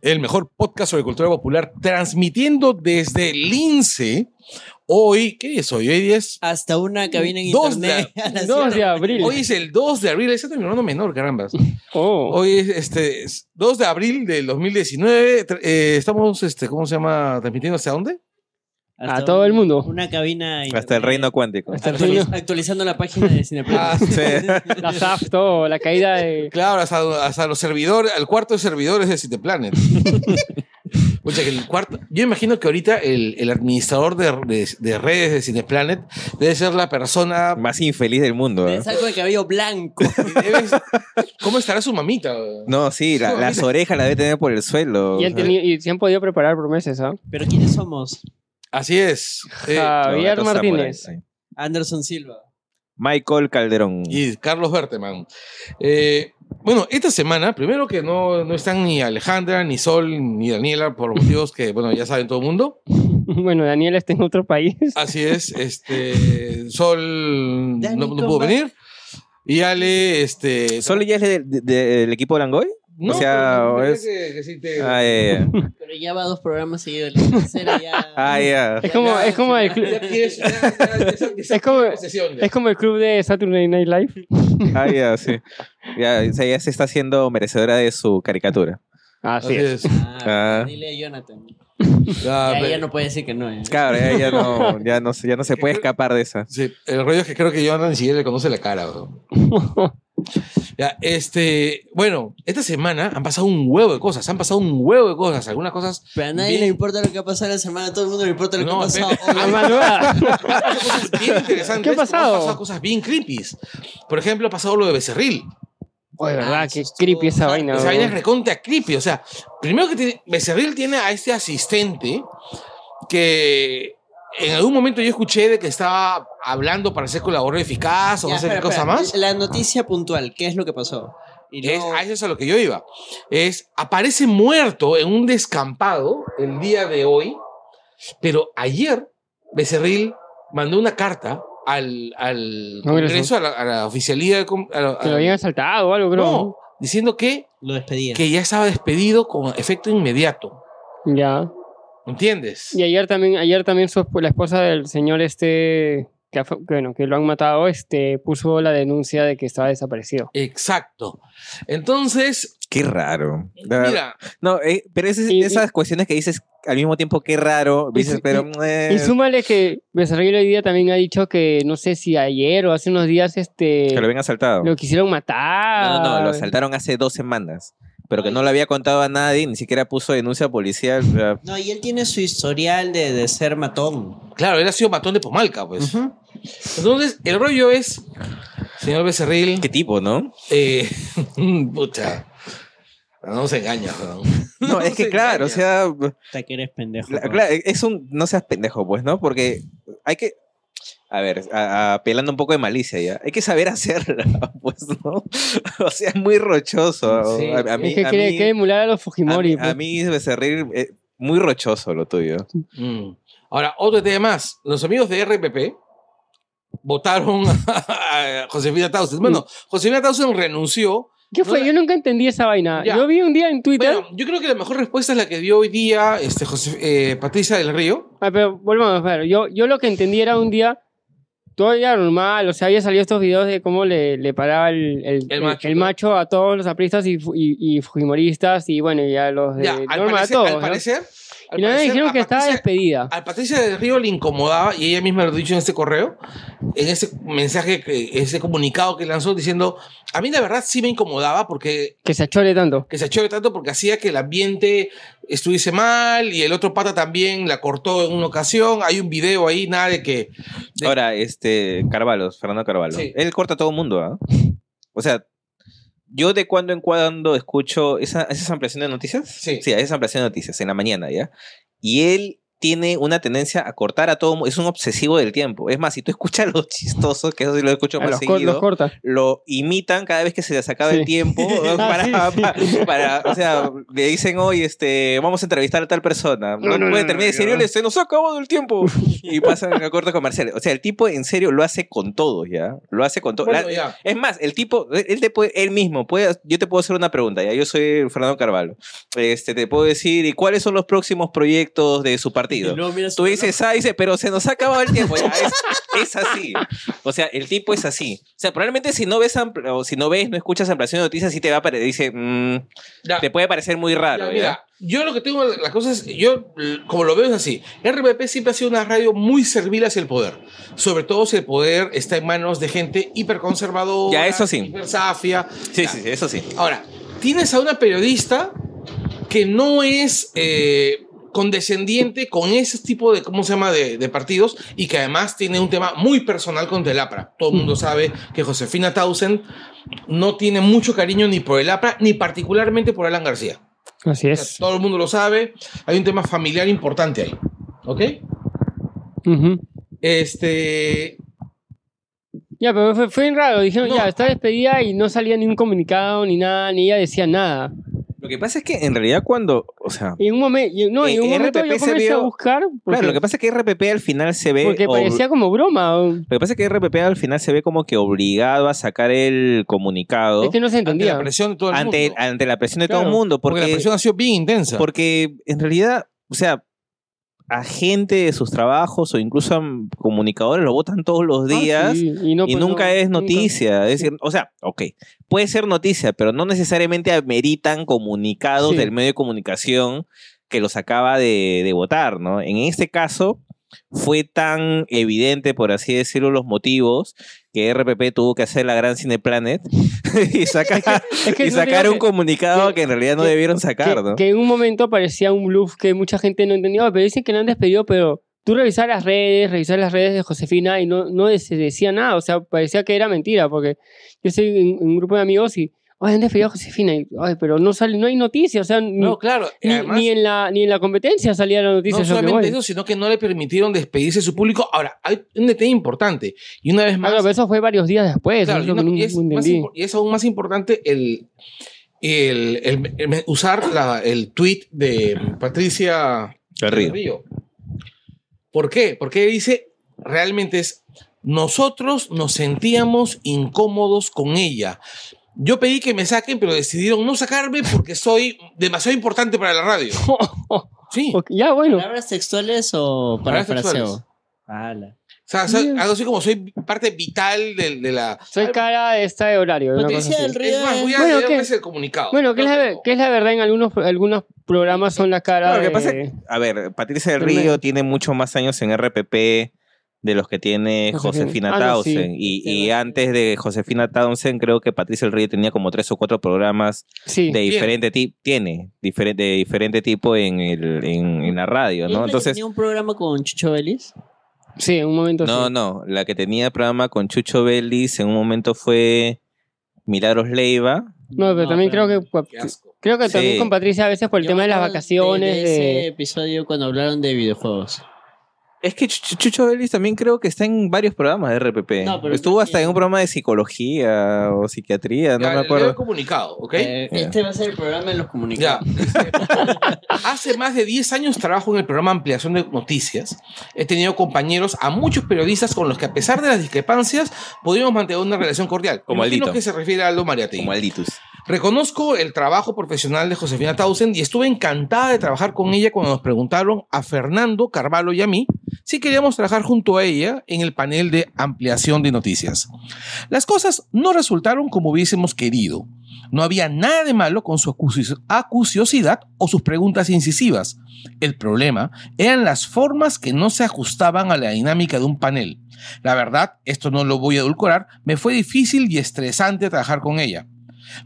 el mejor podcast sobre cultura popular, transmitiendo desde el INSE. Hoy, ¿qué día es hoy? Hoy día es Hasta una cabina en Dos internet. de- a las 2 siete. de abril. Hoy es el 2 de abril, ese es mi hermano menor, carambas. Oh, Hoy es este es 2 de abril del 2019. Tr- eh, estamos, este, ¿cómo se llama? ¿Transmitiendo hasta dónde? Hasta a todo el mundo. Una cabina. en Hasta el reino internet. cuántico. Hasta el Actualiz- reino. actualizando la página de Cineplanet. Ah, sí. La SAF, todo, la caída de. Claro, hasta, hasta los servidores, al cuarto de servidores de City Planet. O sea, que el cuarto. Yo imagino que ahorita el, el administrador de, de- de redes de Cineplanet debe ser la persona. Más infeliz del mundo. ¿eh? Me saco de cabello blanco. que debe- ¿Cómo estará su mamita? No, sí, la- las orejas las debe tener por el suelo. Y, han tenido- y se han podido preparar por meses, ¿ah? Pero ¿quiénes somos? Así es. Eh, Javier Los gatos Martínez. samurai. Anderson Silva. Michael Calderón. y Carlos Berteman. Eh, bueno, esta semana, primero que no, no están ni Alejandra, ni Sol, ni Daniela, por motivos que, bueno, ya saben todo el mundo. Bueno, Daniel está en otro país. Así es, este, Sol no, Dani, no come pudo back. venir. Y Ale, este... ¿Solo ya es de- de- de- del equipo de Langoy? No, o sea, pero me es- parece que- que sí te- Ah, ya, ya. Pero ya va dos programas seguidos. La tercera ya. Ah, ya. Es como, es como el Ya club. tienes- ya- ya- ya- ya- ya- Es como- ya- posesión, ya. Es como el club de Saturday Night Live. Ah, ya, sí. Ya, o sea, ya se está haciendo merecedora de su caricatura. Así Así es. es. Ah, Ah. Dile a Jonathan. Ya, ya, Ah, pero- ya no puede decir que no. ¿eh? Claro, ya, ya no, ya, no, se- ya no se puede escapar de esa. Sí, el rollo es que creo que Jonathan ni siquiera le conoce la cara. bro. Ya, este, bueno, esta semana han pasado un huevo de cosas, han pasado un huevo de cosas, algunas cosas. Pero a nadie Bien. le importa lo que ha pasado la semana. A todo el mundo le importa lo que No, ha pasado. espera. hoy. Manuela, cosas bien interesantes. ¿Qué ha como han pasado? cosas bien creepy. Por ejemplo, ha pasado lo de Becerril. Oye, Ah, verdad, qué eso estuvo- creepy esa vaina. Esa bro. vaina es recontra creepy. O sea, primero que tiene- Becerril tiene a este asistente que en algún momento yo escuché de que estaba hablando para hacer colaborador eficaz o Ya, no sé qué espera, cosa espera. más. La noticia puntual. ¿Qué es lo que pasó? Y Es, luego- a eso es a lo que yo iba. Es, aparece muerto en un descampado el día de hoy, pero ayer Becerril mandó una carta al, al No, gracias. Congreso, a la, a la oficialía, de com- a la- Que lo a- habían asaltado o algo, no, creo. diciendo que, Lo despedía. que ya estaba despedido con efecto inmediato. Ya. ¿Entiendes? Y ayer también, ayer también su esp- la esposa del señor este. Que, af- que, bueno, que lo han matado, este, puso la denuncia de que estaba desaparecido. Exacto. Entonces, Qué raro. La verdad- mira, No, eh, pero es, Y- esas cuestiones que dices al mismo tiempo, qué raro. Y Dices, su- pero. eh, Y súmale que Becerril hoy día también ha dicho que no sé si ayer o hace unos días este que lo lo, habían asaltado. quisieron No, matar. no, no, lo asaltaron hace dos semanas. Pero que no lo había contado a nadie, ni siquiera puso denuncia policial. o sea, No, y él tiene su historial de, de ser matón. claro, él ha sido matón de Pomalca, pues. Entonces, el rollo es, señor Becerril, ¿Qué tipo, no? Eh, pucha. No se engaña, ¿no? No, es que se claro, o engaña. sea, Hasta que eres pendejo. pues. la- ¿no? claro, es un. No seas pendejo, pues, ¿no? Porque hay que. A ver, a- a- apelando un poco de malicia ya. Hay que saber hacerla, pues, ¿no? O sea, es muy rochoso. Sí. A, a Es mí, es que a quiere, mí- quiere emular a los Fujimori. a mí, a pues. mí Becerril, eh, muy rochoso lo tuyo. Mm. Ahora, otro tema más. Los amigos de RPP votaron a Josefina Tausen. Bueno, Josefina Tausen renunció. ¿Qué fue? no, Yo nunca entendí esa vaina. Ya. Yo vi un día en Twitter. Bueno, yo creo que la mejor respuesta es la que dio hoy día este, Josef- eh, Patricia del Río. Ah, pero volvamos a ver. Yo, yo lo que entendí era un día. Todo era normal. O sea, había salido estos videos de cómo le, le paraba el, el- El el- macho, el claro. macho a todos los apristas y, fu- y, y Fujimoristas. Y bueno, ya los de Ya, al normal a parecer, todos. al ¿no? parecer, al y luego me parecer dijeron a que estaba Patricia- despedida. A Patricia del Río le incomodaba, y ella misma lo ha dicho en este correo, en ese mensaje, que- ese comunicado que lanzó diciendo, a mí la verdad sí me incomodaba porque Que se achole tanto. que se achore tanto porque hacía que el ambiente estuviese mal y el otro pata también la cortó en una ocasión. Hay un video ahí, nada de que... de- Ahora, este, Carvalos, Fernando Carvalho. Sí. Él corta a todo el mundo, ¿ah? O sea, yo de cuando en cuando escucho esa, esas ampliaciones de noticias. Sí. Sí, esas ampliaciones de noticias en la mañana, ¿ya? Y él tiene una tendencia a cortar a todo, mu- es un obsesivo del tiempo. Es más, si tú escuchas los chistosos, que eso sí lo escucho Ah, más los, cor- seguido, los corta. lo imitan cada vez que se les acaba el Sí. tiempo ¿no? Ah, para, sí, sí. para- o sea, le dicen hoy, este, vamos a entrevistar a tal persona. No, No, no, puede no, terminar de no, decir, no. "Ole, se nos ha acabado el tiempo. Y pasan a cortes comerciales. O sea, el tipo en serio lo hace con todo, ¿ya? Lo hace con todo. eh. Bueno, La- ya. es más, el tipo, él te puede, él mismo, puede, yo te puedo hacer una pregunta, ya, yo soy Fernando Carvalho. Este, te puedo decir, ¿y cuáles son los próximos proyectos de su partido? Y luego mira su Tú dices, ah, dice, pero se nos ha acabado el tiempo. Ya, es, es así. O sea, el tipo es así. O sea, probablemente si no ves, ampl- o si no ves, no escuchas ampliación de noticias, sí te va a parecer, dice, mm, Ya. te puede parecer muy raro. Ah. Ya, ¿ya? mira, yo lo que tengo, las cosas, yo l- como lo veo es así, RPP siempre ha sido una radio muy servil hacia el poder, sobre todo si el poder está en manos de gente hiperconservadora, Ya, eso sí. hipersafia. Sí, Ya. sí, sí, eso sí. Ahora, tienes a una periodista que no es eh, condescendiente con ese tipo de, ¿cómo se llama?, de, de partidos y que además tiene un tema muy personal con el APRA. Todo el mundo sabe que Josefina Tausen no tiene mucho cariño ni por el APRA ni particularmente por Alan García. Así O sea, es. Todo el mundo lo sabe. Hay un tema familiar importante ahí. ¿Ok? Ujú. Este. Ya, pero fue, fue raro. Dijeron, No. ya, está despedida y no salía ni un comunicado ni nada, ni ella decía nada. Lo que pasa es que en realidad cuando, o sea, Y en un momento, no, y en un Eh, momento RPP yo se comencé a vio- buscar porque, claro, lo que pasa es que RPP al final se ve... porque ob- parecía como broma. o- Lo que pasa es que RPP al final se ve como que obligado a sacar el comunicado Es que no se Ante la entendía. presión de todo el ante, mundo. ante la presión de todo Claro, el mundo. porque, la Porque, presión ha sido bien intensa. porque en realidad, o sea, a gente de sus trabajos o incluso a m- comunicadores lo votan todos los días. Ah, sí, y, no, Y pues, nunca no, es nunca. noticia. Es decir, o sea, ok, puede ser noticia, pero no necesariamente ameritan comunicados Sí. del medio de comunicación que los acaba de, de votar, ¿no? En este caso, fue tan evidente, por así decirlo, los motivos que RPP tuvo que hacer la gran Cineplanet y sacar, Es que y yo te digo sacar un que- comunicado que- que, en realidad no que- debieron que, sacar, ¿no? que en un momento parecía un bluff que mucha gente no entendía, "Oh, pero dicen que la han despedido, pero tú revisar las redes, revisar las redes de Josefina y no, no se decía nada, o sea, parecía que era mentira, porque yo estoy en, en un grupo de amigos y, ay, han despedido a Josefina, y, "Ay, pero no sale, no hay noticia, o sea, ni, no, claro. ni- además, ni en la, ni en la competencia salía la noticia. no es lo que solamente voy. eso, sino que no le permitieron despedirse de su público. Ahora, hay un detalle importante. Y una vez Ah, más. no, pero eso fue varios días después, claro, es y, lo que una- no- y es no más entendí. impor- y es aún más importante el. el- el- el- usar la- el tweet de Patricia El río. Río. ¿Por qué? Porque dice, realmente es, nosotros nos sentíamos incómodos con ella. Yo pedí que me saquen, pero decidieron no sacarme porque soy demasiado importante para la radio. Sí. O Ok, ya, bueno. ¿Palabras textuales o Palabras parafraseo? textuales. Ala. sea, soy- Dios. algo así como soy parte vital del- de, la... Soy cara de esta de horario. una cosa Patricia así. del Río. Es más, voy a Bueno, leerles ¿qué? el comunicado. Bueno, que es, Lo la, tengo. que es la verdad en algunos, algunos programas son la cara Bueno, lo que pasa de- A ver, Patricia del Primero. Río tiene mucho más años en RPP de los que tiene Josefina. Josefina Ah, no, sí. Townsend. Y, y antes de Josefina Townsend, creo que Patricia del Río tenía como tres o cuatro programas Sí. de diferente tipo. Tiene, diferente, de diferente tipo en, el, en, en la ¿No radio, es la ¿no? que Entonces, tenía un programa con Chucho Vélez? Sí, en un momento no, sí. no. La que tenía programa con Chucho Vélez en un momento fue Milagros Leiva. No, pero No, también pero- creo que Qué asco. creo que también Sí. con Patricia a veces por el Yo tema me de las acuerdo vacaciones de de, ese episodio cuando hablaron de videojuegos. Es que Chucho Chucho Vélez también creo que está en varios programas de RPP. No, pero Estuvo hasta también- en un programa de psicología o psiquiatría, no Ya, me leo acuerdo. el comunicado, ¿ok? Eh, Este va a ser el programa en los Ya. comunicados. Hace más de 10 años trabajo en el programa Ampliación de Noticias. He tenido compañeros a muchos periodistas con los que, a pesar de las discrepancias, pudimos mantener una relación cordial. Como Imagino Aldito. que se refiere a Aldo Mariati. Como Alditus. Reconozco el trabajo profesional de Josefina Tausen y estuve encantada de trabajar con ella cuando nos preguntaron a Fernando Carvalho y a mí si queríamos trabajar junto a ella en el panel de ampliación de noticias. Las cosas no resultaron como hubiésemos querido. No había nada de malo con su acusi- acuciosidad o sus preguntas incisivas. El problema eran las formas que no se ajustaban a la dinámica de un panel. La verdad, esto no lo voy a edulcorar, me fue difícil y estresante trabajar con ella.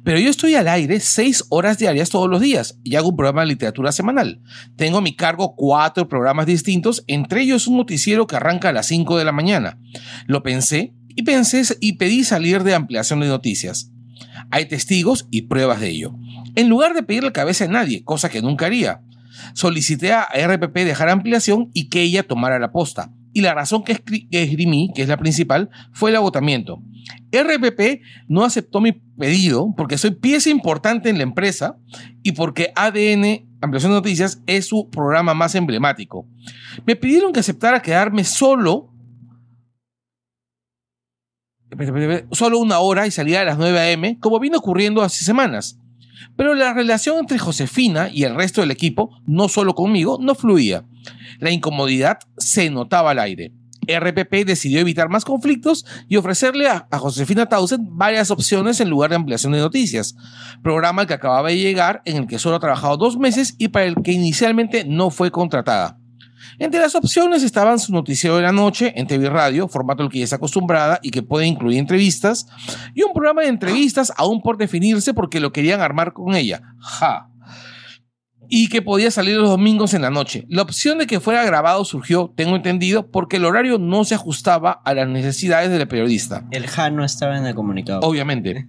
Pero yo estoy al aire seis horas diarias todos los días y hago un programa de literatura semanal. Tengo a mi cargo cuatro programas distintos, entre ellos un noticiero que arranca a las 5 de la mañana. Lo pensé y pensé y pedí salir de ampliación de noticias. Hay testigos y pruebas de ello. En lugar de pedir la cabeza a nadie, cosa que nunca haría. solicité a RPP dejar ampliación y que ella tomara la posta. Y la razón que escri- que esgrimí, que es la principal, fue el agotamiento. RPP no aceptó mi pedido porque soy pieza importante en la empresa y porque ADN, Ampliación de Noticias, es su programa más emblemático. Me pidieron que aceptara quedarme solo. espera, espera, espera, Solo una hora y salir a las 9 a.m., como vino ocurriendo hace semanas. Pero la relación entre Josefina y el resto del equipo, no solo conmigo, no fluía. La incomodidad se notaba al aire. RPP decidió evitar más conflictos y ofrecerle a, a Josefina Townsend varias opciones en lugar de ampliación de noticias, programa al que acababa de llegar, en el que solo ha trabajado dos meses y para el que inicialmente no fue contratada. Entre las opciones estaban su noticiero de la noche en TV y Radio, formato al que ya es acostumbrada y que puede incluir entrevistas, y un programa de entrevistas aún por definirse porque lo querían armar con ella. Ja. Y que podía salir los domingos en la noche. La opción de que fuera grabado surgió, tengo entendido, porque el horario no se ajustaba a las necesidades del periodista. El Ja no estaba en el comunicado. Oh, Obviamente.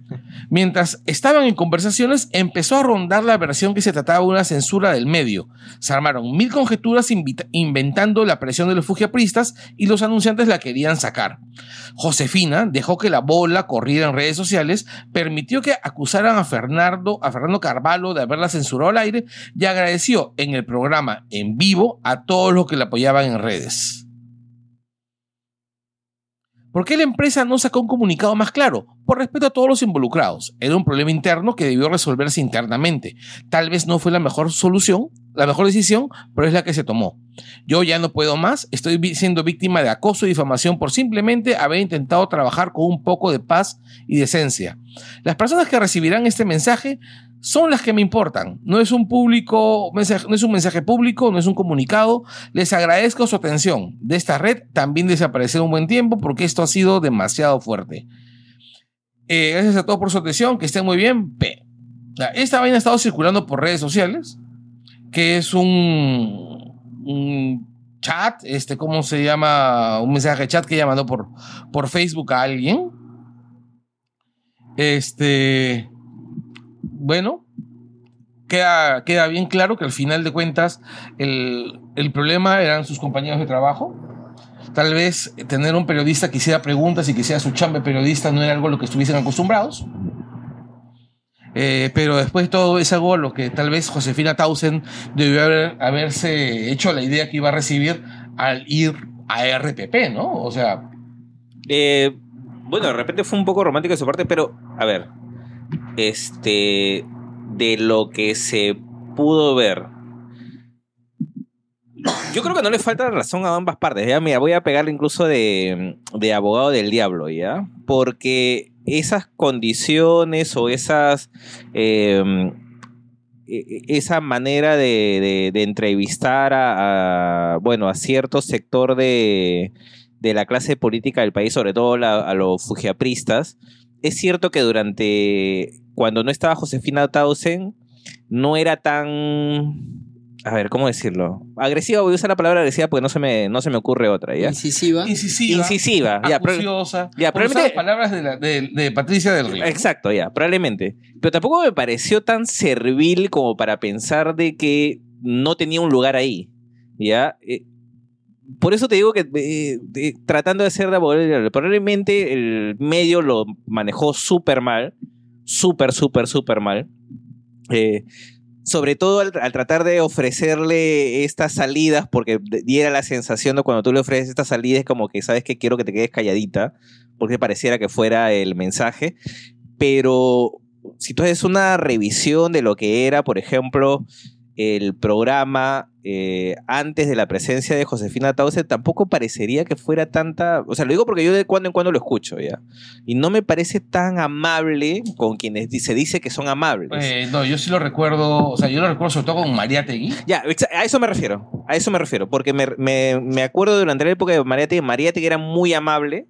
Mientras estaban en conversaciones, empezó a rondar la versión que se trataba de una censura del medio. Se armaron mil conjeturas invita- inventando la presión de los fujiapristas y los anunciantes la querían sacar. Josefina dejó que la bola corriera en redes sociales, permitió que acusaran a Fernando, a Fernando Carvalho de haberla censurado al aire y agradeció en el programa en vivo a todos los que la apoyaban en redes. ¿Por qué la empresa no sacó un comunicado más claro? Por respeto a todos los involucrados. Era un problema interno que debió resolverse internamente. Tal vez no fue la mejor solución, la mejor decisión, pero es la que se tomó. Yo ya no puedo más, estoy vi- siendo víctima de acoso y difamación por simplemente haber intentado trabajar con un poco de paz y decencia. Las personas que recibirán este mensaje son las que me importan. No es un público, mensaje- no es un mensaje público, no es un comunicado, les agradezco su atención. De esta red también desapareció un buen tiempo porque esto ha sido demasiado fuerte. Eh, gracias a todos por su atención, que estén muy bien. P. Ya, Esta vaina ha estado circulando por redes sociales, que es un, un chat, este, ¿cómo se llama? Un mensaje de chat que ella mandó por, por Facebook a alguien. Este, bueno, queda, queda bien claro que al final de cuentas el, el problema eran sus compañeros de trabajo. Tal vez tener un periodista que hiciera preguntas y que hiciera su chamba de periodista no era algo a lo que estuviesen acostumbrados. Eh, pero después todo es algo a lo que tal vez Josefina Tausen debió haber- haberse hecho la idea que iba a recibir al ir a RPP, ¿no? O sea, Eh, bueno, de repente fue un poco romántico de su parte, pero a ver. Este. De lo que se pudo ver. Yo creo que no le falta razón a ambas partes. Ya, mira, voy a pegarle incluso de, de abogado del diablo, ¿ya? Porque esas condiciones o esas. eh, e- esa manera de, de- de entrevistar a, a, bueno, a cierto sector de, de la clase política del país, sobre todo la- a los fujiapristas. Es cierto que durante, cuando no estaba Josefina Tausen, no era tan, a ver, ¿cómo decirlo? Agresiva, voy a usar la palabra agresiva porque no se me, no se me ocurre otra, ¿ya? Incisiva. incisiva, Incisiva, ya, pero- acuciosa, ya, por usar probablemente- las palabras de, la- de- de Patricia del Río. Exacto, ya, probablemente. Pero tampoco me pareció tan servil como para pensar de que no tenía un lugar ahí, ¿ya? Eh, por eso te digo que eh, eh, tratando de ser de abogado, del diablo, probablemente el medio lo manejó súper mal, súper, súper, súper mal. Eh, sobre todo al, al tratar de ofrecerle estas salidas, porque de- diera la sensación de cuando tú le ofreces estas salidas, es como que sabes que quiero que te quedes calladita, porque pareciera que fuera el mensaje. Pero si tú haces una revisión de lo que era, por ejemplo, el programa eh, antes de la presencia de Josefina Tause, tampoco parecería que fuera tanta. O sea, lo digo porque yo de cuando en cuando lo escucho, ¿ya? Y no me parece tan amable con quienes di- se dice que son amables. Eh, no, yo sí lo recuerdo, o sea, yo lo recuerdo sobre todo con María Tegui. Ya, exa- a eso me refiero. A eso me refiero. Porque me, me- me acuerdo durante la época de Mariate, Mariate que era muy amable,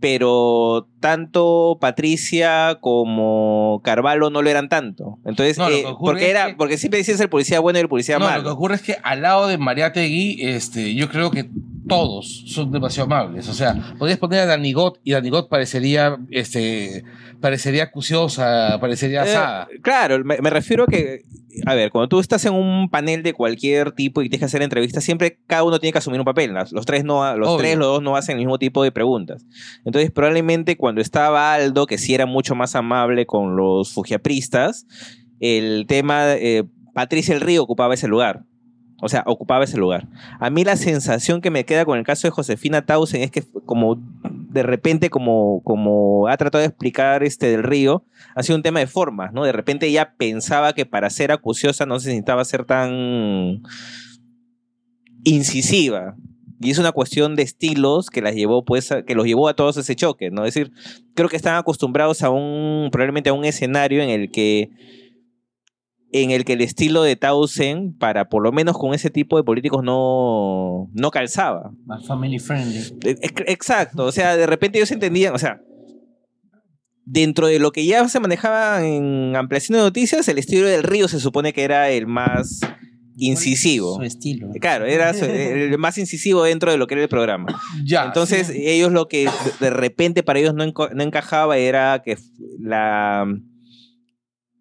pero tanto Patricia como Carvalho no lo eran tanto. Entonces, No, lo eh, que ocurre porque es era, que- porque siempre decías el policía bueno y el policía No, lo que malo. ocurre es que al lado de Mariategui, este, yo creo que todos son demasiado amables. O sea, podrías poner a Danigot y Danigot parecería, este, parecería acuciosa, parecería Eh, asada. Claro, me, me refiero a que, a ver, cuando tú estás en un panel de cualquier tipo y tienes que hacer entrevistas, siempre cada uno tiene que asumir un papel. Las- Los tres, no, los Obvio. tres, los dos no hacen el mismo tipo de preguntas. Entonces, probablemente cuando estaba Aldo, que sí era mucho más amable con los fujiapristas, el tema, eh, Patricia El Río ocupaba ese lugar. O sea, ocupaba ese lugar. A mí la sensación que me queda con el caso de Josefina Tausen es que como de repente, como, como ha tratado de explicar este del río, ha sido un tema de formas, ¿no? De repente ella pensaba que para ser acuciosa no se necesitaba ser tan incisiva. Y es una cuestión de estilos que las llevó, pues, a- que los llevó a todos a ese choque, ¿no? Es decir, creo que están acostumbrados a un, probablemente a un escenario en el que en el que el estilo de Tausen, para por lo menos con ese tipo de políticos, no, no calzaba. Más family friendly. E- ex- Exacto, o sea, de repente ellos entendían, o sea, dentro de lo que ya se manejaba en Ampliación de Noticias, el estilo del río se supone que era el más incisivo. Su estilo. Claro, era su- el más incisivo dentro de lo que era el programa. Ya. Entonces, ellos lo que de- de repente para ellos no, enco- no encajaba era que f- la mm,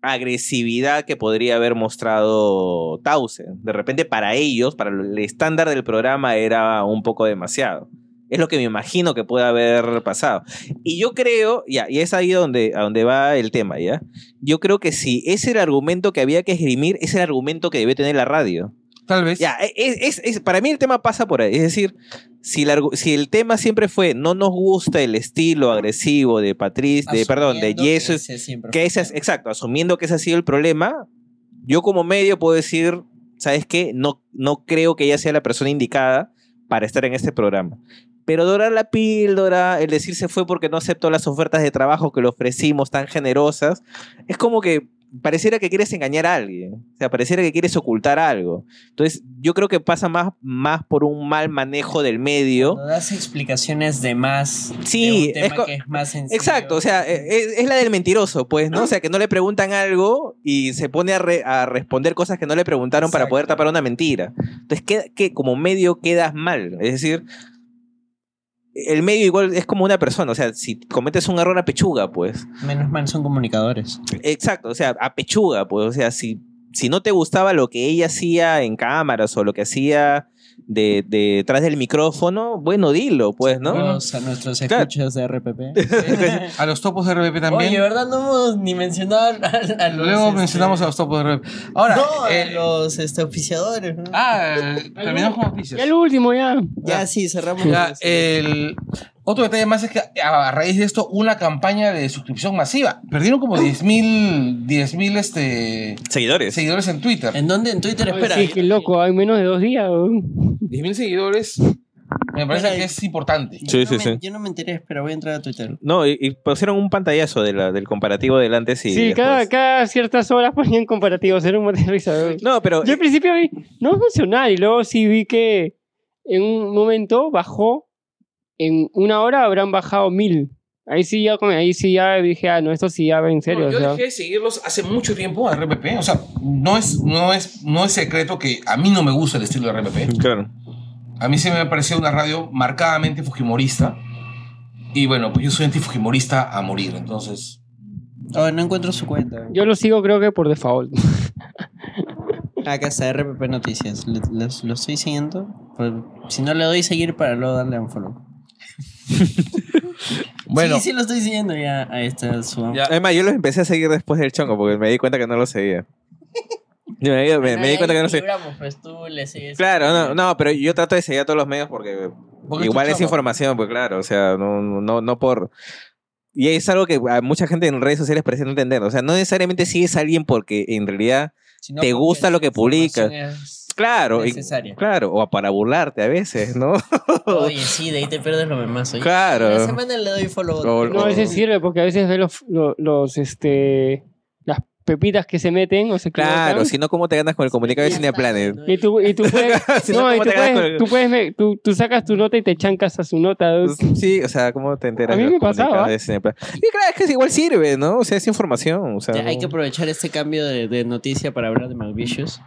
agresividad que podría haber mostrado Tausen. De repente para ellos, para el estándar del programa era un poco demasiado. Es lo que me imagino que puede haber pasado. Y yo creo, ya, y es ahí donde, a donde va el tema, ¿ya? Yo creo que si ese era el argumento que había que esgrimir, es el argumento que debe tener la radio. tal vez. Ya, es, es- es- para mí el tema pasa por ahí. Es decir, si el, argu- si el tema siempre fue no nos gusta el estilo agresivo de Patriz, de, Este, perdón, de Asumiendo que Jesus, ese siempre que fue ese el es, exacto, asumiendo que ese ha sido el problema, yo como medio puedo decir, ¿sabes qué? No, no creo que ella sea la persona indicada para estar en este programa. Pero dorar la píldora, el decirse fue porque no aceptó las ofertas de trabajo que le ofrecimos tan generosas, es como que pareciera que quieres engañar a alguien, o sea, pareciera que quieres ocultar algo. Entonces, yo creo que pasa más, más por un mal manejo del medio. Cuando das explicaciones de más. de Sí, un tema es co- que es más sencillo. Exacto, o sea, e- es, es la del mentiroso, pues, ¿no? O sea, que no le preguntan algo y se pone a, re- a responder cosas que no le preguntaron para poder Exacto. tapar una mentira. Entonces, que, como medio quedas mal, es decir, el medio igual es como una persona, o sea, si cometes un error a pechuga, pues. Menos mal son comunicadores. Exacto, o sea, a pechuga, pues, o sea, si, si no te gustaba lo que ella hacía en cámaras o lo que hacía de, de- detrás del micrófono, bueno, dilo, pues, ¿no? Saludos a nuestros Claro. escuchas de RPP. A los topos de RBP también. Oye, ¿verdad? No hemos ni mencionado a, a- a los. Luego este, mencionamos a los topos de RBP. Ahora, no, a eh, los este, oficiadores. ¿no? ah, eh, terminamos con noticias. Ya lo último, ya. ya. ya, sí, cerramos. Ya, eh, los- el otro detalle más es que a raíz de esto, una campaña de suscripción masiva. Perdieron Oh. como 10.000 10.000 este, Seguidores. seguidores en Twitter. ¿En dónde? En Twitter, Oye, espera. eh, sí, qué loco, hay menos de dos días. weón. 10.000 seguidores me parece que es importante. Yo Sí, no sí, me- sí. Yo no me enteré, espera, voy a entrar a Twitter. No, y, y pusieron un pantallazo de la- del comparativo del antes y Sí, después. cada, cada ciertas horas ponían comparativos, era un montón de risa. weón. No, pero... eh, Yo al principio vi, no funcionaba y luego sí vi que en un momento bajó, en una hora habrán bajado mil. Ahí sí ya, como- ahí sí ya dije, ah, no, esto sí ya va en serio. No, yo o sea. dejé de seguirlos hace mucho tiempo a RPP. O sea, no es, no, es, no es secreto que a mí no me gusta el estilo de RPP. Claro. A mí se me ha parecido una radio marcadamente fujimorista. Y bueno, pues yo soy antifujimorista a morir. Entonces, Oh, no encuentro su cuenta. Yo lo sigo creo que por default. Acá está RPP Noticias. Le- les- Lo estoy siguiendo. Pues, si no le doy seguir para luego darle un follow. bueno, Sí, sí, lo estoy siguiendo ya. Ahí está su. Ya. Además, yo los empecé a seguir después del chongo porque me di cuenta que no los seguía. Yo me, di- me- me di cuenta que no seguía. Equilibramos, Pues tú le sigues. Claro, no, no, pero yo trato de seguir a todos los medios porque porque igual tu es chamba. información, pues claro, o sea, no, no, no por... Y es algo que a mucha gente en redes sociales parece no entender. O sea, no necesariamente sigues a alguien porque en realidad... Si no, te porque gusta lo esa que publica. información es- Claro, y- Necesaria. claro, o para burlarte a veces, ¿no? Oye, sí, de ahí te pierdes lo demás. Oye. La claro. semana le doy follow. O- No, a veces sirve porque a veces ve los, lo- los, este, las pepitas que se meten o se Claro, equivocan. si no, ¿cómo te ganas con el comunicado de Cineplanet? Y tú, y tú puedes, Si no, no, y ¿cómo tú, te ganas con puedes, el- tú, puedes ver- tú- tú sacas tu nota y te chancas a su nota. weón. Pues, Sí, o sea, ¿cómo te enteras A mí de los me pasaba. comunicados de Cineplan? Y claro, es que igual sirve, ¿no? O sea, es información. O sea, Ya, hay que no- aprovechar este cambio de, de noticia para hablar de Malvicious.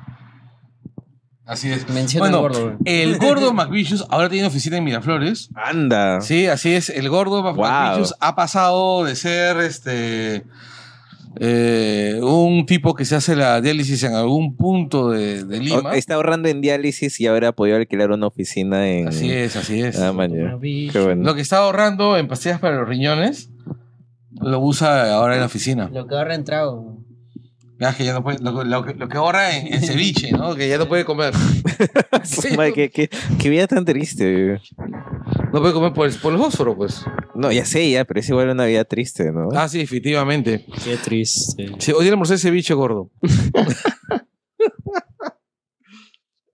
Así es. Menciona Bueno, al gordo. güey. El gordo McVicious ahora tiene oficina en Miraflores. Anda. Sí, así es. El gordo Mac- Wow. McVicious ha pasado de ser este eh, un tipo que se hace la diálisis en algún punto de, de Lima. O- Está ahorrando en diálisis y ahora ha podido alquilar una oficina en. Así es, así es. Ah, man, ya. Qué bueno. Lo que está ahorrando en pastillas para los riñones lo usa ahora en la oficina. Lo que ahorra en trago. güey. Ya que ya no puede- lo, lo que- lo que ahorra en, en ceviche, ¿no? Que ya no puede comer. Sí, Madre, qué, qué- qué vida tan triste. güey. no puede comer por el, por el fósforo, pues. No, ya sé, ya, pero es igual una vida triste, ¿no? Ah, sí, definitivamente. Qué triste. Sí, hoy día almorcé ceviche gordo.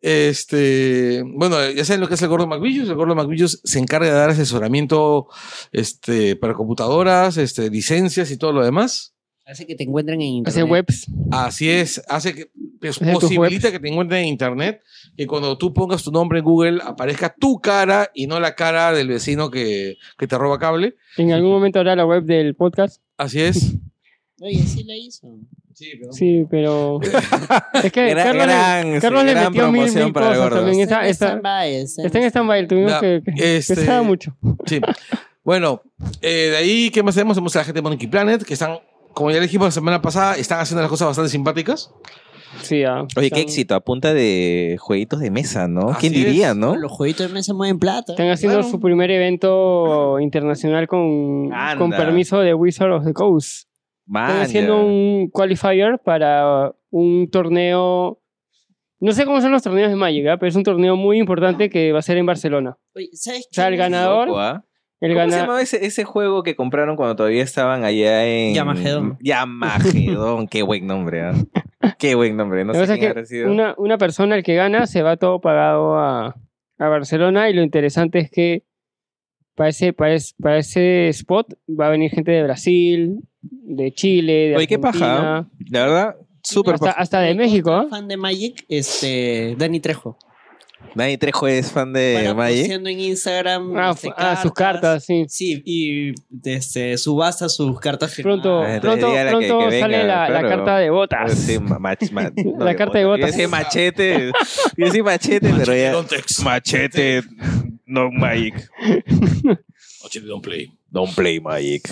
este, bueno, ya saben lo que es el gordo McVicious. El gordo McVicious se encarga de dar asesoramiento este, para computadoras, este, licencias y todo lo demás. Hace que te encuentren en internet. Hace webs. Así es, hace que pues, Hace tus posibilita que te encuentren en internet que cuando tú pongas tu nombre en Google aparezca tu cara y no la cara del vecino que, que te roba cable. En algún momento habrá la web del podcast. Así es. Oye, sí la hizo. Sí, pero Sí, pero. es que Gran- Eh, Carlos, gran- le, Carlos le gran metió mil, promoción mil para cosas gordos. también. Esa- esa- está en este- stand-by. Tuvimos Ya, que. que- que este- estaba mucho. Sí. Bueno, eh, de ahí, ¿qué más tenemos? Tenemos a la gente de Monkey Planet, que están, como ya dijimos la semana pasada, están haciendo las cosas bastante simpáticas. Sí, ya. Oye, Están- qué éxito, a punta de jueguitos de mesa, ¿no? Así ¿Quién diría, es. no? Los jueguitos de mesa mueven plata. Están haciendo Claro. su primer evento internacional con, Anda. con permiso de Wizard of the Coast. Están Man, haciendo Ah, ya. un qualifier para un torneo. No sé cómo son los torneos de Magic, ¿ah? pero es un torneo muy importante que va a ser en Barcelona. Oye, ¿sabes sea, el quién es? ganador- ganador. Loco, ¿ah? El ¿Cómo se gana- llamaba ese, ese juego que compraron cuando todavía estaban allá en. Yamagedón. Yamagedón, qué buen nombre, ¿ah? Qué buen nombre, no La sé cosa es quién que habrá sido. Una, una persona el que gana se va todo pagado a, a Barcelona y lo interesante es que para ese, para, es- para ese spot va a venir gente de Brasil, de Chile, de Oye, qué paja, Argentina, La verdad, súper. hasta, pa- hasta de México. ¿ah? Fan de Magic, este, Dani Trejo. Dani Trejo es fan de Para Magic. posteando en Instagram. Ah, este, fu- ah, sus cartas, sí. Sí, y este, subasta sus cartas firmadas. Pronto, Ah, pronto, dígala que- pronto que sale venga, la, la claro. Pues carta de botas. Sí, ma- mach- ma- no, La que carta de bota. Yo botas. decía machete. Yo decía machete, pero ya. Machete, no Magic. Don't play. Don't play Magic.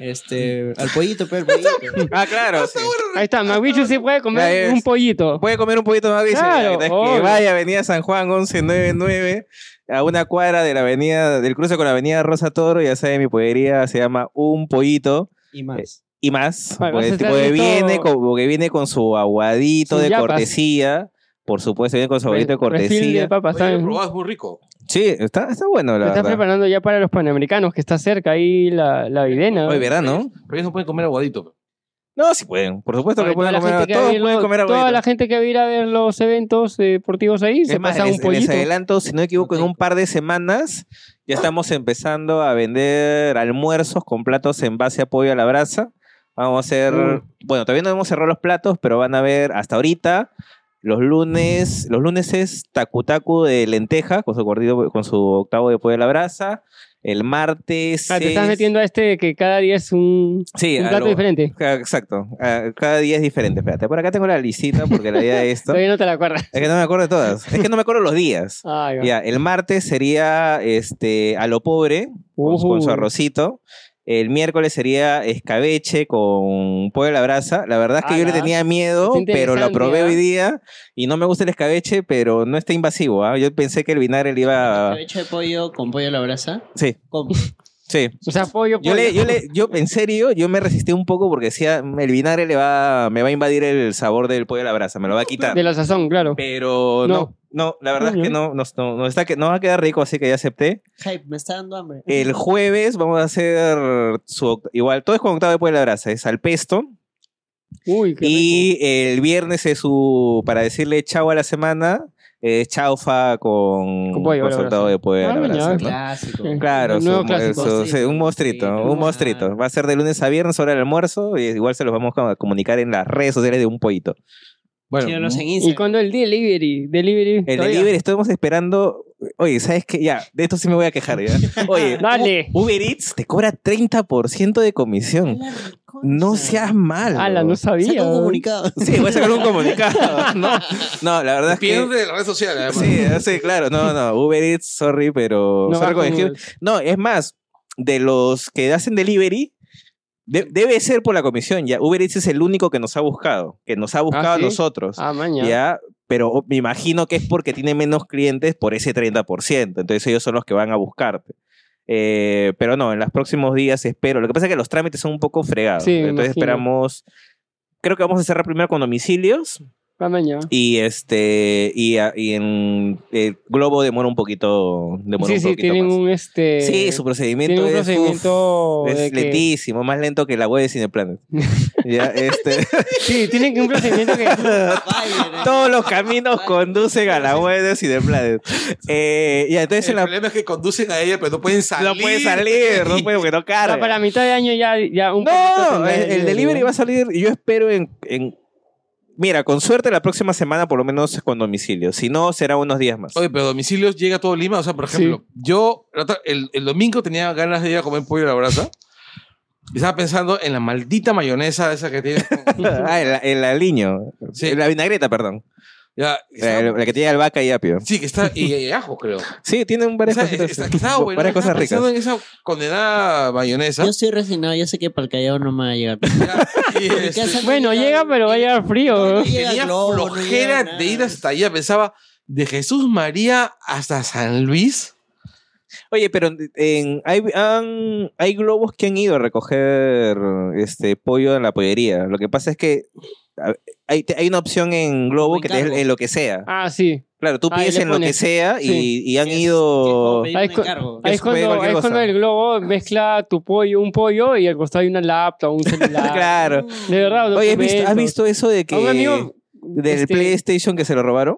Este, al pollito, pero al pollito. Ah, claro. sí. Ahí está, Maguichu sí puede Ya comer es. un pollito. Puede comer un poquito más, dice. Claro, la verdad es que obvio. vaya, Avenida San Juan 1199, a una cuadra de la avenida, del cruce con la avenida Rosa Toro, ya sabe, mi pollería se llama Un Pollito y más. y más. Ay, vas Porque, a estar porque listo. viene con, porque viene con su aguadito Sus de yapas. cortesía. Por supuesto, viene con su aguadito de Refil de cortesía. papas, Oye, ¿sabes? lo probás muy rico. Sí, está, está bueno, Lo la está verdad. preparando ya para los panamericanos, que está cerca ahí la, la videna. Oye, ¿verdad, no? Pero ellos no pueden comer aguadito. No, sí pueden. Por supuesto que Porque toda pueden la comer. gente que va a Todos ir pueden lo- comer Toda aguadito. la gente que va a ir a ver los eventos eh, deportivos ahí se Es más, pasa les- un pollito. Les adelanto, si no me equivoco, en un par de semanas ya estamos empezando a vender almuerzos con platos en base a pollo a la brasa. Vamos a hacer, bueno, todavía no hemos cerrado los platos, pero van a ver hasta ahorita. Los lunes, los lunes es tacu tacu de lenteja con su gordito, con su octavo de pollo a la brasa. El martes Ah, te estás es- metiendo a este que cada día es un, sí, un a plato lo- diferente. ca- Exacto. Ah, Cada día es diferente. Espérate, por acá tengo la lisita porque la idea de esto. Todavía no te la acuerdas. Es que no me acuerdo de todas. Es que no me acuerdo los días. Ay, va. Ya, el martes sería este, a lo pobre, con, su- con su Ujú. arrocito. El miércoles sería escabeche con pollo a la brasa. La verdad es que yo le Ala, tenía miedo, está pero lo interesante, probé ¿ah? hoy día y no me gusta el escabeche, pero no está invasivo. ¿ah? Yo pensé que el vinagre le Ah, iba a... Escabeche de pollo con pollo a la brasa. Sí, Con- sí. O sea, pollo, Yo, pollo. le, yo, le, yo, en serio, yo me resistí un poco porque decía, el vinagre le va, me va a invadir el sabor del pollo a la brasa, me lo va a quitar. De la sazón, claro. Pero no, No. no, la verdad es que Coño. no, no, no, no está, que- no va a quedar rico, así que ya acepté. Hype, me está dando hambre. El jueves vamos a hacer su oct- igual, todo es con octavo de pollo a la brasa, es al pesto. Uy, qué rico. Y el viernes es su, para decirle chao a la semana, es chaufa con, Con pollo a la su octavo brasa. de pollo Ah, a la ya. brasa, ¿no? clásico. Sí. Claro, El nuevo su- eh, clásico. su- sí, un Sí, mostrito, un claro. mostrito. Va a ser de lunes a viernes hora del almuerzo y igual se los vamos a comunicar en las redes sociales de un pollito. Bueno, Síganos en ¿Y Instagram. cuando el delivery? Delivery. El todavía. delivery estamos esperando. Oye, ¿sabes qué? Ya, de esto sí me voy a quejar, ¿ya? Oye, Dale. U- Uber Eats te cobra 30% de comisión. No seas mal. Ala, no bro. sabía. Saca un comunicado. Sí, pues, voy a sacar un comunicado. No, no la verdad es despídense que. de las redes sociales. además. Sí, eh, sí, claro. No, no, Uber Eats, sorry, pero. No, sorry, va con con- el- no, es más, de los que hacen delivery, de- debe ser por la comisión, ya. Uber Eats es el único que nos ha buscado, que nos ha buscado a ¿sí? nosotros. Ah, maña. Pues, ¿Ya? Pero o- me imagino que es porque tiene menos clientes por ese 30%. Entonces ellos son los que van a buscarte. Eh, pero no, en los próximos días espero. Lo que pasa es que los trámites son un poco fregados. Sí, me entonces imagino. esperamos. Creo que vamos a cerrar primero con domicilios Ah, maña. y este y, a- y en el globo demora un poquito demora Sí, un sí, poquito tienen más. un este. sí, su procedimiento, tienen un es, uf, procedimiento es de que- lentísimo, más lento que la web de Cineplanet. ya, este, Sí, tienen un procedimiento que. Todos los caminos conducen a la web de Cineplanet. Eh, y entonces El en la, problema es que conducen a ella, pero no pueden salir. no puede salir, no puede porque no Ah, carga. para mitad de año ya, ya un poquito No, tendrá el, el delivery va a salir, yo espero en, en- Mira, con suerte la próxima semana por lo menos con domicilio. Si no, será unos días más. Oye, pero domicilios llega a todo Lima. O sea, por ejemplo, yo la otra- el, el domingo tenía ganas de ir a comer pollo a la brasa. Y estaba pensando en la maldita mayonesa esa que tiene. ah, el, el aliño. Sí. La vinagreta, perdón. Ya, que La, estaba- la que tiene albahaca y apio. sí, que está. Y, y ajo, creo. Sí, tiene un varias Esa- cositas. esa- que estaba buena, varias cosas estaba ricas. pensando en esa condenada mayonesa. Yo estoy resignado, yo sé que para el Callao no me va a llegar. Ya, y, Mi este, casa no Bueno, llega, pero va a llegar frío. No ¿eh? llega tenía Globo, no flojera llega nada. de ir hasta allá. Pensaba, de Jesús María hasta San Luis. Oye, pero en- hay, han- hay globos que han ido a recoger este pollo en la pollería. Lo que pasa es que a- hay, te- hay una opción en globo Como que te es encargo. en lo que sea. Ah, sí. Claro, tú Ah, y pides le en lo que pones. sea y, Sí. y han Es- ido... es como Ahí pedir co- un encargo. Ahí es Eso puede cuando, cualquier ahí es cosa. cuando el globo mezcla tu pollo, un pollo, y al costado hay una laptop, un celular. Ah, Claro. De verdad, Oye, ¿has visto, has documentos. visto eso de que... ah, A un amigo. Del este, PlayStation que se lo robaron,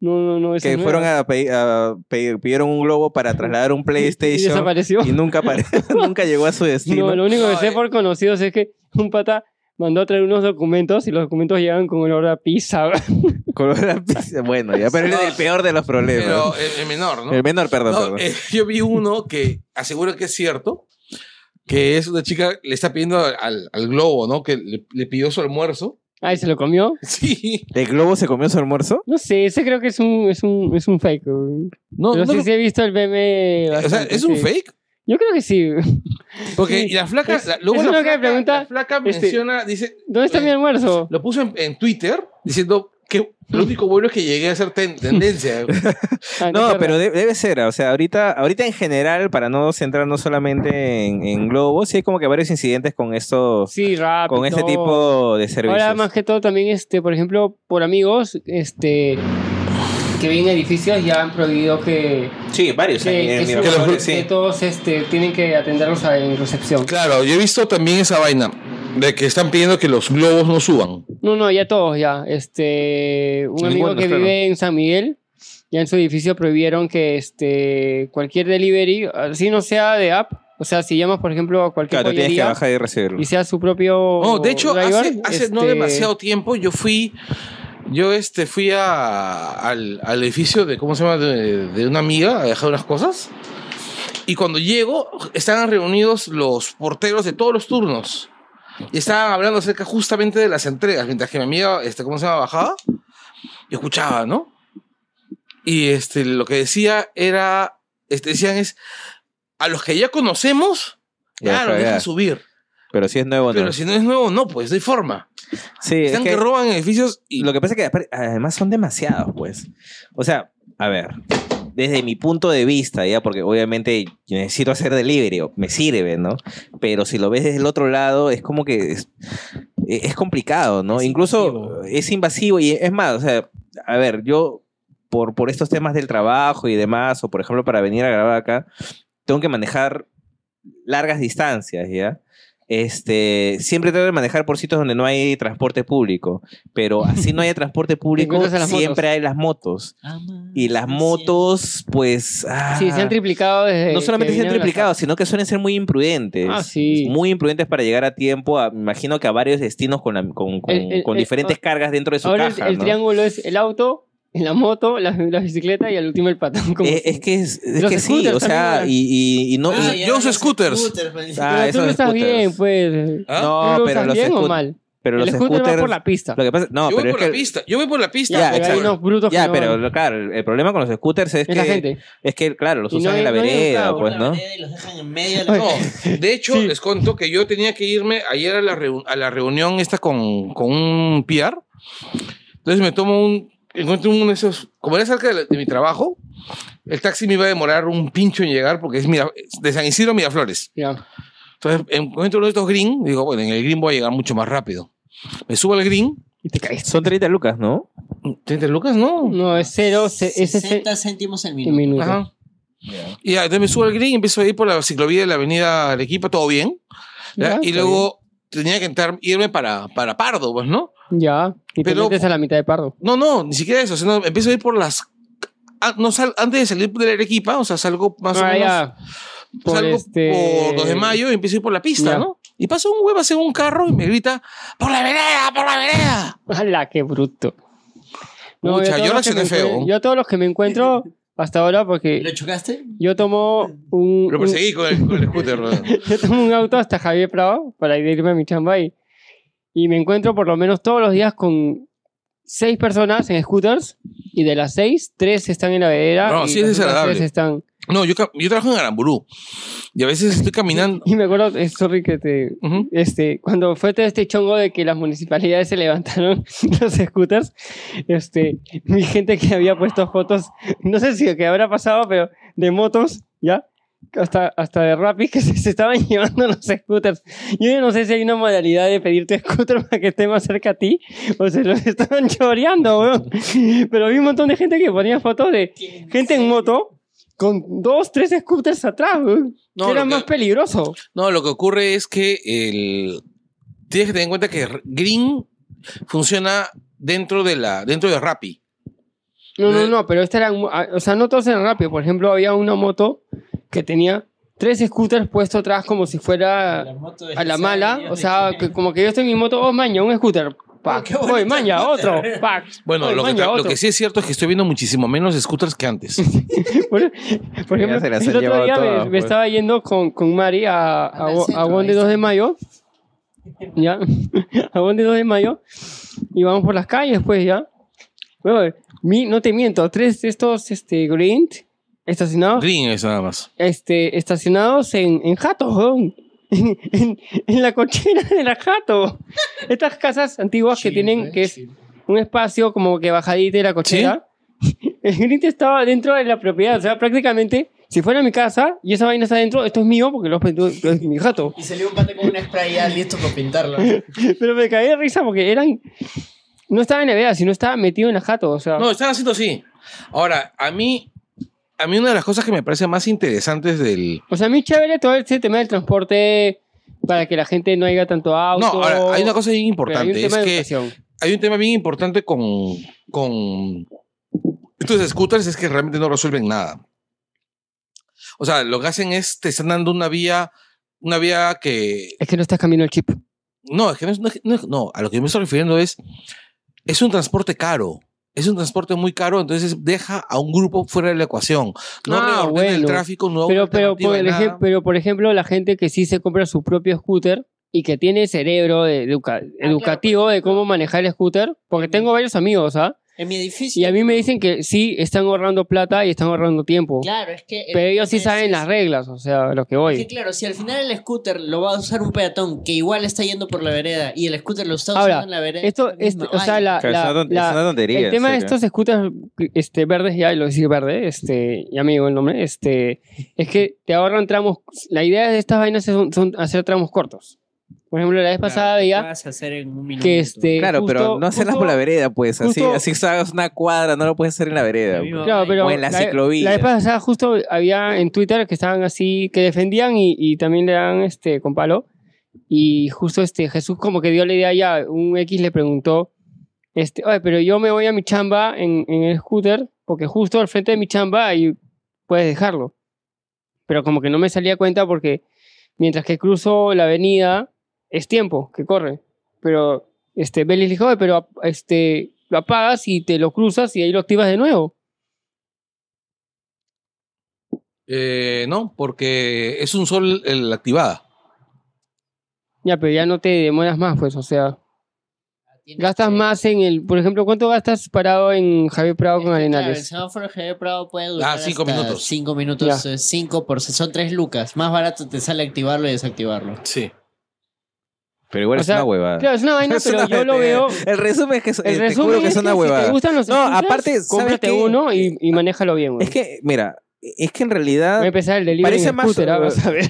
No, no, no. esa que no fueron era. a, pedir, a pedir- pidieron un globo para trasladar un Y PlayStation desapareció. y, nunca, apare- nunca llegó a su destino. No, lo único que No, sé eh. por conocidos es que un pata mandó a traer unos documentos y los documentos llegaban con olor a pizza. Color a pizza. Bueno, ya, pero él es el peor de los problemas. Pero el, el menor, ¿no? El menor, perdón. No, perdón. eh, yo vi uno que aseguro que es cierto, que es una chica, le está pidiendo al, al globo, ¿no? Que le, le pidió su almuerzo. Ay, ¿se lo comió? Sí. ¿El globo se comió su almuerzo? No sé, ese creo que es un, es un, es un fake. weón. No, Pero no sí, lo- sí he visto el meme. o sea, bastante, ¿es un sí. fake? Yo creo que sí. Porque Sí. y la flaca, Es- la, luego es la uno que flaca, pregunta, la flaca este- menciona, dice, ¿Dónde está mi almuerzo? lo puso en, en Twitter diciendo que lo único bueno es que llegué a ser ten- tendencia. Ah, No, qué pero raro. de- debe ser. O sea, ahorita, ahorita en general, para no centrarnos solamente en, en globos, sí hay como que varios incidentes con estos, Sí, rápido. con este tipo de servicios. Ah, Ahora, más que todo, también, este, por ejemplo, por amigos, este que viven edificios ya han prohibido que, sí, varios. que, en- en que Miraflores, se- sí. que todos este, tienen que atenderlos a- en recepción. claro, yo he visto también esa vaina de que están pidiendo que los globos no suban. No, no, ya todos, ya. Este, un amigo Ninguno, que claro. vive en San Miguel, ya en su edificio prohibieron que este, cualquier delivery, así no sea de app, o sea, si llamas, por ejemplo, a cualquier Claro, tú tienes que pollería bajar y recibirlo. y sea su propio. No, de hecho, driver, hace, hace no este, demasiado tiempo yo fui, yo este, fui a, al, al edificio de, ¿cómo se llama?, de, de una amiga a dejar unas cosas. Y cuando llego, estaban reunidos los porteros de todos los turnos. Y estaban hablando acerca justamente de las entregas, mientras que mi amiga, este, ¿cómo se llama?, bajaba y escuchaba, ¿no? Y este, lo que decía era, este, decían es, a los que ya conocemos, Ya, ya, los ya. dejan subir. Pero si es nuevo, no. Pero si no es nuevo, no, pues no hay forma. Sí, es Están que, que- roban edificios y lo que pasa es que apar- además son demasiados, pues. O sea, a ver, desde mi punto de vista, ya, porque obviamente yo necesito hacer delivery, o me sirve, ¿no? Pero si lo ves desde el otro lado, es como que es, eh, es complicado, ¿no? Incluso es invasivo y es más, o sea, a ver, yo por, por estos temas del trabajo y demás, o por ejemplo para venir a grabar acá, tengo que manejar largas distancias, ¿ya? Este, siempre trato de manejar por sitios donde no hay transporte público, pero así no haya transporte público, encuentras a las siempre motos. hay las motos. Y las motos, pues... ah, Sí, se han triplicado desde. no que solamente se han vinieron las triplicado, sino que suelen ser muy imprudentes. Ah, sí. Muy imprudentes para llegar a tiempo, a- me imagino que a varios destinos con, la- con, con- El- el- con el- ah, diferentes cargas dentro de su Ahora el- caja. el, ¿no? triángulo es el auto, la moto, la, la bicicleta y al último el patán. como Eh, es si- que, es, es Los que sí, scooters o sea, también. y, y- y no... Ah, y- ya. yo uso scooters. pues, Ah, pero esos tú no estás scooters. bien, pues. ¿Ah? No, ¿Tú lo pero usas los, bien o scoot- mal? pero El los scooter va scooters... por la pista. Lo que pasa, no, yo voy pero por la es que... pista. Yo voy por la pista. Ya, pero hay exacto. unos brutos que Ya, no pero van. lo- claro, el, el problema con los scooters es, es que, la gente. es que, claro, los Y no usan hay- en la no hay vereda, educado. pues, ¿no? Y los dejan en medio de la No, de hecho, les cuento que yo tenía que irme ayer a la, reu- a la reunión esta con, con un PR. Entonces me tomo un. Encuentro uno de esos. Como era cerca de, la- de mi trabajo, el taxi me iba a demorar un pincho en llegar porque es Mira- es de San Isidro a Miraflores. Ya. Entonces encuentro uno de estos green. Digo, bueno, en el green voy a llegar mucho más rápido. Me subo al green. Y te caes. Son 30 lucas, ¿no? ¿30 lucas? No. No, es cero, se- es 60 60 céntimos el minuto. minutos. Ajá. Y ya, entonces me subo al green y empiezo a ir por la ciclovía de la avenida Arequipa, todo bien. ¿ya? Ya, y está luego tenía que entrar, irme para, para Pardo, pues, ¿no? Ya. Y te Pero- metes a la mitad de pardo. No, no, ni siquiera eso. sino empiezo a ir por las. ah, no sal- antes de salir de la Arequipa, o sea, salgo más o Ah, menos. ya. Por salgo este- por 2 de mayo y empiezo a ir por la pista, Ya. ¿no? Y pasa un huevo hace un carro y me grita: ¡Por la vereda, por la vereda! ¡Hala, qué bruto! a Pucha, todos yo los que reaccioné me feo. encuentro- Yo a todos los que me encuentro hasta ahora, ¿Lo porque chocaste? yo tomo un, un- Lo perseguí con el, con el scooter. ¿no? yo tomo un auto hasta Javier Prado para irme a mi chamba y, y me encuentro por lo menos todos los días con seis personas en scooters y de las seis, tres están en la vereda. No, y sí es las otras desagradable. tres están. No, yo, ca- yo trabajo en Aramburú y a veces estoy caminando. Y me acuerdo, eh, sorry que te... Ujú. Este, cuando fue todo este chongo de que las municipalidades se levantaron los scooters, este, mi gente que había puesto fotos, no sé si que habrá pasado, pero de motos, ¿ya? Hasta, hasta de rapis que se, se estaban llevando los scooters. Yo ya no sé si hay una modalidad de pedir tu scooter para que esté más cerca a ti, o se los estaban choreando, weón. Pero vi un montón de gente que ponía fotos de gente en moto con dos, tres scooters atrás, weón. No, que era lo que- más peligroso. No, lo que ocurre es que el, tienes que tener en cuenta que R- Green funciona dentro de la dentro de Rappi. No, no, Eh. no, pero esta era. un- ah, O sea, no todos eran rápidos. Por ejemplo, había una moto que tenía tres scooters puestos atrás como si fuera a la mala. O sea, que- como que yo estoy en mi moto, oh, maña, un scooter. Pac, qué bonito voy, maña, otro. scooter. Pac. Bueno, voy, lo, que, maña, ta- lo otro. que sí es cierto es que estoy viendo muchísimo menos scooters que antes. Por, por Ya ejemplo, se las han el otro llevado día me, todas, me pues. estaba yendo con, con Mari a, a, ver, Bo- centro, a Bonde ahí 2 está. de Mayo. ¿Ya? A Bonde 2 de Mayo. Y vamos por las calles, pues, ¿ya? Bueno, mi, no te miento, tres de estos este, Green estacionados Green es nada más. este, estacionados en, en Jato, weón. En, en- en la cochera de la Jato. Estas casas antiguas que ¿eh? tienen, que es un espacio como que bajadita de la cochera. El grito estaba dentro de la propiedad, o sea, prácticamente, si fuera mi casa y esa vaina está dentro, esto es mío porque lo pintó- es mi jato. Y salió un pate con una spray ya listo para pintarlo. Pero me caí de risa porque eran... No estaba en la vea, sino estaba metido en la jato, o sea... No, están haciendo así. Ahora, a mí a mí una de las cosas que me parece más interesantes del O sea, a mí es chévere todo este tema del transporte para que la gente no haya tanto auto. No, ahora hay una cosa bien pero hay un importante, es tema de que educación. hay un tema bien importante con con estos scooters es que realmente no resuelven nada. O sea, lo que hacen es te están dando una vía una vía que Es que no estás cambiando el chip. No, es que no, es- no es- no es- no, a lo que me estoy refiriendo es, es un transporte caro. Es un transporte muy caro, entonces deja a un grupo fuera de la ecuación. No Ah, reordena el bueno. tráfico, no da Pero, una pero, alternativa por de nada. ejem- pero, por ejemplo, la gente que sí se compra su propio scooter y que tiene cerebro de- educa- educativo de cómo manejar el scooter, porque tengo varios amigos, ¿ah? En mi edificio. Y a mí me dicen que sí están ahorrando plata y están ahorrando tiempo. Claro, es que. el Pero ellos tema sí es saben las ese. reglas, o sea, a lo que Es que voy. claro, si al final el scooter lo va a usar un peatón que igual está yendo por la vereda y el scooter lo está usando Ahora, en la vereda. Esto, es la esto misma o sea, vaina. la, Claro, Ah, la- es, una ton- la- es una tontería. El tema de en serio. estos scooters este, verdes, ya lo decir verde, este, y amigo el nombre, este, es que te ahorran tramos. La idea de estas vainas son, son hacer tramos cortos. Por ejemplo, la vez Claro, pasada lo veía puedas hacer en un minuto. que este. Claro, pero justo- no hacerlas por justo- la vereda, pues. Así, justo- así que hagas una cuadra, no lo puedes hacer en la vereda. La pues. misma Claro, vaina. pero O en la ciclovía. La vez pasada justo había en Twitter que estaban así, que defendían y, y también le dan este con palo Y justo este, Jesús como que dio la idea ya, un X le preguntó, este, oye, pero yo me voy a mi chamba en, en el scooter, porque justo al frente de mi chamba ahí puedes dejarlo. Pero como que no me salía cuenta porque mientras que cruzo la avenida, es tiempo que corre. Pero este, Belis le dijo, "Oye, pero ap- este, lo apagas y te lo cruzas y ahí lo activas de nuevo. Eh, no, porque es un sol el, la activada. Ya, pero ya no te demoras más, pues, o sea, Tienes gastas que- más en el, por ejemplo, ¿cuánto gastas parado en Javier Prado con Claro, el Arenales? semáforo Javier Prado puede durar Ah, cinco hasta minutos. Cinco minutos, eh, cinco por son tres lucas. Más barato te sale activarlo y desactivarlo. Sí. Pero igual O es sea, una huevada. Claro, es una vaina, Es pero una yo lo huevada. veo. El resumen es que, es- eh, El te resumen juro que es es una que si huevada. te gustan los No, scooters, aparte, ¿sabes cómprate qué? uno y, y manéjalo bien, güey. es que, mira, es que en Voy a realidad. empezar el delivery parece en más- scooter, ah, vas a ver.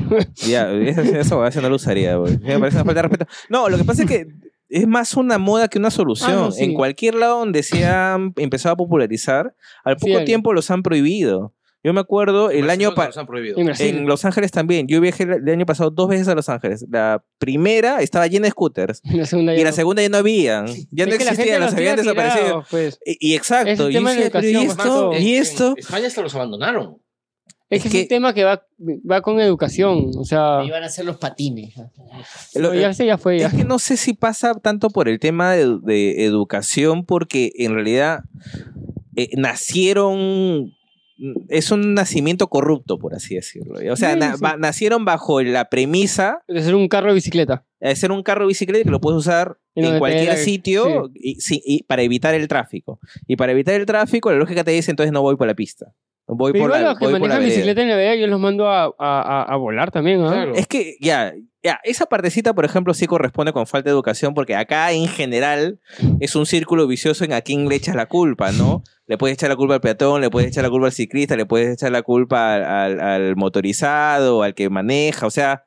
Ya, esa, esa huevada yo no lo usaría, güey. Me parece una falta de respeto. No, lo que pasa es que. Es más una moda que una solución. Ah, no, sí. En cualquier lado donde se han empezado a popularizar, al Sí, poco hay. tiempo los han prohibido. Yo me acuerdo Pues el año pasado. Nos han prohibido. En Brasil. En Los Ángeles también. Yo viajé el año pasado dos veces a Los Ángeles. La primera estaba llena de scooters. la segunda Y la segunda ya no habían. Ya Es no que la gente existían, los los habían tira tirados, desaparecido. pues. Y, y exacto. el Y, yo tema de la decía, pero ¿y educación, pues, esto? más En- ¿Y en esto? España hasta los abandonaron. Es que Es es un que- tema que va, va con educación. O sea, Iban a hacer los patines. Lo- no, ya sé, ya fue. ya. Es que no sé si pasa tanto por el tema de, de educación, porque en realidad eh, nacieron. Es un nacimiento corrupto, por así decirlo. O sea, Sí, na- sí. ba- nacieron bajo la premisa De ser un carro de bicicleta. de ser un carro de bicicleta que lo puedes usar En donde te en dé cualquier la- sitio y, sí, y para evitar el tráfico. Y para evitar el tráfico, la lógica te dice entonces no voy por la pista. Voy Pero por igual la, los que voy por la manejan vereda". bicicleta en la vereda, yo los mando a, a- a- a volar también, ¿ah? Claro. Es que ya, ya, esa partecita, por ejemplo, sí corresponde con falta de educación, porque acá en general es un círculo vicioso en a quién le echas la culpa, ¿no? Le puedes echar la culpa al peatón, le puedes echar la culpa al ciclista, le puedes echar la culpa al, al- al motorizado, al que maneja, o sea,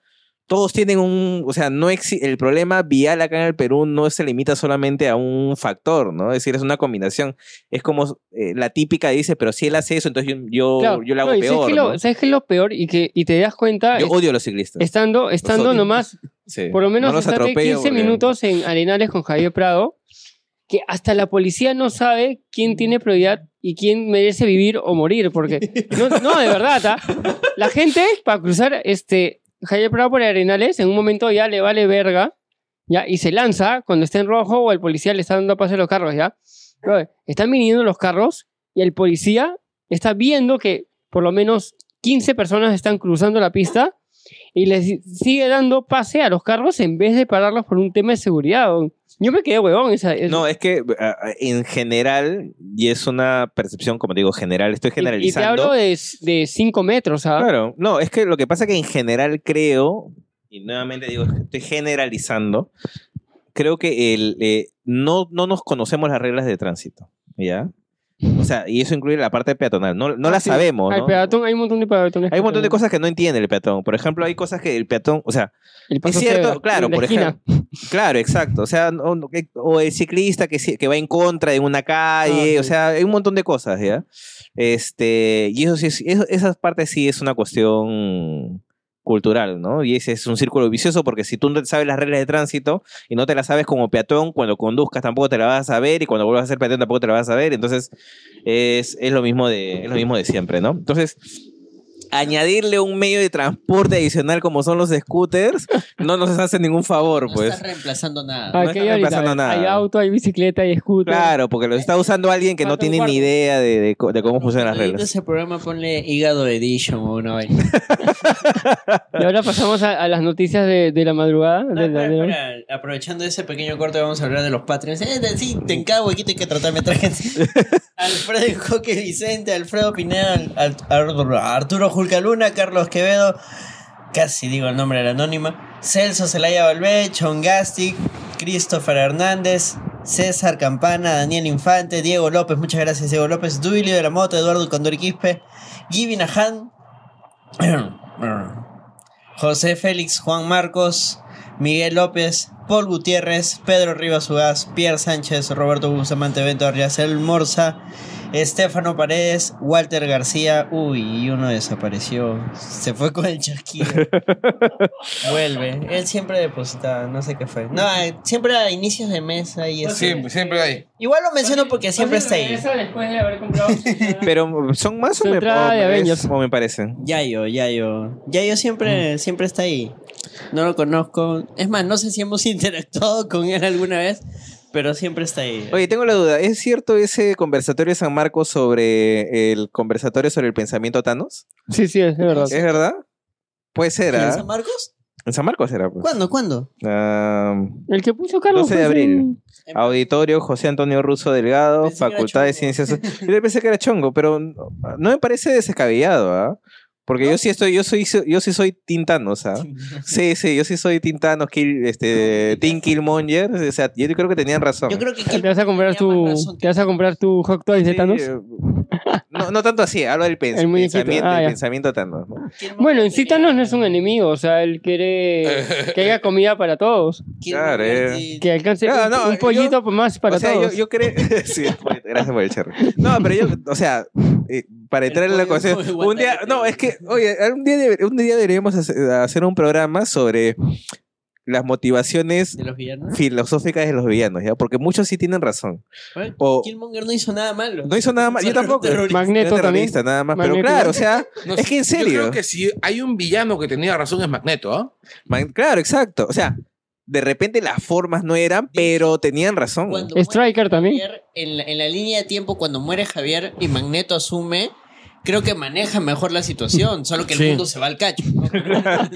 todos tienen un, o sea, no exi- el problema vial acá en el Perú no se limita solamente a un factor, ¿no? Es decir, es una combinación. Es como eh, la típica dice, pero si él hace eso, entonces yo, yo, Claro. yo lo hago No, y ¿sabes peor. qué ¿no? lo- ¿Sabes qué es lo peor? Y, que, y te das cuenta, Yo es- odio a los ciclistas. estando, estando odio. nomás Sí. Por lo menos No los estate atropello 15 porque- minutos en Arenales con Javier Prado, que hasta la policía no sabe quién tiene prioridad y quién merece vivir o morir, porque no, no, de verdad, ¿ah? la gente para cruzar este Javier Prado por Arenales en un momento ya le vale verga, ya y se lanza cuando está en rojo o el policía le está dando a paso los carros, ya Brother, están viniendo los carros y el policía está viendo que por lo menos 15 personas están cruzando la pista y les si- sigue dando pase a los carros en vez de pararlos por un tema de seguridad. weón. Yo me quedé huevón. Esa, es- No, es que ah, ah, en general, y es una percepción, como te digo, general, estoy y- y, te generalizando. hablo de, de 5 metros. ¿ah? Claro, no, es que lo que pasa es que en general creo, y nuevamente digo, estoy generalizando, creo que el, eh, no, no nos conocemos las reglas de tránsito, ¿ya? O sea, y eso incluye la parte peatonal, no, no Ah, la sí. sabemos, Al ¿no? peatón, hay un montón de peatones. Hay un montón de que- cosas que no entiende el peatón. Por ejemplo, hay cosas que el peatón, o sea, El Es paso cierto, cebra, claro, la por esquina. ejemplo. Claro, exacto. O sea, no- no- que- o el ciclista que, si- que va en contra de una calle, Ah, sí. o sea, hay un montón de cosas, ¿ya? Este, y eso sí, es- eso- esas partes sí es una cuestión cultural, ¿no? Y ese es un círculo vicioso porque si tú no te sabes las reglas de tránsito y no te las sabes como peatón, cuando conduzcas tampoco te las vas a saber y cuando vuelvas a ser peatón tampoco te las vas a saber, entonces es, es lo mismo de, es lo mismo de siempre, ¿no? Entonces, añadirle un medio de transporte adicional como son los scooters no nos hace ningún favor, No pues. estás reemplazando nada. Ah, que no está hay ahorita, reemplazando nada. Hay auto, hay bicicleta, hay scooter. Claro, porque lo está usando alguien que no Falta un tiene cuarto. ni idea de, de co- de cómo funcionan las Cuando edite reglas. ese programa ponle Hígado Edition o una vaina. Y ahora pasamos a, a las noticias de, de la madrugada. No, de la- espera, de la- espera. Aprovechando ese pequeño corte, vamos a hablar de los Patreons. Eh, de- sí, en cada huequito hay que tratarme traje. Alfredo Joque Vicente, Alfredo Pineda, Al- Al- Arturo Julcaluna, Carlos Quevedo, casi digo el nombre de la anónima, Celso Celaya Valvé, Chongastic, Christopher Hernández, César Campana, Daniel Infante, Diego López, muchas gracias Diego López, Duilio de la Mota, Eduardo Condori Quispe, Givin Ahan, José Félix, Juan Marcos, Miguel López, Paul Gutiérrez, Pedro Rivas Ugaz, Pierre Sánchez, Roberto Bustamante, Bento Arriacel, Morza, Estefano Paredes, Walter García. Uy, y uno desapareció. Se fue con el chasquido. Vuelve. Él siempre depositaba, no sé qué fue. No, eh, siempre a inicios de mes ahí. así. Siempre, siempre hay. Igual Pues lo menciono porque siempre está ahí. después de haber comprado. Pero son más o, Su me, entrada o de es- Avengers. o me parecen. Yayo, Yayo. Yayo siempre, Mm. siempre está ahí. No lo conozco. Es más, no sé si hemos interactuado con él alguna vez, pero siempre está ahí. Oye, tengo la duda. ¿Es cierto ese conversatorio de San Marcos sobre el conversatorio sobre el pensamiento Thanos? sí, sí, es verdad. ¿Es verdad? Puede ser, ¿En ¿ah? San Marcos? En San Marcos era. pues. ¿Cuándo? ¿Cuándo? Ah, El que puso Carlos. 12 de fue ese- abril. auditorio José Antonio Russo Delgado, Pensé que era Facultad de chongo. Ciencias. Yo pensé que era chongo, pero no no me parece descabellado, ¿ah? Porque yo sí estoy, yo soy, yo sí soy Tintanos, ¿ah? Sí, sí, yo sí soy Tintanos, Kill, este, Tim Killmonger, o sea, yo creo que tenían razón. Yo creo que Te vas a comprar tenía más tu. razón Te vas a comprar tu hot dog de Sí, Thanos. eh, No, no tanto así, hablo del pens- El muñequito, pensamiento, ah, del ya. pensamiento Thanos. ¿no? que- Bueno, en sí Thanos no es un enemigo, o sea, él quiere que haya comida para todos, Claro, eh. que alcance Ah, un, no, un yo- pollito más para o sea, todos. yo, yo creo. sí, por- gracias por el charro. No, pero yo, o sea, eh, para entrar en la pollo cuestión. fue Un día, guantanamo. no, es que, oye, un día, debe- un día deberíamos hacer, hacer un programa sobre las motivaciones De los villanos. filosóficas de los villanos, ¿ya? Porque muchos sí tienen razón. O Killmonger no hizo nada malo. no hizo nada mal, yo Solo tampoco. terrorista. era Magneto también. terrorista, nada más. Pero Magneto claro, o también. sea, No, Es que en Yo serio. creo que si hay un villano que tenía razón es Magneto, ¿ah? man- claro, exacto. O sea, de repente las formas no eran, pero tenían razón. Cuando muere Striker también. Javier, en la, en la línea de tiempo, cuando muere Javier y Magneto asume, creo que maneja mejor la situación, solo que el Sí. mundo se va al cacho. ¿no?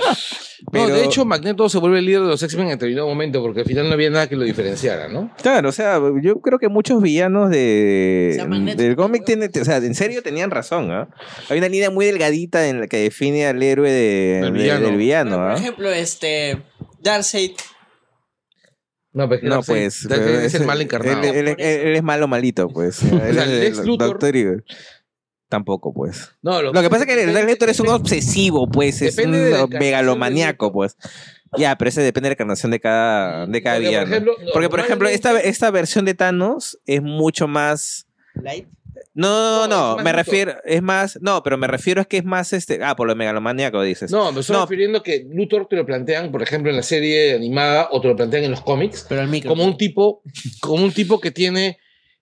Pero, No, de hecho, Magneto se vuelve el líder de los X-Men en determinado momento porque al final no había nada que lo diferenciara, ¿no? Claro, o sea, yo creo que muchos villanos de, O sea, Magneto del cómic, también, tienen, o sea, en serio tenían razón, ¿ah? Hay una línea muy delgadita en la que define al héroe de- Del de- villano. del villano, Bueno, ¿ah? por ejemplo, este Darkseid No, pues, No, pues. Darkseid pero es el mal encarnado. Él, él- él- él es malo malito, pues. Él sea, es el Lex Luthor- Doctor Evil. Tampoco, pues. no, Lo que pasa es que el Lex Luthor es un obsesivo, pues. Es un depende de la encarnación megalomaniaco, pues. Ya, pero ese depende de la encarnación de cada, de cada Porque, por villano. ejemplo, Porque, por ejemplo, esta, normalmente- esta versión de Thanos es mucho más. No, no, no, No, es más me bruto. refiero, es más, no, pero me refiero a que es más este, ah, por lo megalomaníaco dices. No, me estoy No. refiriendo que Luthor te lo plantean, por ejemplo, en la serie animada o te lo plantean en los cómics, Pero al micro. como un tipo, como un tipo que tiene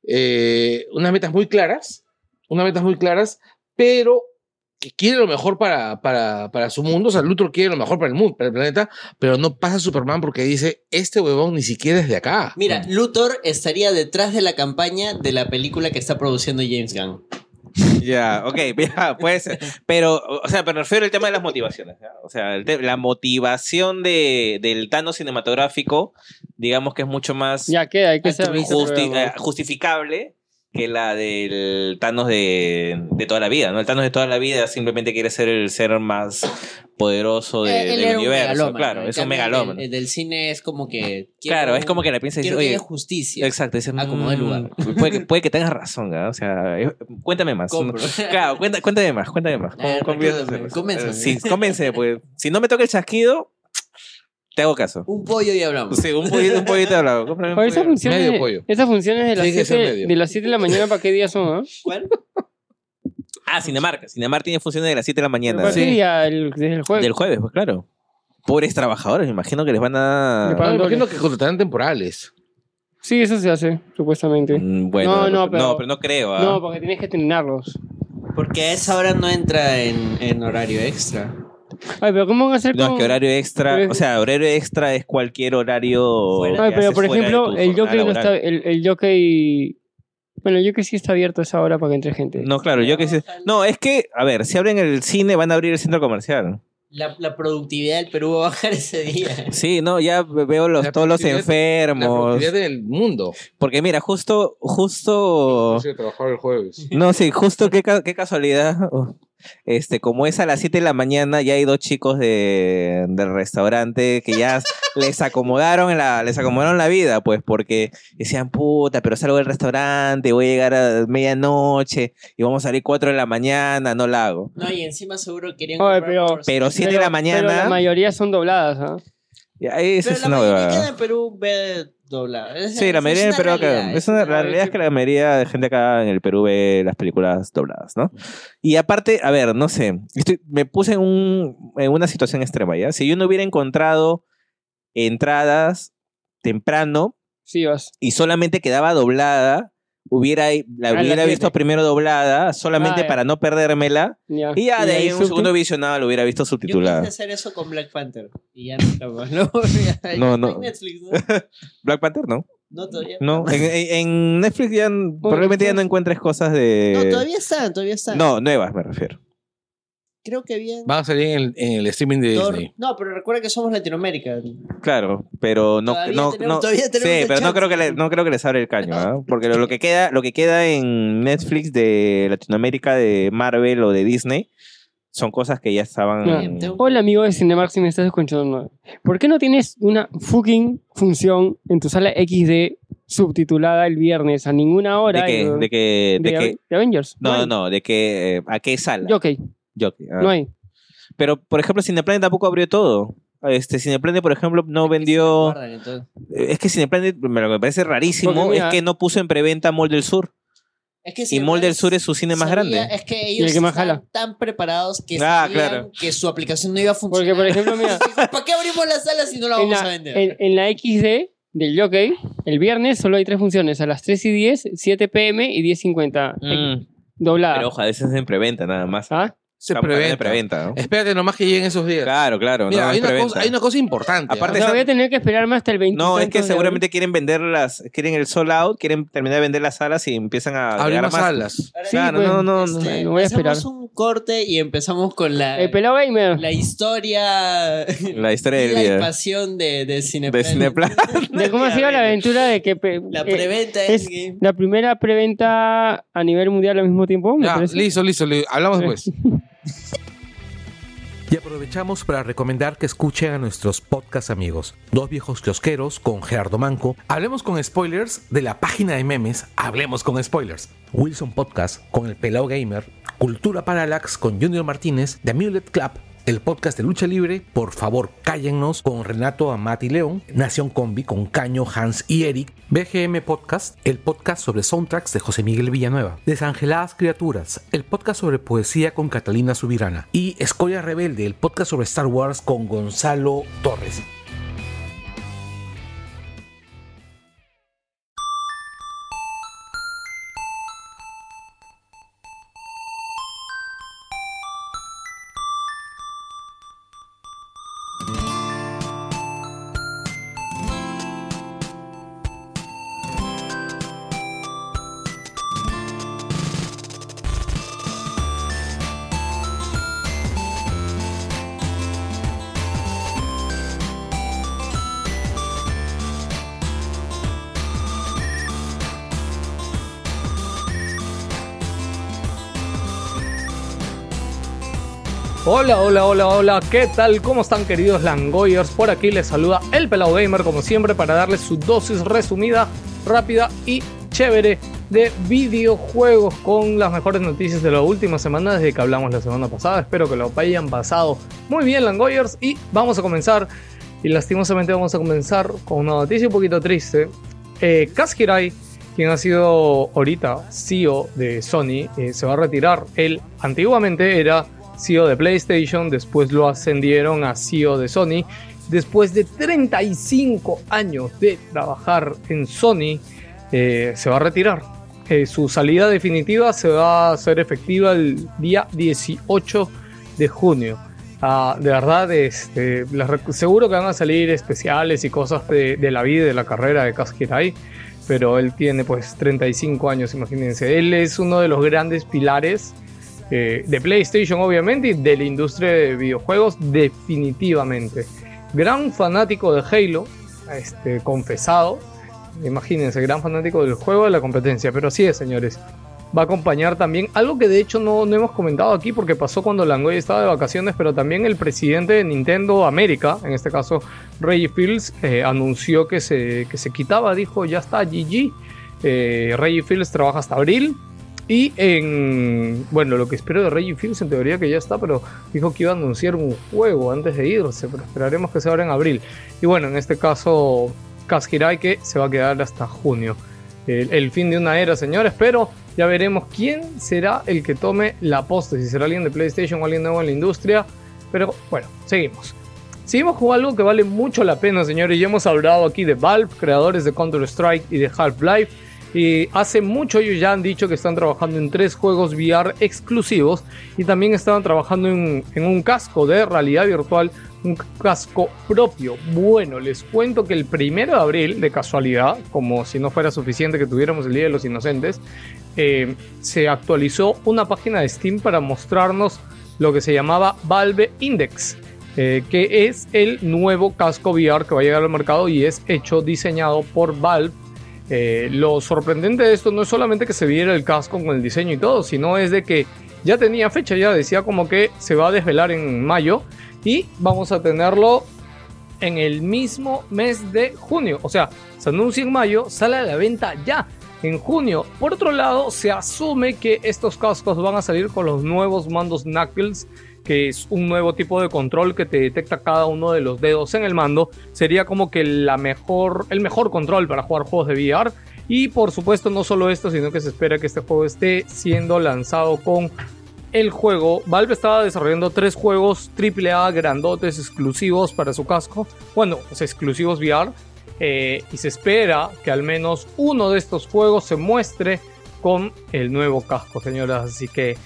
eh, unas metas muy claras, unas metas muy claras, pero que quiere lo mejor para, para, para su mundo. O sea, Luthor quiere lo mejor para el mundo, para el planeta, pero no pasa a Superman porque dice, este huevón ni siquiera es de acá. Mira, Luthor estaría detrás de la campaña de la película que está produciendo James Gunn. Ya, ok, ya, puede ser. Pero, o sea, pero me refiero al tema de las motivaciones. ¿ya? O sea, el te- la motivación de, del Thanos cinematográfico, digamos que es mucho más Ya queda, hay que ser. Altruista. justi- eh, justificable que la del Thanos de, de toda la vida, ¿no? El Thanos de toda la vida simplemente quiere ser el ser más poderoso de- Eh, él era del un universo. megalómano, Claro, en es un cambio, megalómano. El, el del cine es como que. quiero- Claro, es como que la piensa y dice, Quiero que oye, haya justicia. Exacto, dice, Acomoda el "Mm, lugar". Puede que, puede que tengas razón, ¿ah? o sea, eh, cuéntame más. Compro. Claro, cuenta- cuéntame más, cuéntame más. A ver, piensas recuérdame, hacer? convénceme. Eh, Sí, convénceme, pues. Si no me toca el chasquido, te hago caso. Un pollo y hablamos. Sí, un poquito, un poquito hablado. cómprame un Oye, esas pollito. funciones, Medio pollo. esas funciones de las Tiene que ser 7 medio. de, las siete de la mañana, ¿para qué día son? ah? ¿Cuál? Ah, Cinemark. Cinemark tiene funciones de las 7 de la mañana. ¿Para qué día? El, desde el jueves. Del jueves, pues claro. Pobres trabajadores, me imagino que les van Le a. pagan No, me imagino doble. que contratarán temporales. Sí, eso se hace, supuestamente. Mm, Bueno, No, no, pero- no, pero no creo. ¿ah? No, porque tienes que entrenarlos. Porque a esa hora no entra en, en horario extra. Ay, pero ¿cómo van a hacer No, con- es que horario extra, Pero es- o sea, horario extra es cualquier horario. Fuera. que Ay, pero haces por fuera de ejemplo, tu el jornada jockey no está. laboral. El, el jockey. Bueno, el jockey sí está abierto a esa hora para que entre gente. No, claro, yo que sé- No, es que, a ver, si abren el cine, van a abrir el centro comercial. La, la productividad del Perú va a bajar ese día. Sí, no, ya veo los, La todos los productividad- La enfermos. productividad del mundo. Porque mira, justo, justo. Yo sé trabajar el jueves. No, sí, justo qué, ca- qué casualidad. Uh, Este, como es a las 7 de la mañana, ya hay dos chicos de, del restaurante que ya les acomodaron la, les acomodaron la vida, pues, porque decían, puta, pero salgo del restaurante, voy a llegar a medianoche y vamos a salir 4 de la mañana, no la hago. No, y encima seguro querían. Oye, comprar pero- por- Pero 7 de la Pero mañana, la mayoría son dobladas, ¿ah? Ya, esa Pero es la una mayoría huevada. queda en Perú ve doblada. Es- Sí, la es mayoría en una Perú acá. realidad, Es una, la realidad es que la mayoría de gente acá en el Perú ve las películas dobladas, ¿no? Y aparte, a ver, no sé, estoy- me puse en, un, en una situación extrema, ¿ya? Si yo no hubiera encontrado entradas temprano Sí, vas. y solamente quedaba doblada, hubiera, la A las hubiera visto siete. primero doblada, solamente Ah, ya. para no perdérmela, Ya. y ya de ahí un subtítulo. segundo visionado lo hubiera visto Yo quise subtitulada. hacer eso con Black Panther. Y ya no lo no, ya- ya No, no. Eh, está en Netflix, ¿no? Black Panther, ¿no? No, todavía. No, en, en- en Netflix ya n- probablemente ya no encuentres cosas de... No, todavía están, todavía están. No, nuevas me refiero. Creo que bien. Van a salir en el, en el streaming de Disney. No, pero recuerda que somos Latinoamérica. Claro, pero no, Todavía no, tenemos- no- todavía tenemos sí, la pero no chance. creo que le- no creo que les abre el caño, ¿ah? porque lo, lo que queda, lo que queda en Netflix de Latinoamérica, de Marvel o de Disney, son cosas que ya Ah. estaban. Hola amigo de Cinemark, si me estás escuchando. ¿Por qué no tienes una fucking función en tu sala XD subtitulada el viernes a ninguna hora? De que, eh, de que, de de que- Ave- de Avengers. no, no, hay. no, de que eh, a qué sala. Yo, ok, Jockey, ah. no hay. Pero por ejemplo, Cineplanet tampoco abrió todo. Este Cineplanet, por ejemplo, no vendió. Guardan, entonces. Es que Cineplanet, me- lo que me parece rarísimo Porque mira- es que no puso en preventa Mall del Sur. Es que Y si Mall del ves- Sur es su cine más sabía- grande. Es que ellos el que más estaban jala. tan preparados que Ah, sabían claro. que su aplicación no iba a funcionar. Porque, por ejemplo, mira, ¿Para qué abrimos la sala si no la en vamos a la, vender? en- en la XD del Jockey, el viernes solo hay tres funciones, a las 3 y 10, 7 pm y 10.50, eh, Mm. doblada. Pero ojalá ese es en preventa nada más. ¿Ah? Se Campaña de preventa. preventa, ¿no? Espérate nomás que lleguen esos días. Claro, claro. Mira, no, hay, es una preventa. cosa, hay una cosa importante. O Aparte ¿ah? sea, esa- voy a tener que esperarme hasta el 20. No, es que seguramente quieren vender las, quieren el sold out, quieren terminar de vender las salas y empiezan a abrir agregar más salas. Ahora, Sí, claro, pues, no, no, no. este, bueno, voy a esperar. Hacemos un corte y empezamos con la, El pelado gamer la historia y La historia del la día. pasión de, de Cineplanet. De Cineplan. de cómo ha sido la aventura de que... pe- La eh, preventa es- Endgame. La primera preventa a nivel mundial al mismo tiempo, me Ya, parece. listo, listo, li- Hablamos Sí. después. Y aprovechamos para recomendar que escuchen a nuestros podcast amigos, Dos Viejos Kiosqueros con Gerardo Manco, Hablemos con Spoilers de la página de memes Hablemos con Spoilers, Wilson Podcast con el Pelao Gamer, Cultura Parallax con Junior Martínez, The Mulet Club, el podcast de lucha libre, por favor cállennos con Renato Amati León, Nación Combi con Caño, Hans y Eric, BGM Podcast, el podcast sobre soundtracks de José Miguel Villanueva, Desangeladas Criaturas, el podcast sobre poesía con Catalina Subirana y Escoria Rebelde, el podcast sobre Star Wars con Gonzalo Torres. Hola, hola, hola, hola, ¿qué tal? ¿Cómo están queridos Langoyers? Por aquí les saluda el Pelado Gamer como siempre para darles su dosis resumida, rápida y chévere de videojuegos con las mejores noticias de la última semana desde que hablamos la semana pasada. Espero que lo hayan pasado muy bien Langoyers y vamos a comenzar. Y lastimosamente vamos a comenzar con una noticia un poquito triste. Eh, Kaz Hirai, quien ha sido ahorita CEO de Sony, eh, se va a retirar. Él antiguamente era CEO E de PlayStation, después lo ascendieron a CEO de Sony. Después de 35 años de trabajar en Sony, eh, se va a retirar. Eh, su salida definitiva se va a hacer efectiva el día 18 de junio. Ah, de verdad, este, les rec- seguro que van a salir especiales y cosas de, de la vida y de la carrera de Kaz Hirai, pero él tiene pues 35 años, imagínense. Él es uno de los grandes pilares eh, de PlayStation obviamente y de la industria de videojuegos definitivamente. Gran fanático de Halo, este, confesado, imagínense, gran fanático del juego de la competencia, pero así es señores. Va a acompañar también algo que de hecho no, no hemos comentado aquí porque pasó cuando Langoy estaba de vacaciones, pero también el presidente de Nintendo América, en este caso Reggie Fields, eh, anunció que se, que se quitaba, dijo ya está GG. Eh, Reggie Fields trabaja hasta abril, Y en. Bueno, lo que espero de Reggie Fields en teoría que ya está, pero dijo que iba a anunciar un juego antes de irse, pero esperaremos que sea ahora en abril. Y bueno, en este caso, Kaz Hirai, que se va a quedar hasta junio. El, el fin de una era, señores, pero ya veremos quién será el que tome la posta, si será alguien de PlayStation o alguien nuevo en la industria. Pero bueno, seguimos. Seguimos con algo que vale mucho la pena, señores. Ya hemos hablado aquí de Valve, creadores de Counter-Strike y de Half-Life. Y hace mucho ellos ya han dicho que están trabajando en tres juegos VR exclusivos y también estaban trabajando en, en un casco de realidad virtual, un casco propio. Bueno, les cuento que el primero de abril, de casualidad, como si no fuera suficiente que tuviéramos el Día de los Inocentes, eh, se actualizó una página de Steam para mostrarnos lo que se llamaba Valve Index, eh, que es el nuevo casco VR que va a llegar al mercado y es hecho, diseñado por Valve. Eh, lo sorprendente de esto no es solamente que se viera el casco con el diseño y todo, sino es de que ya tenía fecha, ya decía como que se va a desvelar en mayo y vamos a tenerlo en el mismo mes de junio. O sea, se anuncia en mayo, sale a la venta ya en junio. Por otro lado, se asume que estos cascos van a salir con los nuevos mandos Knuckles, que es un nuevo tipo de control que te detecta cada uno de los dedos en el mando. Sería como que la mejor, el mejor control para jugar juegos de VR. Y por supuesto, no solo esto, sino que se espera que este juego esté siendo lanzado con el juego. Valve estaba desarrollando tres juegos AAA grandotes exclusivos para su casco. Bueno, pues exclusivos VR. Eh, y se espera que al menos uno de estos juegos se muestre con el nuevo casco, señoras. Así que,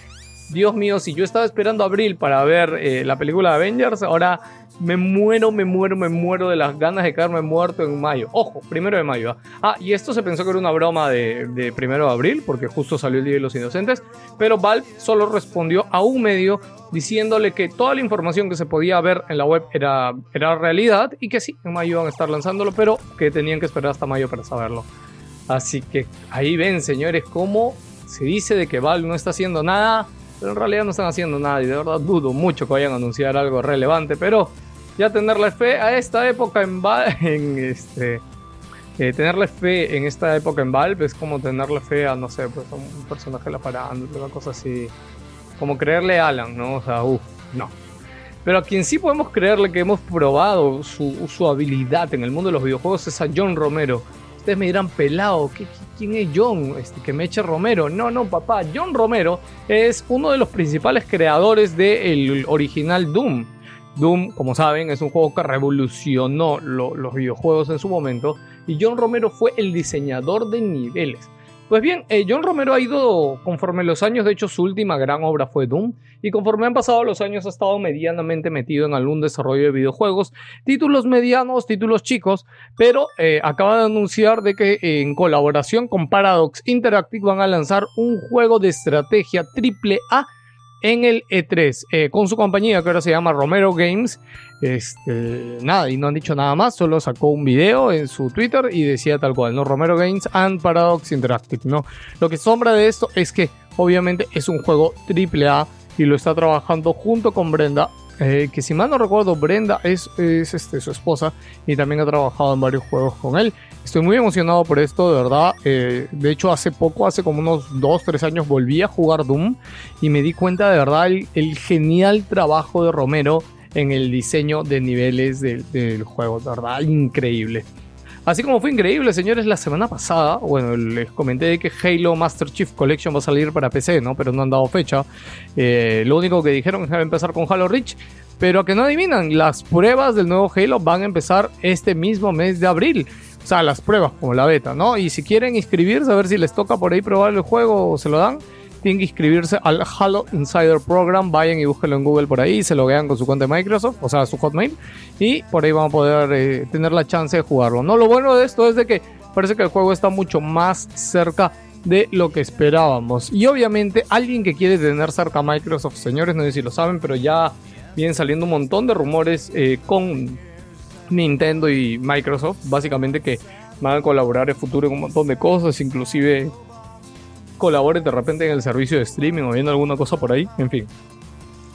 Dios mío, si yo estaba esperando abril para ver eh, la película de Avengers, ahora me muero, me muero, me muero de las ganas de quedarme muerto en mayo. Ojo, primero de mayo. ¿ah? Ah, y esto se pensó que era una broma de, de primero de abril, porque justo salió el Día de los Inocentes, pero Valve solo respondió a un medio diciéndole que toda la información que se podía ver en la web era, era realidad y que sí, en mayo iban a estar lanzándolo, pero que tenían que esperar hasta mayo para saberlo. Así que ahí ven, señores, cómo se dice de que Valve no está haciendo nada, pero en realidad no están haciendo nada y de verdad dudo mucho que vayan a anunciar algo relevante, pero ya tenerle fe a esta época en Valve, en este... eh, tenerle fe en esta época en Valve es como tenerle fe a, no sé, pues a un personaje de la farándula, una cosa así como creerle a Alan, ¿no? O sea, uff, no. Pero a quien sí podemos creerle que hemos probado su, su habilidad en el mundo de los videojuegos es a John Romero. Ustedes me dirán, pelado, ¿qué, qué- quién es John? Este, que me eche Romero. No, no, papá. John Romero es uno de los principales creadores del original Doom. Doom, como saben, es un juego que revolucionó lo- los videojuegos en su momento. Y John Romero fue el diseñador de niveles. Pues bien, eh, John Romero ha ido conforme los años, de hecho su última gran obra fue Doom, y conforme han pasado los años ha estado medianamente metido en algún desarrollo de videojuegos, títulos medianos, títulos chicos, pero eh, acaba de anunciar de que eh, en colaboración con Paradox Interactive van a lanzar un juego de estrategia AAA en el E3, eh, con su compañía que ahora se llama Romero Games. Este, nada, y no han dicho nada más, solo sacó un video en su Twitter y decía tal cual, ¿no? Romero Games and Paradox Interactive, ¿no? Lo que sombra de esto es que obviamente es un juego AAA y lo está trabajando junto con Brenda, eh, que si mal no recuerdo, Brenda es, es, este, su esposa y también ha trabajado en varios juegos con él. Estoy muy emocionado por esto, de verdad. eh, de hecho, hace poco, hace como unos 2, 3 años, volví a jugar Doom y me di cuenta de verdad el, el genial trabajo de Romero en el diseño de niveles del, del juego, de verdad, increíble. Así como fue increíble, señores, la semana pasada, bueno, les comenté de que Halo Master Chief Collection va a salir para PC, ¿no? Pero no han dado fecha. Eh, lo único que dijeron es que va a empezar con Halo Reach. Pero a que no adivinan, las pruebas del nuevo Halo van a empezar este mismo mes de abril. O sea, las pruebas como la beta, ¿no? Y si quieren inscribirse, a ver si les toca por ahí probar el juego o se lo dan tienen que inscribirse al Halo Insider Program. Vayan y búsquenlo en Google por ahí, se lo vean con su cuenta de Microsoft, o sea, su Hotmail, y por ahí van a poder eh, tener la chance de jugarlo. No, lo bueno de esto es de que parece que el juego está mucho más cerca de lo que esperábamos. Y obviamente, alguien que quiere tener cerca a Microsoft, señores, no sé si lo saben, pero ya vienen saliendo un montón de rumores eh, con Nintendo y Microsoft, básicamente que van a colaborar en futuro en un montón de cosas, inclusive colaboren de repente en el servicio de streaming o viendo alguna cosa por ahí. En fin,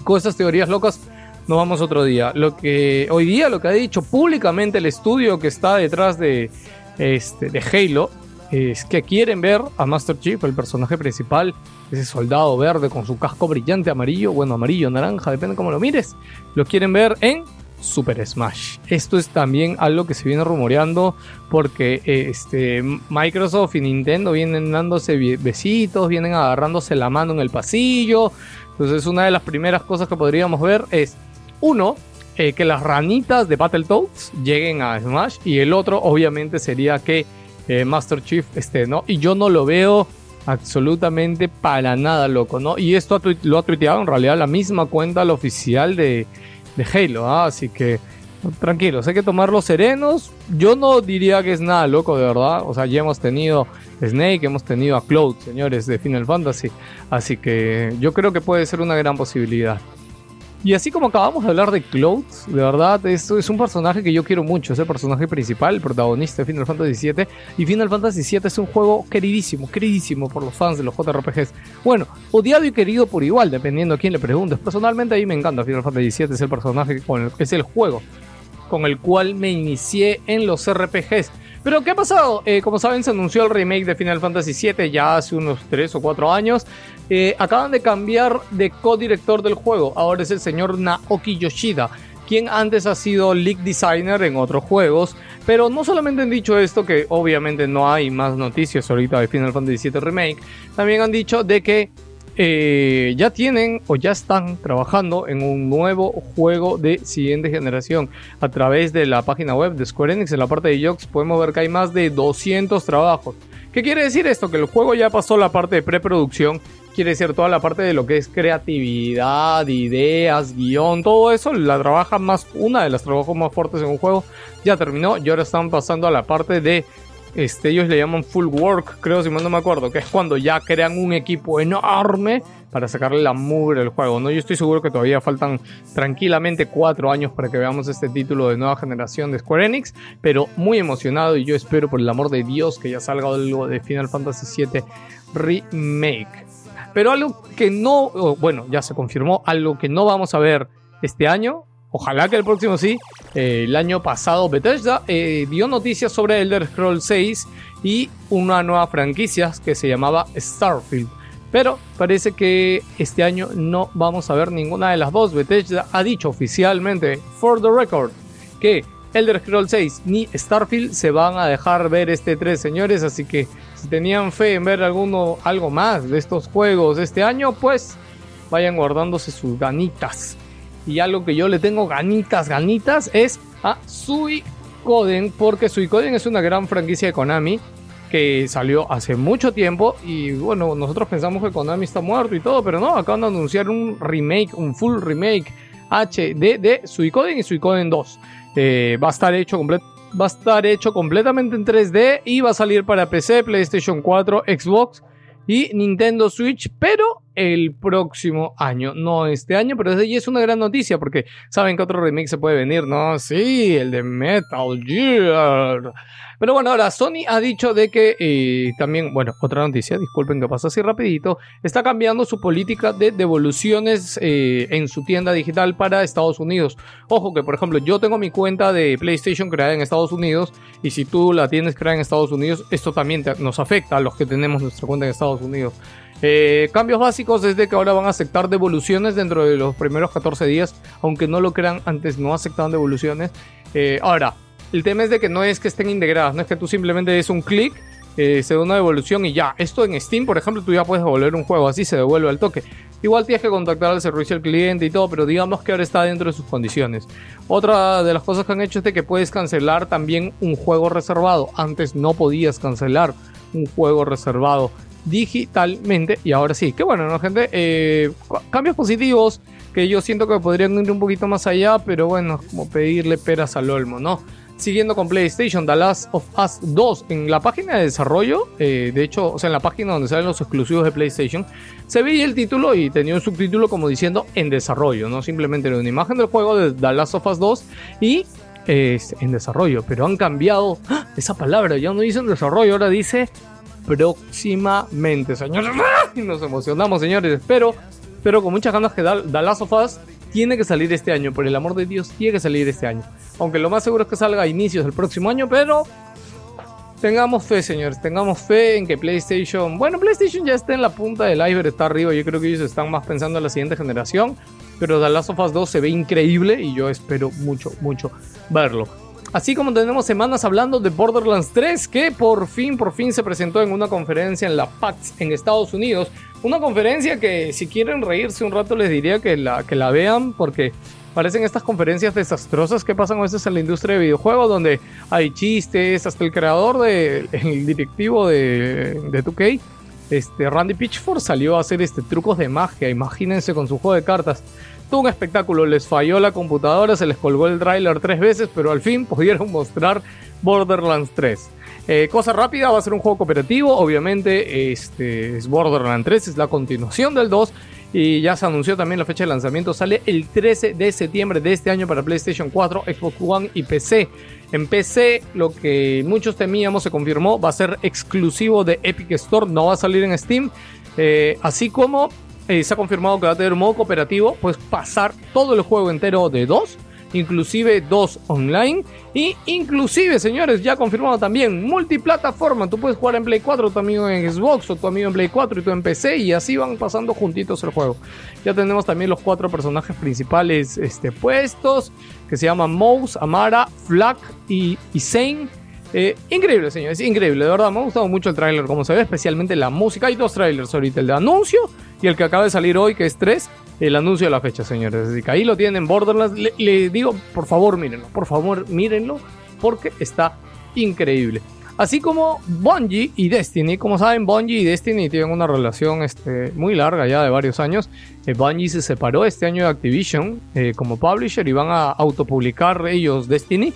con estas teorías locas nos vamos otro día. Lo que hoy día lo que ha dicho públicamente el estudio que está detrás de este de Halo es que quieren ver a Master Chief, el personaje principal, ese soldado verde con su casco brillante amarillo, bueno, amarillo, naranja, depende cómo lo mires, lo quieren ver en Super Smash. Esto es también algo que se viene rumoreando porque eh, este, Microsoft y Nintendo vienen dándose be- besitos, vienen agarrándose la mano en el pasillo. Entonces una de las primeras cosas que podríamos ver es, uno, eh, que las ranitas de Battletoads lleguen a Smash y el otro obviamente sería que eh, Master Chief esté, ¿no? Y yo no lo veo absolutamente para nada loco, ¿no? Y esto ha tui- lo ha tuiteado en realidad la misma cuenta, la oficial de, de Halo, ¿ah? así que tranquilos, hay que tomarlos serenos. Yo no diría que es nada loco, de verdad. O sea, ya hemos tenido Snake, hemos tenido a Cloud, señores, de Final Fantasy. Así que yo creo que puede ser una gran posibilidad. Y así como acabamos de hablar de Cloud, de verdad, esto es un personaje que yo quiero mucho, es el personaje principal, el protagonista de Final Fantasy VII. Y Final Fantasy VII es un juego queridísimo, queridísimo por los fans de los JRPGs. Bueno, odiado y querido por igual, dependiendo a quién le preguntes. Personalmente a mí me encanta Final Fantasy VII, es el personaje, con el- es el juego con el cual me inicié en los RPGs. Pero ¿qué ha pasado? Eh, como saben, se anunció el remake de Final Fantasy VII ya hace unos 3 o 4 años. Eh, acaban de cambiar de co-director del juego, ahora es el señor Naoki Yoshida, quien antes ha sido lead designer en otros juegos. Pero no solamente han dicho esto, que obviamente no hay más noticias ahorita de Final Fantasy VII Remake, también han dicho de que eh, ya tienen o ya están trabajando en un nuevo juego de siguiente generación a través de la página web de Square Enix en la parte de Jobs podemos ver que hay más de 200 trabajos. ¿Qué quiere decir esto? Que el juego ya pasó la parte de preproducción, quiere decir toda la parte de lo que es creatividad, ideas, guión, todo eso, la trabaja más, una de las trabajos más fuertes en un juego, ya terminó y ahora están pasando a la parte de este, ellos le llaman full work, creo, si mal no me acuerdo, que es cuando ya crean un equipo enorme para sacarle la mugre al juego, ¿no? Yo estoy seguro que todavía faltan tranquilamente cuatro años para que veamos este título de nueva generación de Square Enix, pero muy emocionado y yo espero por el amor de Dios que ya salga algo de Final Fantasy VII Remake. Pero algo que no, o, bueno, ya se confirmó, algo que no vamos a ver este año, ojalá que el próximo sí, eh, el año pasado Bethesda eh, dio noticias sobre Elder Scrolls 6 y una nueva franquicia que se llamaba Starfield. Pero parece que este año no vamos a ver ninguna de las dos. Bethesda ha dicho oficialmente, for the record, que Elder Scrolls 6 ni Starfield se van a dejar ver este 3, señores. Así que si tenían fe en ver alguno, algo más de estos juegos este año, pues vayan guardándose sus ganitas. Y algo que yo le tengo ganitas, ganitas, es a Suicoden, porque Suicoden es una gran franquicia de Konami que salió hace mucho tiempo y bueno, nosotros pensamos que Konami está muerto y todo, pero no, acaban de anunciar un remake, un full remake HD de Suicoden y Suicoden 2. Eh, va a estar hecho completo. Va a estar hecho completamente en 3D y va a salir para PC, PlayStation 4, Xbox y Nintendo Switch, pero el próximo año, no este año, pero desde allí es una gran noticia porque saben que otro remake se puede venir, ¿no? Sí, el de Metal Gear. Pero bueno, ahora Sony ha dicho de que eh, también, bueno, otra noticia, disculpen que pasa así rapidito, está cambiando su política de devoluciones eh, en su tienda digital para Estados Unidos. Ojo que, por ejemplo, yo tengo mi cuenta de PlayStation creada en Estados Unidos y si tú la tienes creada en Estados Unidos, esto también te- nos afecta a los que tenemos nuestra cuenta en Estados Unidos. Eh, cambios básicos es de que ahora van a aceptar devoluciones dentro de los primeros 14 días, aunque no lo crean, antes no aceptaban devoluciones. Eh, ahora, el tema es de que no es que estén integradas, no es que tú simplemente es un clic, eh, se da una devolución y ya. Esto en Steam, por ejemplo, tú ya puedes devolver un juego, así se devuelve al toque. Igual tienes que contactar al servicio al cliente y todo, pero digamos que ahora está dentro de sus condiciones. Otra de las cosas que han hecho es de que puedes cancelar también un juego reservado. Antes no podías cancelar un juego reservado digitalmente y ahora sí. Que bueno, ¿no, gente? Eh, cu- cambios positivos que yo siento que podrían ir un poquito más allá, pero bueno, es como pedirle peras al olmo, ¿no? Siguiendo con PlayStation, The Last of Us 2 en la página de desarrollo, eh, de hecho, o sea, en la página donde salen los exclusivos de PlayStation, se veía el título y tenía un subtítulo como diciendo en desarrollo, no simplemente era una imagen del juego de The Last of Us 2 y eh, en desarrollo, pero han cambiado ¡ah! esa palabra, ya no dicen desarrollo, ahora dice próximamente, señores. ¡Ah! Y Nos emocionamos, señores, pero, pero con muchas ganas que da, The Last of Us tiene que salir este año, por el amor de Dios, tiene que salir este año. Aunque lo más seguro es que salga a inicios del próximo año, pero Tengamos fe, señores. Tengamos fe en que PlayStation. Bueno, PlayStation ya está en la punta del iceberg, está arriba. Yo creo que ellos están más pensando en la siguiente generación. Pero The Last of Us 2 se ve increíble y yo espero mucho, mucho verlo. Así como tenemos semanas hablando de Borderlands 3, que por fin, por fin se presentó en una conferencia en la PAX en Estados Unidos. Una conferencia que si quieren reírse un rato les diría que la, que la vean porque parecen estas conferencias desastrosas que pasan a veces en la industria de videojuegos donde hay chistes, hasta el creador de, el directivo de, de 2K, este, Randy Pitchford salió a hacer este trucos de magia, imagínense con su juego de cartas. Todo un espectáculo, les falló la computadora, se les colgó el trailer tres veces, pero al fin pudieron mostrar Borderlands 3. Eh, cosa rápida, va a ser un juego cooperativo, obviamente este, es Borderlands 3, es la continuación del 2, y ya se anunció también la fecha de lanzamiento. Sale el 13 de septiembre de este año para PlayStation 4, Xbox One y PC. En PC, lo que muchos temíamos se confirmó, va a ser exclusivo de Epic Store, no va a salir en Steam. Eh, así como eh, se ha confirmado que va a tener modo cooperativo, pues pasar todo el juego entero de 2 inclusive dos online y inclusive señores ya confirmado también multiplataforma tú puedes jugar en Play 4 tu amigo en Xbox o tu amigo en Play 4 y tú en PC y así van pasando juntitos el juego ya tenemos también los cuatro personajes principales este, puestos que se llaman Mouse, Amara, Flak y, y Zane eh, increíble, señores, increíble, de verdad. Me ha gustado mucho el tráiler, como se ve, especialmente la música. Hay dos trailers ahorita, el de anuncio y el que acaba de salir hoy, que es 3, el anuncio de la fecha, señores. Así que ahí lo tienen, Borderlands. Le, le digo, por favor, mírenlo, por favor, mírenlo, porque está increíble. Así como Bungie y Destiny, como saben, Bungie y Destiny tienen una relación este, muy larga ya de varios años. Eh, Bungie se separó este año de Activision eh, como publisher y van a autopublicar ellos Destiny.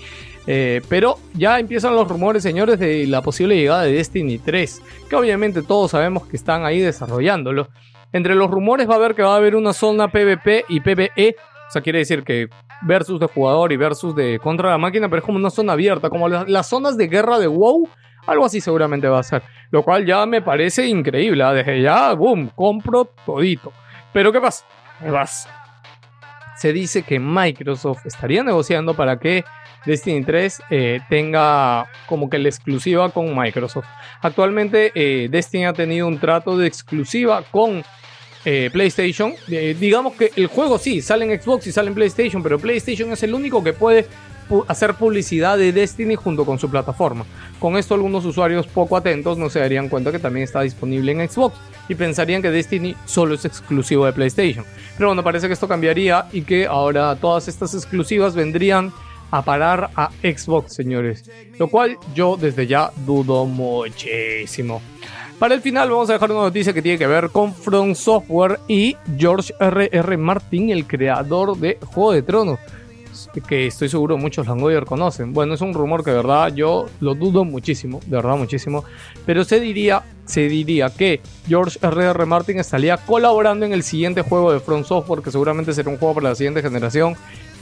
Eh, pero ya empiezan los rumores, señores, de la posible llegada de Destiny 3, que obviamente todos sabemos que están ahí desarrollándolo. Entre los rumores va a haber que va a haber una zona PvP y PvE, o sea, quiere decir que versus de jugador y versus de contra la máquina, pero es como una zona abierta, como las, las zonas de guerra de WoW, algo así seguramente va a ser, lo cual ya me parece increíble, ¿ah? desde ya, boom, compro todito. Pero ¿qué pasa? ¿Qué pasa? Se dice que Microsoft estaría negociando para que Destiny 3 eh, tenga como que la exclusiva con Microsoft. Actualmente eh, Destiny ha tenido un trato de exclusiva con eh, PlayStation. Eh, digamos que el juego sí, sale en Xbox y sale en PlayStation, pero PlayStation es el único que puede pu- hacer publicidad de Destiny junto con su plataforma. Con esto algunos usuarios poco atentos no se darían cuenta que también está disponible en Xbox y pensarían que Destiny solo es exclusivo de PlayStation. Pero bueno, parece que esto cambiaría y que ahora todas estas exclusivas vendrían a parar a Xbox, señores. Lo cual yo desde ya dudo muchísimo. Para el final vamos a dejar una noticia que tiene que ver con From Software y George R.R. Martin, el creador de Juego de Tronos. Que estoy seguro muchos Langoyer conocen. Bueno, es un rumor que de verdad yo lo dudo muchísimo, de verdad muchísimo. Pero se diría, se diría que George R.R. Martin estaría colaborando en el siguiente juego de From Software, que seguramente será un juego para la siguiente generación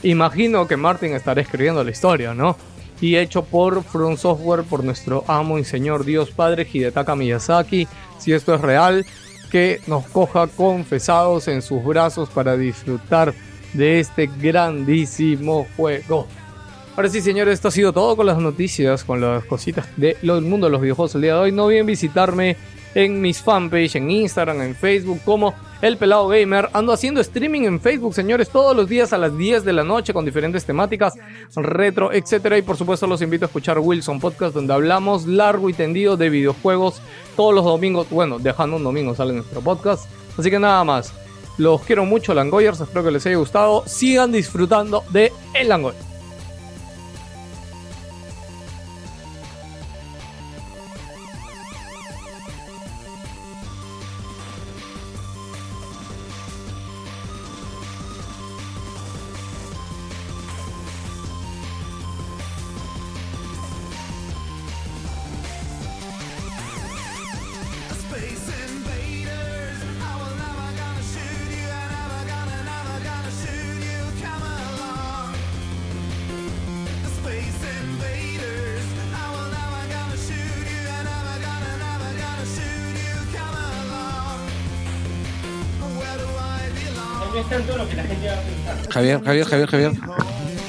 imagino que Martin estará escribiendo la historia, ¿no? Y hecho por From Software, por nuestro amo y señor Dios Padre Hidetaka Miyazaki. Si esto es real, que nos coja confesados en sus brazos para disfrutar de este grandísimo juego. Ahora sí, señores, esto ha sido todo con las noticias, con las cositas del mundo de los videojuegos el día de hoy. No olviden visitarme en mis fanpage, en Instagram, en Facebook, como El Pelado Gamer. Ando haciendo streaming en Facebook, señores, todos los días a las 10 de la noche con diferentes temáticas, retro, etcétera. Y por supuesto los invito a escuchar Wilson Podcast, donde hablamos largo y tendido de videojuegos todos los domingos. Bueno, dejando un domingo sale nuestro podcast. Así que nada más. Los quiero mucho, Langoyers. Espero que les haya gustado. Sigan disfrutando de El Langoy. Space invaders, I will never gonna shoot you, I never gonna, never gonna shoot you, come along. Space invaders, I will never gonna shoot you, I never gonna, never gonna shoot you, come along. Where do I belong? Javier, Javier, Javier, Javier.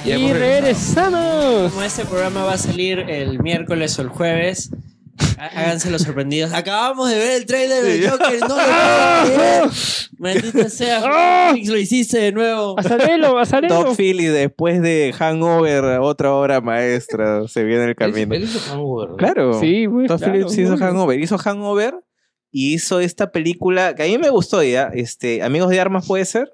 Ya hemos Y regresado. regresamos. Como este programa va a salir el miércoles o el jueves, Háganse los sorprendidos. Acabamos de ver el trailer de Joker. No lo puedo creer. Maldita sea. Phoenix, lo hiciste de nuevo. Pasarelo, pasarelo. Top Philly después de Hangover, otra obra maestra, se viene el camino. Él hizo Hangover. Claro. Sí, güey. Todd claro, Phillips hizo obvio. Hangover. Hizo Hangover y hizo esta película que a mí me gustó ya. Este, Amigos de Armas puede ser.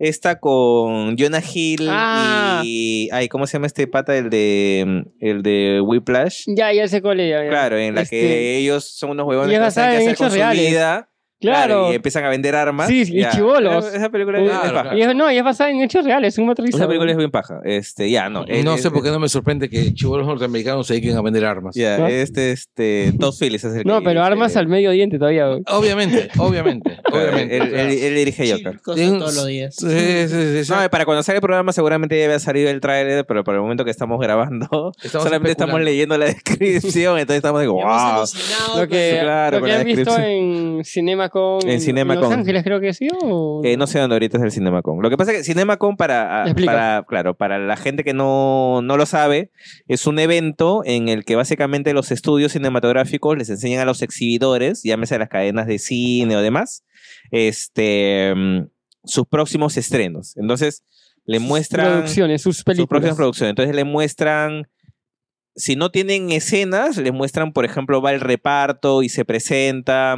Esta con Jonah Hill Ah. y. Ay, ¿cómo se llama este pata? El de. El de Whiplash. Ya, ya sé cuál es. ya, ya. Claro, en la Este, que ellos son unos huevones y que es no saben basada qué en hacer con hechos su reales. vida. Claro. Y empiezan a vender armas. Sí, y Ya. chibolos. Esa- Esa película Uy, es bien claro, paja. claro. Y es, no, y es basada en hechos reales, un matriz. Esa película es bien paja. Este, ya, no. No es- sé por es- qué no me sorprende que chivolos norteamericanos se dediquen a vender armas. Ya, ¿No? este, este, Todd Phillips es el que No, pero dirige- armas al medio diente todavía. güey. Obviamente, obviamente, Claro, obviamente. Él, él- él dirige Joker. Chicos, Tiene un- todos los días. Sí, sí, sí, sí. No, eh, y para cuando salga el programa seguramente ya había salido el tráiler, pero por el momento que estamos grabando, Estamos solamente estamos especulando. leyendo la descripción, entonces estamos de Hemos wow. alucinado Lo que, pues, claro, lo con que la han visto en CinemaCon. En CinemaCon. Los Ángeles, creo que sí. O... Eh, no sé dónde ahorita es el CinemaCon. Lo que pasa es que CinemaCon para, a- Explica. para claro, para la gente que no, no lo sabe, es un evento en el que básicamente los estudios cinematográficos les enseñan a los exhibidores, llámese las cadenas de cine o demás, este, mm, sus próximos estrenos. Entonces, le muestran producciones, sus sus películas. próximas producciones. Entonces, le muestran si no tienen escenas, les muestran, por ejemplo, va el reparto y se presenta,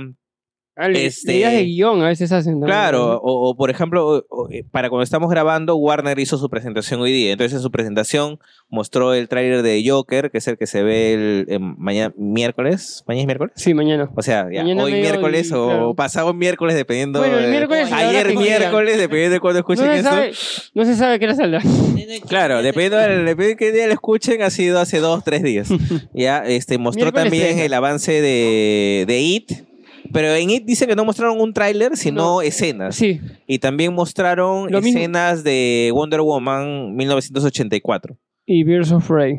Ah, le- este- Ideas de guión a veces hacen. también, Claro, o, o, por ejemplo, o- o, eh, para cuando estamos grabando, Warner hizo su presentación hoy día. Entonces, en su presentación mostró el tráiler de Joker, que es el que se ve el, mañana miércoles. ¿Mañana es miércoles? Sí, mañana. O sea, ya, Mañana hoy medio miércoles y- o claro. pasado miércoles, dependiendo. Bueno, el de- miércoles y la hora que ayer quieran. miércoles, pues, dependiendo de cuándo No escuchen se, esto. sabe, no se sabe qué era que- saldrá. Claro, dependiendo del- dependiendo de qué día lo escuchen, ha sido hace dos, tres días. ya, este, mostró Miércoles también 30. el avance de, de It. Pero en It dice que no mostraron un tráiler, sino No. escenas. Sí, Y también mostraron Lo mismo. escenas de Wonder Woman 1984. y Birds of Prey.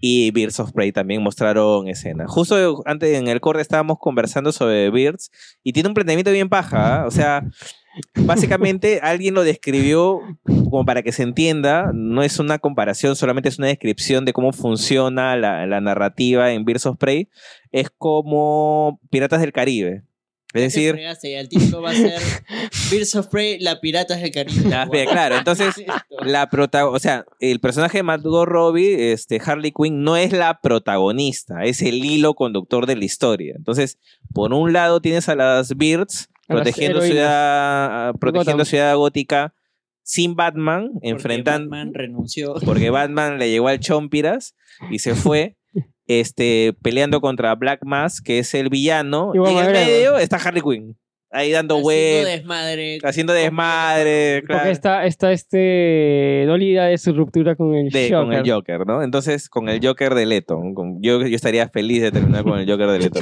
Y Birds of Prey también mostraron escenas. Justo antes en el corte estábamos conversando sobre Birds y tiene un planteamiento bien paja. ¿ah? O sea, básicamente alguien lo describió como para que se entienda. No es una comparación, solamente es una descripción de cómo funciona la, la narrativa en Birds of Prey. Es como Piratas del Caribe. Te Es decir, fregaste, ya, El título va a ser Birds of Prey, la pirata del Caribe. Ah, bien, claro, entonces la prota- o sea, el personaje de Margot Robbie, este Harley Quinn no es la protagonista, es el hilo conductor de la historia. Entonces, por un lado tienes a las Birds A las protegiendo heroínas. ciudad ah, protegiendo Gotham. ciudad gótica sin Batman, enfrentando Batman renunció. porque Batman le llegó al Chompiras y se fue. Este, peleando contra Black Mask, que es el villano. Y Y, en Wonder el Woman. medio está Harley Quinn. Ahí dando Haciendo web, desmadre. haciendo desmadre. Porque claro. está, está este dolida de su ruptura con el de- Joker. con el Joker, ¿no? Entonces, con el Joker de Leto. con- yo, yo estaría feliz de terminar con el Joker de Leto.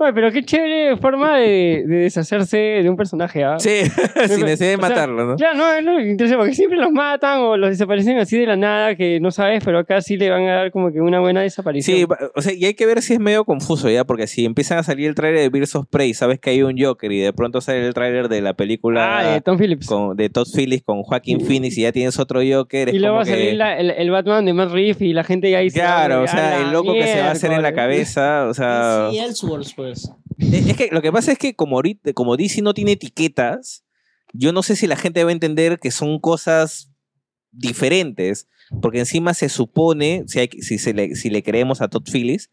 Oye, pero qué chévere forma de, de deshacerse de un personaje. ¿ah? Sí, sin o sea, necesidad de matarlo, ¿no? Claro, no, es lo que interesa, porque siempre los matan o los desaparecen así de la nada que no sabes, pero acá sí le van a dar como que una buena desaparición. Sí, va- o sea, y hay que ver si es medio confuso ya, porque si empiezan a salir el tráiler de Birds of Prey, sabes que hay un Joker y de pronto sale el tráiler de la película ah, de Tom Phillips. con- de Todd Phillips con Joaquín Phoenix y ya tienes otro Joker. es Y luego como va a salir que- la- el, el Batman de Matt Reeves y la gente ya dice. Claro, o sea, el loco que se va a hacer en la cabeza, o sea... Y Elseworlds, pues. Eh, Es que lo que pasa es que como, ahorita, como DC no tiene etiquetas, yo no sé si la gente va a entender que son cosas diferentes, porque encima se supone, si, hay- si, se le, si le creemos a Todd Phillips,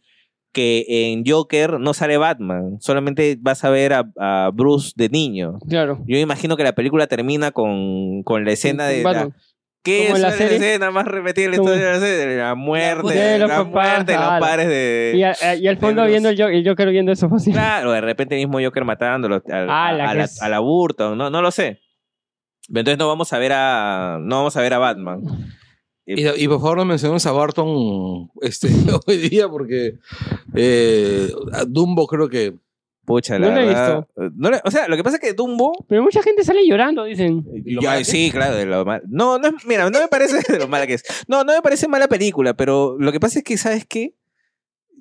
que en Joker no sale Batman, solamente vas a ver a, a Bruce de niño. Claro. Yo imagino que la película termina con, con la escena de... La, Batman. ¿Qué como es la la, serie- escena más repetida de la como- historia de la serie? La muerte, muerte la, de los papás, muerte de los claro. padres eh, de... Y, a- a- y al fondo Bruce. viendo el, Jo- el Joker viendo eso fácil. Claro, de repente el mismo Joker matándolo al- Ah, a, la a que la, es- a la Burton, no, no lo sé. Entonces no vamos a ver a no vamos a ver a Batman. Y, y por favor no mencionemos a Barton este, hoy día porque eh, a Dumbo creo que... Pucha, la No lo he verdad. No le- o sea, lo que pasa es que Dumbo Pero mucha gente sale llorando, dicen. lo Ya, mala que sí, claro, de lo mal. No, no, es- mira, no me parece de lo mala que es. No, no me parece mala película, pero lo que pasa es que sabes qué?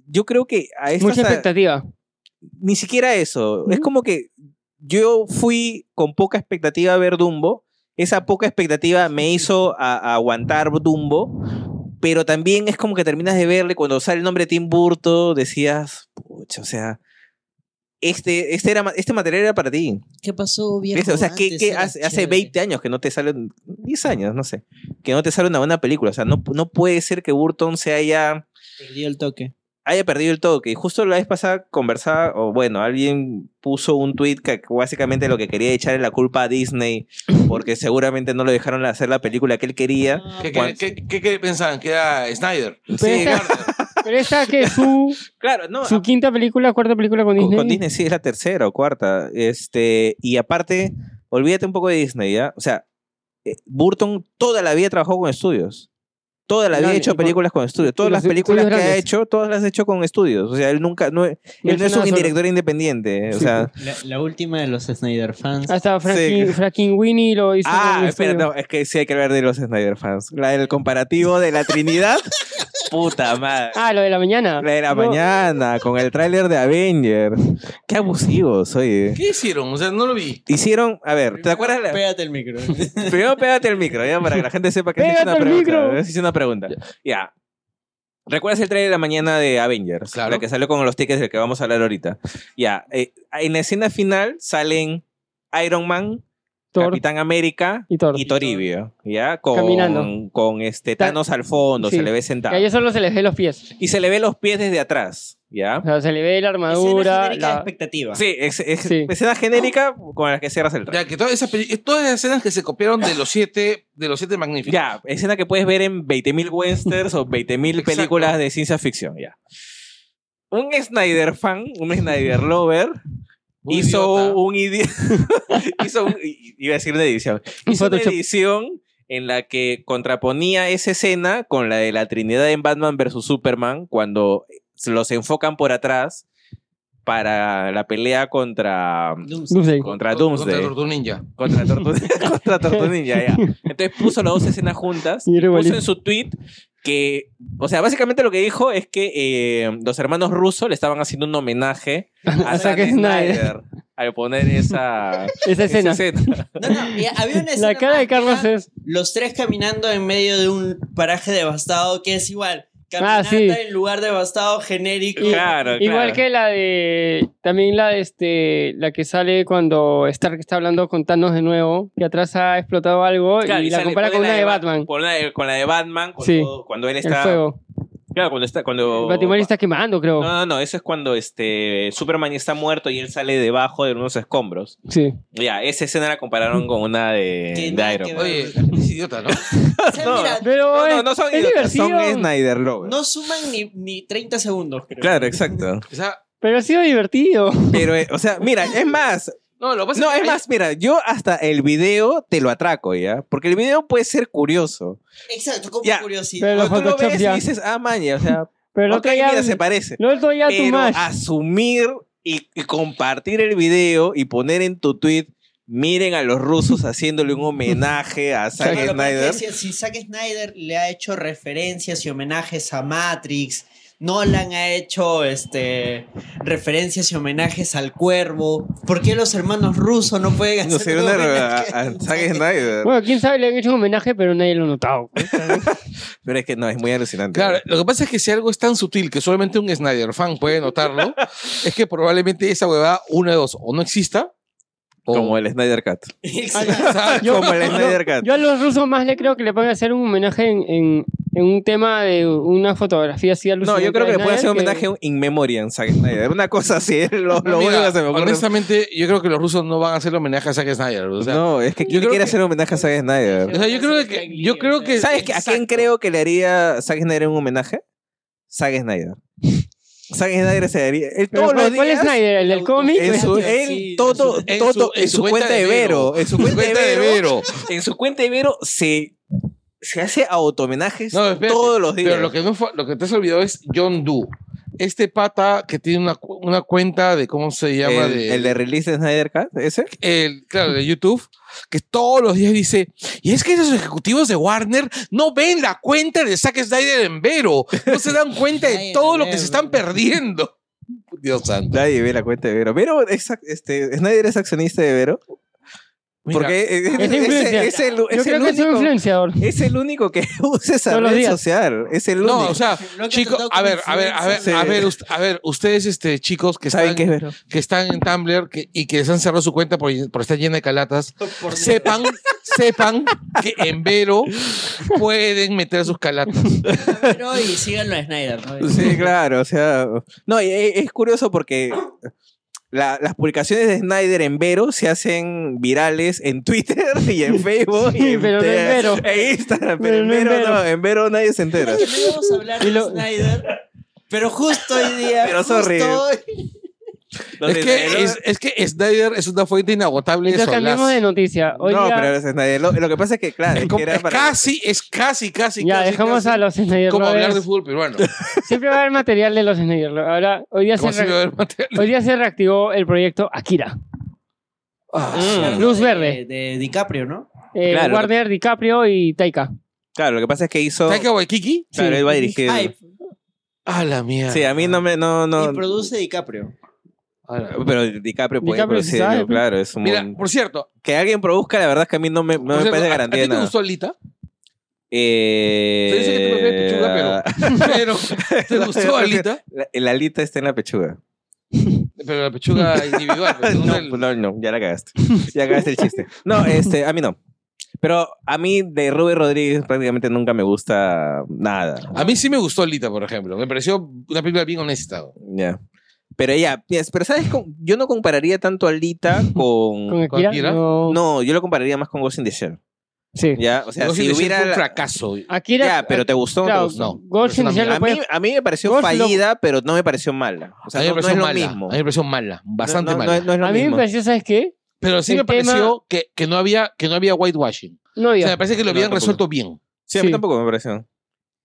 Yo creo que a esta Mucha expectativa. ni siquiera eso. Es como que yo fui con poca expectativa a ver Dumbo. Esa poca expectativa me hizo a- a aguantar Dumbo. Pero también es como que terminas de verle, cuando sale el nombre de Tim Burton, decías, pucha, o sea, este, este, era, ma- este material era para ti. ¿Qué pasó, viejo? ¿Ves? O sea, que, Antes que era hace, hace ah, chévere. 20 años que no te salen, 10 años, no sé, que no te sale una buena película. O sea, no, no puede ser que Burton se haya Perdió el toque. haya perdido el toque. Y justo la vez pasada conversaba, o bueno, alguien puso un tweet que básicamente lo que quería echarle la culpa a Disney, porque seguramente no lo dejaron hacer la película que él quería. Ah, ¿Qué, qué, Cuan- qué- qué- qué pensaban? ¿Que era Snyder? Pero esa- Carter. Pero esa que es su, Claro, no. su a- quinta película, cuarta película con con, Disney. con Disney sí es la tercera o cuarta. Este, y aparte, olvídate un poco de Disney, ¿ya? O sea, eh, Burton toda la vida trabajó con estudios. Toda la vida ha Grande, hecho y con- películas con y estudios. Todas con las estu- películas que estudios ha grandes. hecho, todas las ha hecho con estudios. O sea, él nunca, no, él No no hizo es nada un solo. director independiente. O Sí, sea, La, la última de los Snyder fans. Hasta Sí. Frankie, Frankie Winnie lo hizo. en Ah, el espera, estudio. no, es que sí hay que hablar de los Snyder fans. La del comparativo de la Trinidad, puta madre. Ah, lo de la mañana. La de la No, mañana, con el tráiler de Avenger. Qué abusivos, oye. ¿Qué hicieron? O sea, no lo vi. Hicieron, a ver, ¿te acuerdas? la- Pégate el micro. Primero pégate el micro, ya, para que la gente sepa que es Pégate una al pregunta. micro. has hecho una pregunta. Ya. ¿Recuerdas el trailer de la mañana de Avengers? Claro. La que salió con los tickets del que vamos a hablar ahorita. Ya. eh, en la escena final salen Iron Man, Thor Capitán América y Thor. y Toribio, ¿ya? Con, Caminando. con este Ta- Thanos al fondo, Sí. se le ve Que sentado. a ellos solo se les ve los pies. Y se le ve los pies desde atrás, ¿ya? O sea, se le ve Escena la armadura. genérica de la- expectativa. Sí, es, es- Sí. escena genérica con la que cierras el Ya, traje. que todas esas, peli- todas esas escenas que se copiaron de los siete, de los siete magníficos. Ya, escena que puedes ver en 20.000 westerns o 20.000 Exacto. películas de ciencia ficción, ya. Un Snyder fan, un Snyder lover, Un hizo idiota. un idiota. hizo un- i- iba a decir una edición. Hizo una Photoshop. edición en la que contraponía esa escena con la de la Trinidad en Batman vs Superman cuando se los enfocan por atrás para la pelea contra No sé. contra Contra Doomsday, Tortu Ninja. contra Tortu- contra Tortu Ninja, ya. Entonces puso las dos escenas juntas, Y era puso igualito. en su tweet que, o sea, básicamente lo que dijo es que eh, los hermanos rusos le estaban haciendo un homenaje a Zack Zack Snyder. Snyder al poner esa, Esa esa escena. escena. No, no, y había una escena La cara de más, Carlos era es. Los tres caminando en medio de un paraje devastado que es igual. Caminata Ah, sí. en lugar devastado genérico. Claro, Igual claro. que la de. También la de este. La que sale cuando Stark está hablando con Thanos de nuevo. Que atrás ha explotado algo. Claro, y, la sale- compara pone con una de Bat- Batman. Con, una de- con la de Batman, con Sí. todo- cuando él El está... fuego. Claro, cuando está... Cuando, El Batimóvil está quemando, creo. No, no, no, eso es cuando este, Superman ya está muerto y él sale debajo de unos escombros. Sí. Ya, esa escena la compararon con una de, Que de nada que Iron Man. ver. Oye, es idiota, ¿no? O sea, No. mira, Pero No, no, eh, no son es idiotas, son diversión. Snyder Lovers. no suman ni, ni 30 segundos, creo. Claro, exacto. O sea, Pero ha sido divertido. Pero, eh, o sea, mira, es más. no, lo que pasa No, que es hay- más, mira, yo hasta el video te lo atraco, ¿ya? Porque el video puede ser curioso. Exacto, como Ya. curiosidad. Pero- Cuando tú lo Photoshop ves ya. y dices, ah, maña, o sea, Pero no ok, te ya. mira, se parece. No estoy ya tu Pero más. asumir y, y compartir el video y poner en tu tweet, miren a los rusos haciéndole un homenaje a Zack Claro, lo que Snyder. decía, si Zack Snyder le ha hecho referencias y homenajes a Matrix, Nolan ha hecho este, referencias y homenajes al cuervo, ¿por qué los hermanos rusos no pueden hacer No sé, una- a, a Zack Snyder. Bueno, quién sabe, le han hecho un homenaje, pero nadie lo ha notado. Pero es que no, es muy alucinante. Claro, lo que pasa es que si algo es tan sutil que solamente un Snyder fan puede notarlo, es que probablemente esa huevada, una de dos, o no exista, o Como el Snyder Cut. Ah, Exacto. Yo- Como el Snyder Cut. Yo a los rusos más le creo que le pueden hacer un homenaje en, en- en un tema de una fotografía así No, alucinante. yo creo que de le pueden hacer Snyder, homenaje a un In Memoriam Zack Snyder. Una cosa así, lo, lo Mira, único que se me ocurre. Honestamente, yo creo que los rusos no van a hacerle homenaje a Zack Snyder. O sea, no, es que yo ¿quién le creo quiere que- hacer homenaje a Zack Snyder? o sea, yo creo que. Yo creo que ¿Sabes que, a quién creo que le haría Zack Snyder un homenaje? Zack Snyder. Zack Snyder se haría. Él Pero todos ¿cuál, los días. eh, cuál es Snyder? ¿El del cómic? En su, él, Sí, todo, en su- todo, en su cuenta de Vero. En su Cuenta de Vero. En su cuenta de Vero se, se hace autohomenajes No, espérate, todos los días. Pero lo que, no fue- lo que te has olvidado es John Doe. Este pata que tiene una, cu- una cuenta de, ¿cómo se llama? el, de, el de Release de Snyder Cut, ese. el- claro, de YouTube, que todos los días dice, y es que los ejecutivos de Warner no ven la cuenta de Zack Snyder en Vero, no se dan cuenta de Ay, todo lo en que Vero. se están perdiendo. Dios santo. Nadie ve la cuenta de Vero. Vero es ac- este, Snyder es accionista de Vero. Mira, Porque es, es- influencia. es el, Yo es creo que el es un único, influenciador. es el único que usa esa Todos los red días. social. Es el único. No, o sea, Lo que chicos, tratado a como ver, a ver, a ver, influencer. a Sí. ver, ust- a ver, ustedes, este, chicos que ¿Saben están, qué es verdad? que están en Tumblr que- y que les han cerrado su cuenta por, por estar llena de calatas, sepan, sepan que en Vero pueden meter sus calatas. Pero y síganlo a Snyder. ¿no? Sí, claro, o sea. No, y e- es curioso porque la- las publicaciones de Snyder en Vero se hacen virales en Twitter y en Facebook y en, pero no en Vero. e Instagram, pero Pero en no en Vero Vero. no, en Vero nadie se entera. No vamos a hablar Y lo- de Snyder. Pero justo hoy día. Pero sorry. justo hoy- Los es, que, Snyder- es, es que Snyder es una fuente inagotable de Entonces cambiemos solaz. de noticia. Hoy no, día- pero los Snyder. Lo, lo que pasa es que, claro, Es es como- que era es para- casi, es casi, casi. Ya, casi, dejamos casi a los Snyder Como hablar de Brothers. fútbol peruano. Siempre va a haber material de los Snyder Brothers. Ahora, hoy día, Como se si re- hubiera material. hoy día se reactivó el proyecto Akira. Ah, Mm. Luz De- verde. De DiCaprio, ¿no? Eh, Claro, lo- Warner, DiCaprio y Taika. Claro, lo que pasa es que hizo. ¿Taika Waikiki? Claro, Sí. él va a dirigir. Hype. A la mierda. Sí, a mí no me. No, no, Ah, Y produce DiCaprio. A la- pero DiCaprio puede DiCaprio sí producirlo, sabe. claro. Es un, Mira, por cierto, que alguien produzca, la verdad es que a mí no me, no por me cierto, parece ¿a- garantía ¿a de ti te nada. gustó Lita? Eh, Se dice que tú no crees pechuga, Pero, ¿te No, yo gustó prefiero- Alita? La, la alita está en la pechuga. Pero la pechuga individual. pues, No, no el- no, no, ya la cagaste. Ya cagaste el chiste. No, este, a mí no. Pero a mí de Rubén Rodríguez prácticamente nunca me gusta nada. A mí sí me gustó Alita, por ejemplo. Me pareció una película bien honesta. Ya. Pero ella, yes, pero sabes, con- yo no compararía tanto a Alita ¿Con con... Akira? Akira? No. No, yo lo compararía más con Ghost in the Shell. Sí. Ya, o sea, Ghost in si the Shell hubiera... fue un la- fracaso. Akira. eh, Ya, pero ¿te gustó o no te claro, gustó? No, Ghost in the no es una Shell mierda. lo A mí, puedes- a mí me pareció Ghost lo- fallida, pero no me pareció mala. O sea, a mí me no, no pareció es lo mala. mismo. A mí me pareció mala. Bastante No, no- mala. no- no es lo a mí me mismo. pareció, ¿sabes qué? pero sí el me pareció que, que, no había, que no había whitewashing. No O había. sea, me parece que lo No, habían tampoco. resuelto bien. Sí, a mí Sí. tampoco me pareció.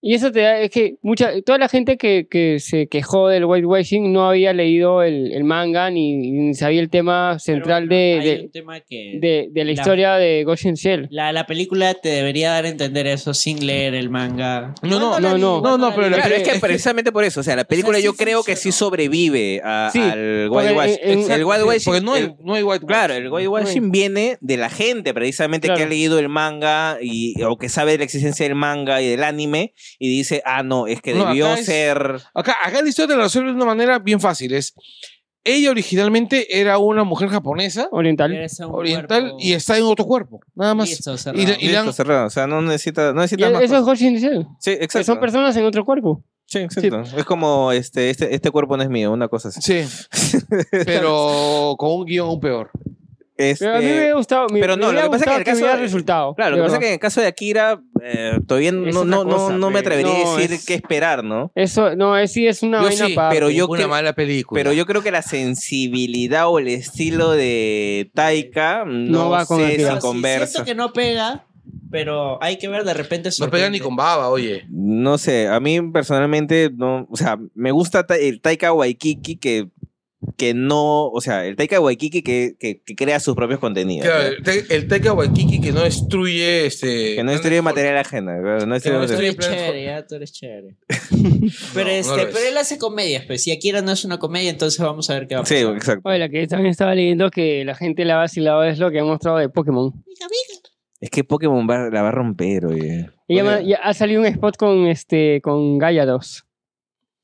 Y eso te da, es que mucha, toda la gente que, que se quejó del whitewashing no había leído el, el manga ni, ni sabía el tema central Pero bueno, de, hay de- un tema que de- de la La- historia de Ghost in the Shell. la, la película te debería dar a entender eso sin leer el manga. No, no, no, no. No, no, pero la- Claro, es eh, que es que- precisamente por eso. O sea, la película sí yo creo que sí funcionó. sobrevive a- Sí, al porque whitewash. en- en- el whitewash. Porque no el- hay, no hay whitewashing. Claro, el whitewashing viene de la gente precisamente que Claro. ha leído el manga y, o que sabe de la existencia del manga y del anime y dice, ah, no, es que No, debió acá es- ser... Acá, acá la historia te la resuelve de una manera bien fácil. Es, ella originalmente era una mujer japonesa, Oriental. Eres un oriental, cuerpo y está en otro cuerpo. Nada más. listo, cerrado. Y, le- y le han- Listo, cerrado. O sea, no necesita, no Y necesita más eso es cosas. Ghost in the Shell. Sí, que exacto. Son personas en otro cuerpo. Sí, exacto. Es como, este, este, este cuerpo no es mío, una cosa así. Sí. Pero con un guión aún peor. Este, Pero a mí me hubiera gustado. me- pero me no, lo hubiera que pasa es que en el gustado caso hubiera de- resultado. Claro, de lo que pasa es verdad. que en el caso de Akira, eh, todavía Es no, otra no, cosa, no, no me pe. atrevería No, a decir es- qué esperar, ¿no? Eso, no, es, sí es una Yo vaina sí, para. pero yo una que- mala película. Pero yo creo que la sensibilidad o el estilo de Taika no, No va con sé Akira. si Pero sí, conversa. siento que no pega, pero hay que ver de repente no pega ni sorprende. con baba, oye. No sé, a mí personalmente no, o sea, me gusta Ta- el Taika Waikiki que, que no, o sea, el Taika Waikiki que, que, que crea sus propios contenidos. Claro, ¿no? el, te- el Taika Waikiki que no destruye este. Que no destruye material ajeno. claro, No destruye no Tú material- eres Plan- chévere, ya, tú eres chévere. pero, no este, lo es. pero él hace comedias, pues. Si Akira no es una comedia, entonces vamos a ver qué va a Sí, pasar. exacto. Oye, la que también estaba leyendo que la gente la ha vacilado es lo que ha mostrado de Pokémon. Es que Pokémon va- la va a romper, oye. Ella ma- ya ha salido un spot con este con Gaia 2.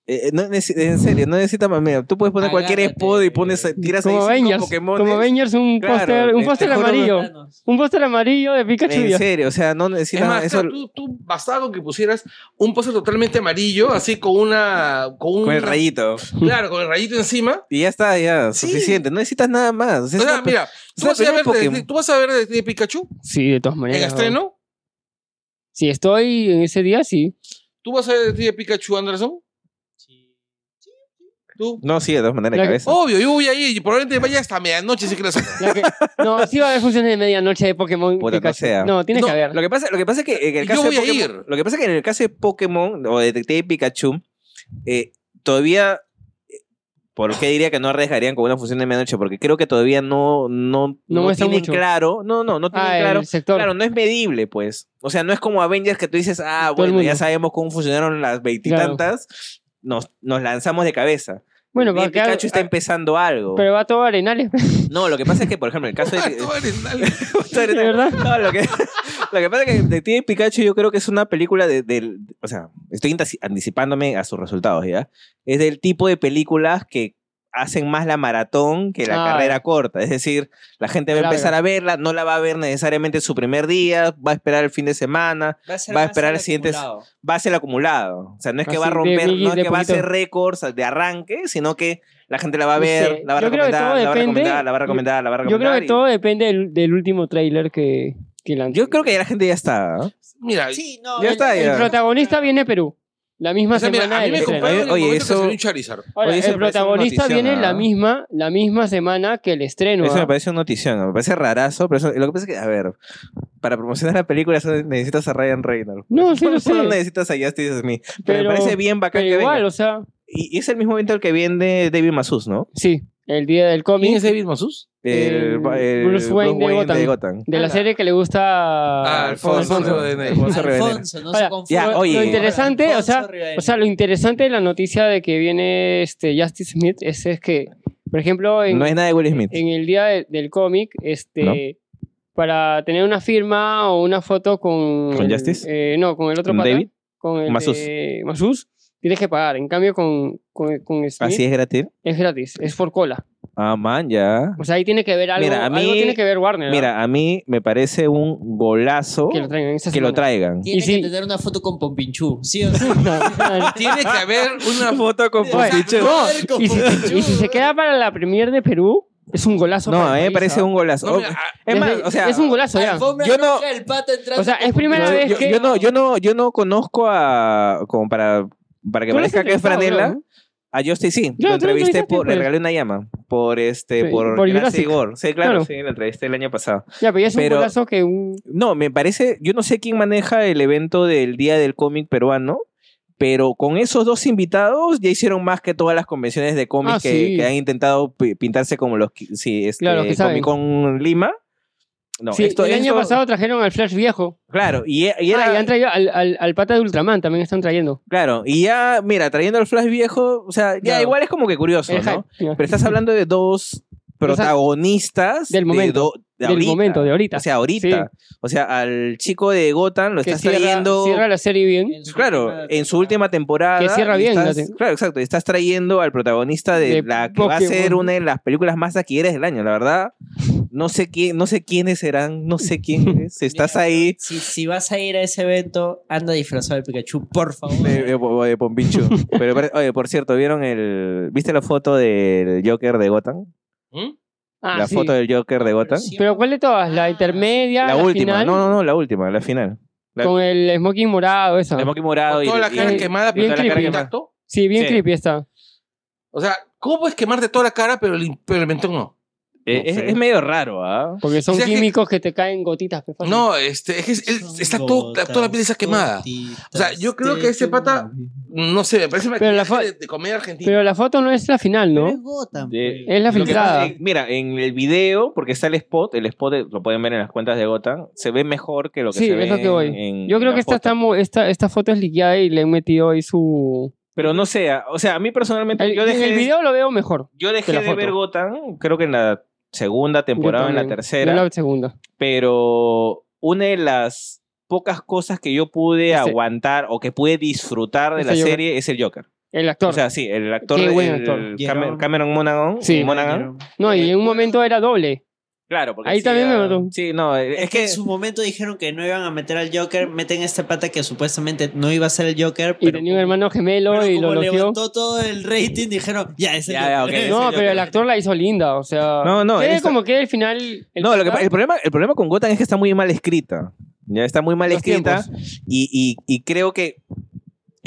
Eh, eh, no neces- Mm. en serio, no necesita más. Mira, tú puedes Ah, poner cualquier Agárrate. spot y pones, tiras ahí Como cinco Avengers. Pokémones. Como Avengers, un Claro, este, póster un te póster juro que- amarillo. Thanos. Un póster amarillo de Pikachu. En ya. serio, o sea, no Es necesita más, eso. claro, tú, tú bastaba con que pusieras un póster totalmente amarillo, así con una. Con, Con el una- rayito. Claro, con el rayito encima. Y ya está, ya, Sí. suficiente. No necesitas nada más. O sea, O sea, es una- mira, es tú una vas, a pelea de ver de, Pokémon. tú vas a ver de, de Pikachu Sí, de todas maneras. en estreno. Si estoy en ese día, sí. Tú vas a ver de, de Pikachu Anderson. Sí. Tú. No, sí, de todas maneras, La que- Oh, cabeza. Obvio, yo voy ahí y probablemente vaya hasta medianoche si que la sacan. La que- no, sí va a haber funciones de medianoche de Pokémon. Puta, no Pikachu. sea. no, tienes No, que haber. Lo que pasa, lo que pasa es que en el Yo caso voy de a Pokémon, ir. lo que pasa es que en el caso de Pokémon o Detective Pikachu, eh, todavía eh, ¿Por qué diría que no arriesgarían con una función de medianoche? Porque creo que todavía no, no, No no muestra tienen mucho. claro. No, no, no tienen ah, claro. el sector. Claro, no es medible, pues. O sea, no es como Avengers que tú dices, ah, Todo el bueno, ya mundo. sabemos cómo funcionaron las veintitantas, nos, nos lanzamos de cabeza. Bueno, Bien, pero, que- Pikachu está empezando algo. ah, pero va todo a arenales. No, lo que pasa es que, por ejemplo, en el caso de. Tú eres dale. ¿De verdad? No, lo que, lo que pasa es que Detective Pikachu yo creo que es una película de, del- O sea, estoy antici- anticipándome a sus resultados, ¿ya? Es del tipo de películas que hacen más la maratón que la Ah. carrera corta. Es decir, la gente va a Larga. empezar a verla, no la va a ver necesariamente su primer día, va a esperar el fin de semana, Va a, ser Va a más esperar el el siguiente- acumulado. va a ser acumulado. O sea, no es que Así, va a de romper, mil- no es de que va a hacer poquito. récords de arranque, sino que la gente la va a No ver, sé. la va a Yo creo que recomendar, todo la va a depende. recomendar, la va a Yo- recomendar, la va a Yo creo recomendar. que y- todo depende del, del último tráiler que, que lanzó. Yo creo que ya la gente ya está. ¿no? Mira, Sí, no, Ya el- está, El ya. protagonista viene a Perú. La misma o sea, mira, semana a del mí me estreno. compraron en el Oye, momento que eso- salió un Charizard. Ahora, Oye, eso el me parece una protagonista notición, viene ¿ah? la misma, la misma semana que el estreno. Eso ¿ah? me parece una notición, me parece rarazo, pero eso- lo que pasa es que, a ver, para promocionar la película eso necesitas a Ryan Reynolds. No, sí lo sé. No necesitas a Justice Smith. Pero, Pero- me parece bien bacán Pero que igual, venga. o sea, Y, y es el mismo evento al que viene David Masus, ¿no? sí, el día del ¿Quién cómic es David Masus? El, El el Bruce Wayne de Gotham. de la Ala. serie que le gusta a Ah, Alfonso. Revenel. Alfonso Revenel. Alfonso, no Ahora, se confunde. ya, lo, oye. lo interesante, o sea, Alfonso Revenel. o sea, lo interesante de la noticia de que viene este Justice Smith es, es que, por ejemplo, en, No es nada de Will Smith. en el día de- del cómic, este, para tener una firma o una foto con, ¿Con el- Justice? eh, no, con el otro ¿Con pata, David? con el Masus. de Masus, tienes que pagar. En cambio, con, con, con Smith Así es gratis. es gratis, es por cola. Ah, man, ya. O sea, ahí tiene que ver algo, Mira, a algo mí- tiene que ver Warner. ¿ah? Mira, a mí me parece un golazo que lo traigan esta que lo semana. traigan. Tiene y que sí. tener una foto con Pompinchú, ¿sí o sí? Tiene que haber una foto. con Oye, no, y, si, y si se queda para la premier de Perú, es un golazo. No, para a el mí me país, parece ¿ah? un golazo. No, mira, Oh, ah, es más, Desde- o sea, es un golazo ya. Alfombra yo no- roja, el pata entrando O sea, con es primera Pompinchú. vez yo, que- yo no, yo no, yo no conozco a como para, para que Tú lo has parezca que es entrevistado, franela. creo, ¿no? A Justin sí, Claro, lo tú lo entrevisté entrevistaste, por, pues. le regalé una llama por este, Sí, por, por Jurassic Jurassic. World. Sí, claro, Claro. sí, lo entrevisté el año pasado. Ya, pero ya es Pero- un golazo que un. No, me parece, yo no sé quién maneja el evento del Día del Cómic Peruano, pero con esos dos invitados ya hicieron más que todas las convenciones de cómic Ah, que, sí. que han intentado pi- pintarse como los qui- sí, este, Claro, que saben. Comic Con Lima. No, Sí, esto- el año esto- pasado trajeron al Flash viejo. Claro, y, e- y Ah, era, y han traído al, al, al pata de Ultraman, también están trayendo. Claro, y ya, mira, trayendo al Flash viejo, o sea, ya Claro. igual es como que curioso, El ¿no? hype, ya. Pero estás hablando de dos protagonistas del de momento, do- de del ahorita. momento, de ahorita. O sea, ahorita. O sea, al chico de Gotham lo que estás cierra, trayendo. pues, cierra la serie bien. En su Claro, primera en su última temporada. Que cierra y bien, estás- la te- Claro, exacto. y Estás trayendo al protagonista de, De la que va a Pokémon. ser una de las películas más taquilleras del año, la verdad. No sé quién, no sé quiénes serán, no sé quién es. Si estás ahí Si, si vas a ir a ese evento, anda disfrazado de Pikachu, por favor. de, de- de Pompinchu. eh, Pero pare- oye, por cierto, ¿vieron el viste la foto del Joker de Gotham? Ah, la sí. foto del Joker de Gotham. Pero ¿cuál de todas? ¿La intermedia? La, La, última, final, no, no, no, la última, la final. la- Con el smoking morado, esa. El Smoking morado y Toda la y- cara bien- quemada, pero bien toda la cara creepy. quemada. ¿Tacto? Sí, bien Sí. creepy está. O sea, ¿cómo puedes quemarte toda la cara, pero el, pero el mentón no? Eh, No es, sé. es medio raro, ¿ah? Porque son O sea que- químicos que... te caen gotitas. pe, fácil. No, este, es que es- es- Son está todo, gotas, toda la piel está quemada. gotitas, O sea, yo creo que ese techo, pata- No sé, me parece Pero la maquillaje fa- de, de comedia argentina. Pero la foto no es la final, Pero es ¿no? Gotham, De- pues. Es la Lo que pasa filtrada. es- mira, en el video, porque está el spot, el spot eh, lo pueden ver en las cuentas de Gotham, se ve mejor que lo que Sí, se ve es lo que en- voy. en- Yo en creo la que esta, foto. está mu- esta, esta foto es liqueada y le han metido ahí su... Pero no sé, a- o sea, a mí personalmente, El- yo en dejé, el de- video lo veo mejor. yo dejé que la de foto. ver Gotham, creo que en la segunda Yo temporada, en la también. tercera, Yo la segunda. pero una de las pocas cosas que yo pude Ese- aguantar o que pude disfrutar de Ese la Joker. serie es el Joker. El actor. O sea, sí, el actor, Qué de buen actor. Cameron, Cameron Monaghan, Sí. Monaghan. no, y eh, en un momento era doble. Claro, porque Ahí sí, también me ah, mató. Sí, no, eh, Es que en su momento dijeron que no iban a meter al Joker, meten a este pata que supuestamente no iba a ser el Joker, Y pero tenía un hermano gemelo pero y lo como loqueó. levantó todo el rating, dijeron, ya, ese Ya, ya, ok. Joker. No, Ese pero el actor la hizo linda, o sea... No, no, quede él está- como que el final... el no, lo que final, pa- el, problema, el problema con Gotham es que está muy mal escrita. Ya está muy mal los escrita. tiempos. Y, y- y creo que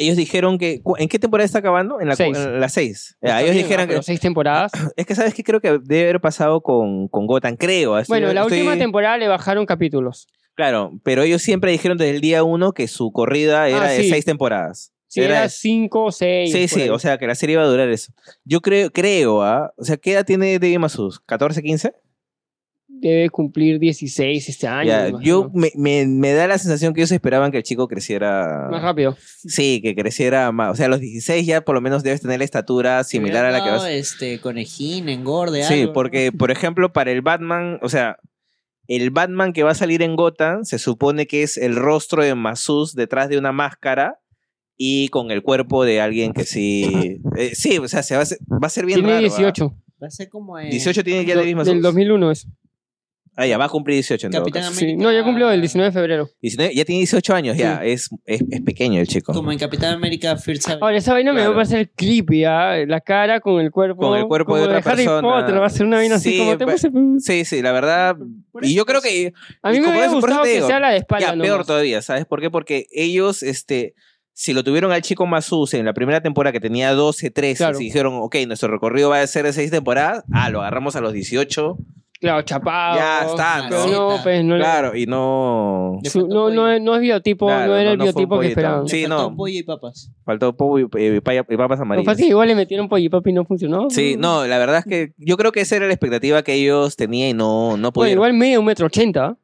ellos dijeron que. cu- ¿En qué temporada está acabando? En la cu- Seis. en la 6. Está ellos bien, ah, dijeron pero que. seis temporadas. Es que sabes que creo que debe haber pasado con, con Gotham, creo. así- Bueno, la estoy- última temporada le bajaron capítulos. Claro, pero ellos siempre dijeron desde el día uno que su corrida era de Ah, sí. seis temporadas. Si Era era, de- cinco o seis. pues. Sí, por sí, ahí. o sea que la serie iba a durar eso. Yo creo, creo, ¿ah? O sea, ¿qué edad tiene David Masus? ¿14, 15? debe cumplir 16 este año. Ya, me imagino. yo me, me- me da la sensación que ellos esperaban que el chico creciera Más rápido. Sí, que creciera más. O sea, a los 16 ya por lo menos debes tener la estatura similar a la que vas. este conejín, engorde, Sí, algo, porque, por ejemplo, para el Batman, o sea, el Batman que va a salir en Gotham se supone que es el rostro de Masus detrás de una máscara y con el cuerpo de alguien que sí. eh, sí, o sea, se va, a ser, va a ser bien Tiene raro, ¿ah? 18. ¿no? Va a ser como en 18 tiene ya Do- el mismo del 2001 es. Ah, ya va a cumplir 18 en todo Capitán caso. América. Sí. No, ya cumplió el 19 de febrero. 19, ya tiene 18 años, ya. Es, es, es pequeño el chico. como en Capitán América First Avenger. Ahora, esa vaina me Claro. va a parecer creepy, ¿ah? La cara con el cuerpo. Con el cuerpo de como otra Harry persona. Potter, va a ser una vaina así Sí, como te va- puse- Sí, sí, la verdad. Por Y eso yo creo es- que A mí Y me como hubiera eso, por eso gustado te que digo, sea la de espalda. Ya, peor nomás. todavía, ¿sabes por qué? Porque ellos, este, si lo tuvieron al chico Masus en la primera temporada que tenía 12, 13, Claro. si dijeron, ok, nuestro recorrido va a ser de 6 temporadas, ah, lo agarramos a los 18, Claro, chapado. ya está, Ah, Pero ¿no? sí. no, pues no le- Claro, y no... Le su- faltó no, no, pollo. es- no es biotipo, Claro, no era no- el no fue un biotipo que pollito. esperaban. Sí, faltó no. pollo y papas. Faltó Pogo y, eh, y paya- y Lo papas que amarillas. pasa es que igual le metieron pollo y papi y no funcionó. Sí, no, la verdad es que yo creo que esa era la expectativa que ellos tenían y no, Bueno, no pudieron. igual medio un metro ochenta.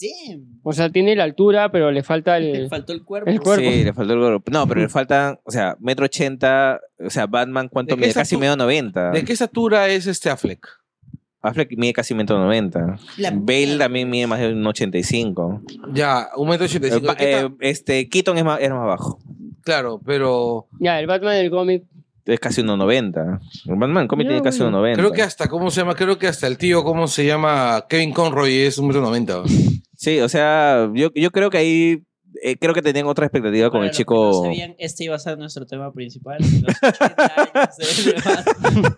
Damn. O sea, tiene la altura, pero le falta Le el. faltó el cuerpo. el cuerpo. Sí, le faltó el gorro. No, pero le faltan, o sea, metro ochenta, o sea, Batman, ¿cuánto Es que mide? esa Casi tu- medio noventa. ¿De qué estatura es este Affleck? Affleck mide casi 190. La Bale mierda. también mide más de un 85. Ya, un metro ochenta y Eh, cinco. ba- ¿Qué eh, este, Keaton es más, es más bajo. tal? Claro, pero Ya, el Batman del cómic. Es casi 1,90. El Batman Comic Ya, tiene casi bueno. 1,90. creo que hasta, ¿cómo se llama? Creo que hasta el tío, ¿cómo se llama? Kevin Conroy es un metro noventa. Sí, o sea, yo, yo creo que ahí. eh, creo que tenían otra expectativa con Para el los que chico. no sabían, este iba a ser nuestro tema principal. Los 80 años de este Batman.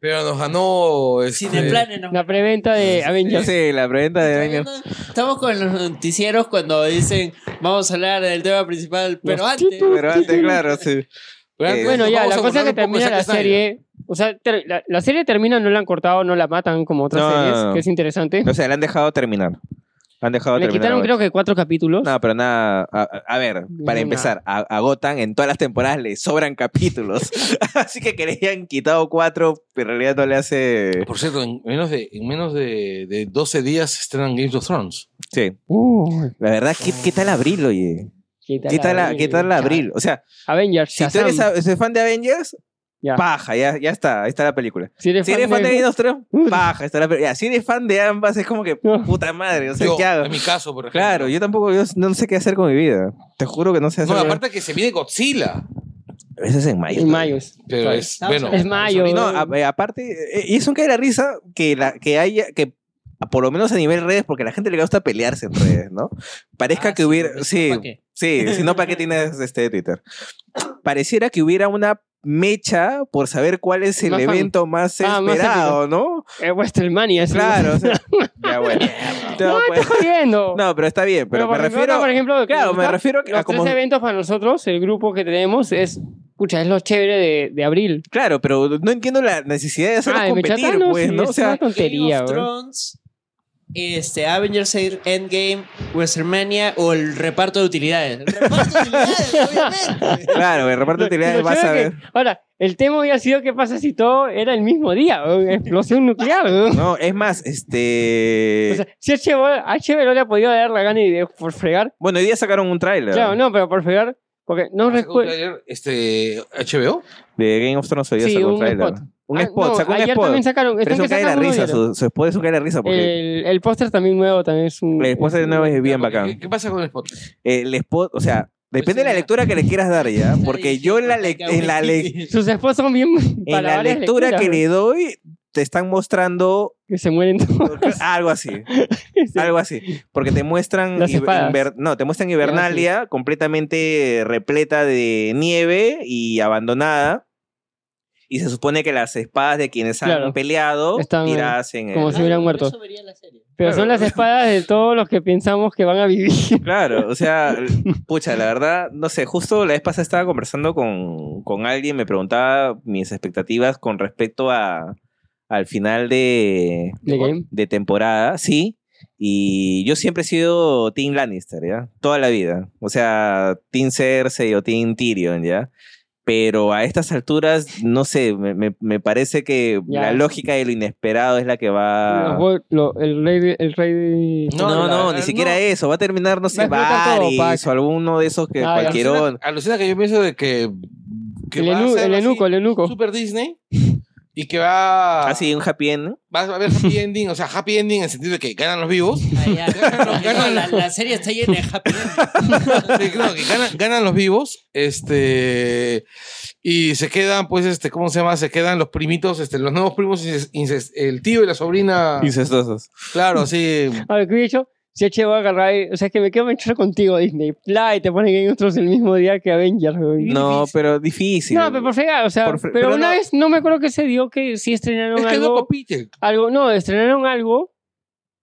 Pero nos ganó... Pues Sin este, el plan, ¿no? La preventa de Yo Avengers. sé, la preventa de Avengers. Estamos con los noticieros cuando dicen vamos a hablar del tema principal, pero Los antes. títulos. Pero antes, claro, sí. ¿verdad? Eh, Bueno, Nos ya, vamos la cosa a es burlar que un poco de termina Zack la Snyder. serie. O sea, ter- la, la serie termina, no la han cortado, no la matan como otras No, series, no, no. que es interesante. O sea, le han dejado terminar. Han dejado Le terminar. quitaron a creo que cuatro capítulos. No, pero nada. A, a- a ver, para Nada. empezar, a, a Gotham en todas las temporadas le sobran capítulos. Así que que le hayan quitado cuatro, pero en realidad no le hace. Por cierto, en menos de, en menos de, de 12 días se estrenan Games of Thrones. Sí. Uy, La verdad, ¿qué, qué tal abril, oye? quítala, ¿Qué tal, la- abril, qué tal ya. abril? O sea, Avengers, si tú eres, Shazam. a- si eres fan de Avengers, Ya. paja, ya, ya está, ahí está la película. Si eres Si eres fan de Game of Thrones, Uy. paja, está la película. Ya, si eres fan de ambas, es como que No. puta madre, o sea, Yo, ¿qué hago? en mi caso, por ejemplo. Claro, yo tampoco, yo no sé qué hacer con mi vida. Te juro que no sé hacer. No, con- aparte que se viene Godzilla. Eso es en mayo. En mayo. es. Pero Claro. es, bueno, Es mayo. Y no, eh. a- eh, aparte, eh, y es un cae la risa que, la, que haya, que a- por lo menos a nivel redes, porque a la gente le gusta pelearse en redes, ¿no? Parezca Ah, que sí, hubiera, porque sí, ¿para qué? sí, si no, ¿para qué tienes este Twitter? Pareciera que hubiera una mecha por saber cuál es el Más fan. evento más Ah, más esperado, ¿no? Eh, Westermania. es- Claro, o sea, ya bueno. No, No, pues, estás jodiendo. no, pero está bien, pero, me por ejemplo, refiero, por ejemplo, claro, me está- refiero a Los como, tres eventos para nosotros, el grupo que tenemos, es. Pucha, es lo chévere de, de abril. claro, pero no entiendo la necesidad de hacerlos Ah, de competir, Mechatanos, pues, sí, ¿no? O es sea, una tontería, Game of güey. Thrones, este, Avengers Endgame, WrestleMania o el reparto de utilidades. El reparto de utilidades, obviamente. claro, de reparte Lo- utilidades lo vas a chévere ver. que- Ahora, el tema hubiera sido qué pasa si todo era el mismo día, güey, explosión nuclear. güey. No, es más, este. O sea, si a Chevrolet a Chevrolet le ha podido dar la gana y de- por fregar. bueno, hoy día sacaron un tráiler Claro, no, pero por fregar. Porque no sacó un recuerdo. tráiler, este HBO. de Game of Thrones. Hoy día Sí, sacó un un tráiler. spot. Un Ah, spot, no, sacó un ayer spot. también sacaron. Pero están es un que cae la sacan uno risa, diario. su, su spot es un cae la risa porque El, el póster también nuevo también es un. el spot es- de nuevo es bien Ya, porque, bacán. ¿qué, qué pasa con el spot? El spot, o sea, Pues depende sí, de la ya. lectura que le quieras dar ya, porque yo en la, lec- lectura en la, lec- Sus esposos son bien. en la varias lectura lecturas, que güey, le doy te están mostrando que se mueren todos. algo así, algo así, porque te muestran Las hib- espadas. inver- no, te muestran Hibernalia completamente repleta de nieve y abandonada. Y se supone que las espadas de quienes Claro. han peleado Están, eh, tiradas en el- como si hubieran muerto. Pero son las espadas de todos los que pensamos que van a vivir. Claro, o sea, pucha, la verdad, no sé, justo la vez pasada estaba conversando con, con alguien, me preguntaba mis expectativas con respecto a al final de, ¿De game? de temporada, sí. Y yo siempre he sido Team Lannister, ¿ya? Toda la vida. O sea, Team Cersei o Team Tyrion, ¿ya? Pero a estas alturas, no sé, me, me- me parece que Ya. la lógica de lo inesperado es la que va. Los Bo- lo- el rey de- el rey de- No, no, no, ni no. siquiera eso. Va a terminar, no sé, Va a explotar todo, Baris Pac. o alguno de esos que Ah, ya. cualquier Alucina, alucina que yo pienso de que. que el, va a enu- ser el así, enuco el enuco Super Disney. Y que va. Así, un happy end. ¿no? Va a haber happy ending. O sea, happy ending en el sentido de que ganan los vivos. Ganan- ganan- la, la serie está llena de happy Sí, no, que ganan, ganan los vivos, este, y se quedan, pues, este, ¿cómo se llama? Se quedan los primitos, este, los nuevos primos, inces- inces- el tío y la Ah. sobrina. Incestuosos. Claro, sí. a ver qué he dicho si H va a agarrar y- o sea es que me quiero mentir contigo Disney Pla, y te ponen en otros el mismo día que Avengers güey. No, pero difícil. no, pero por fregar, o sea, Por fre- pero, pero una no- vez no me acuerdo que se dio que sí estrenaron Es que no algo. compiten. algo no estrenaron algo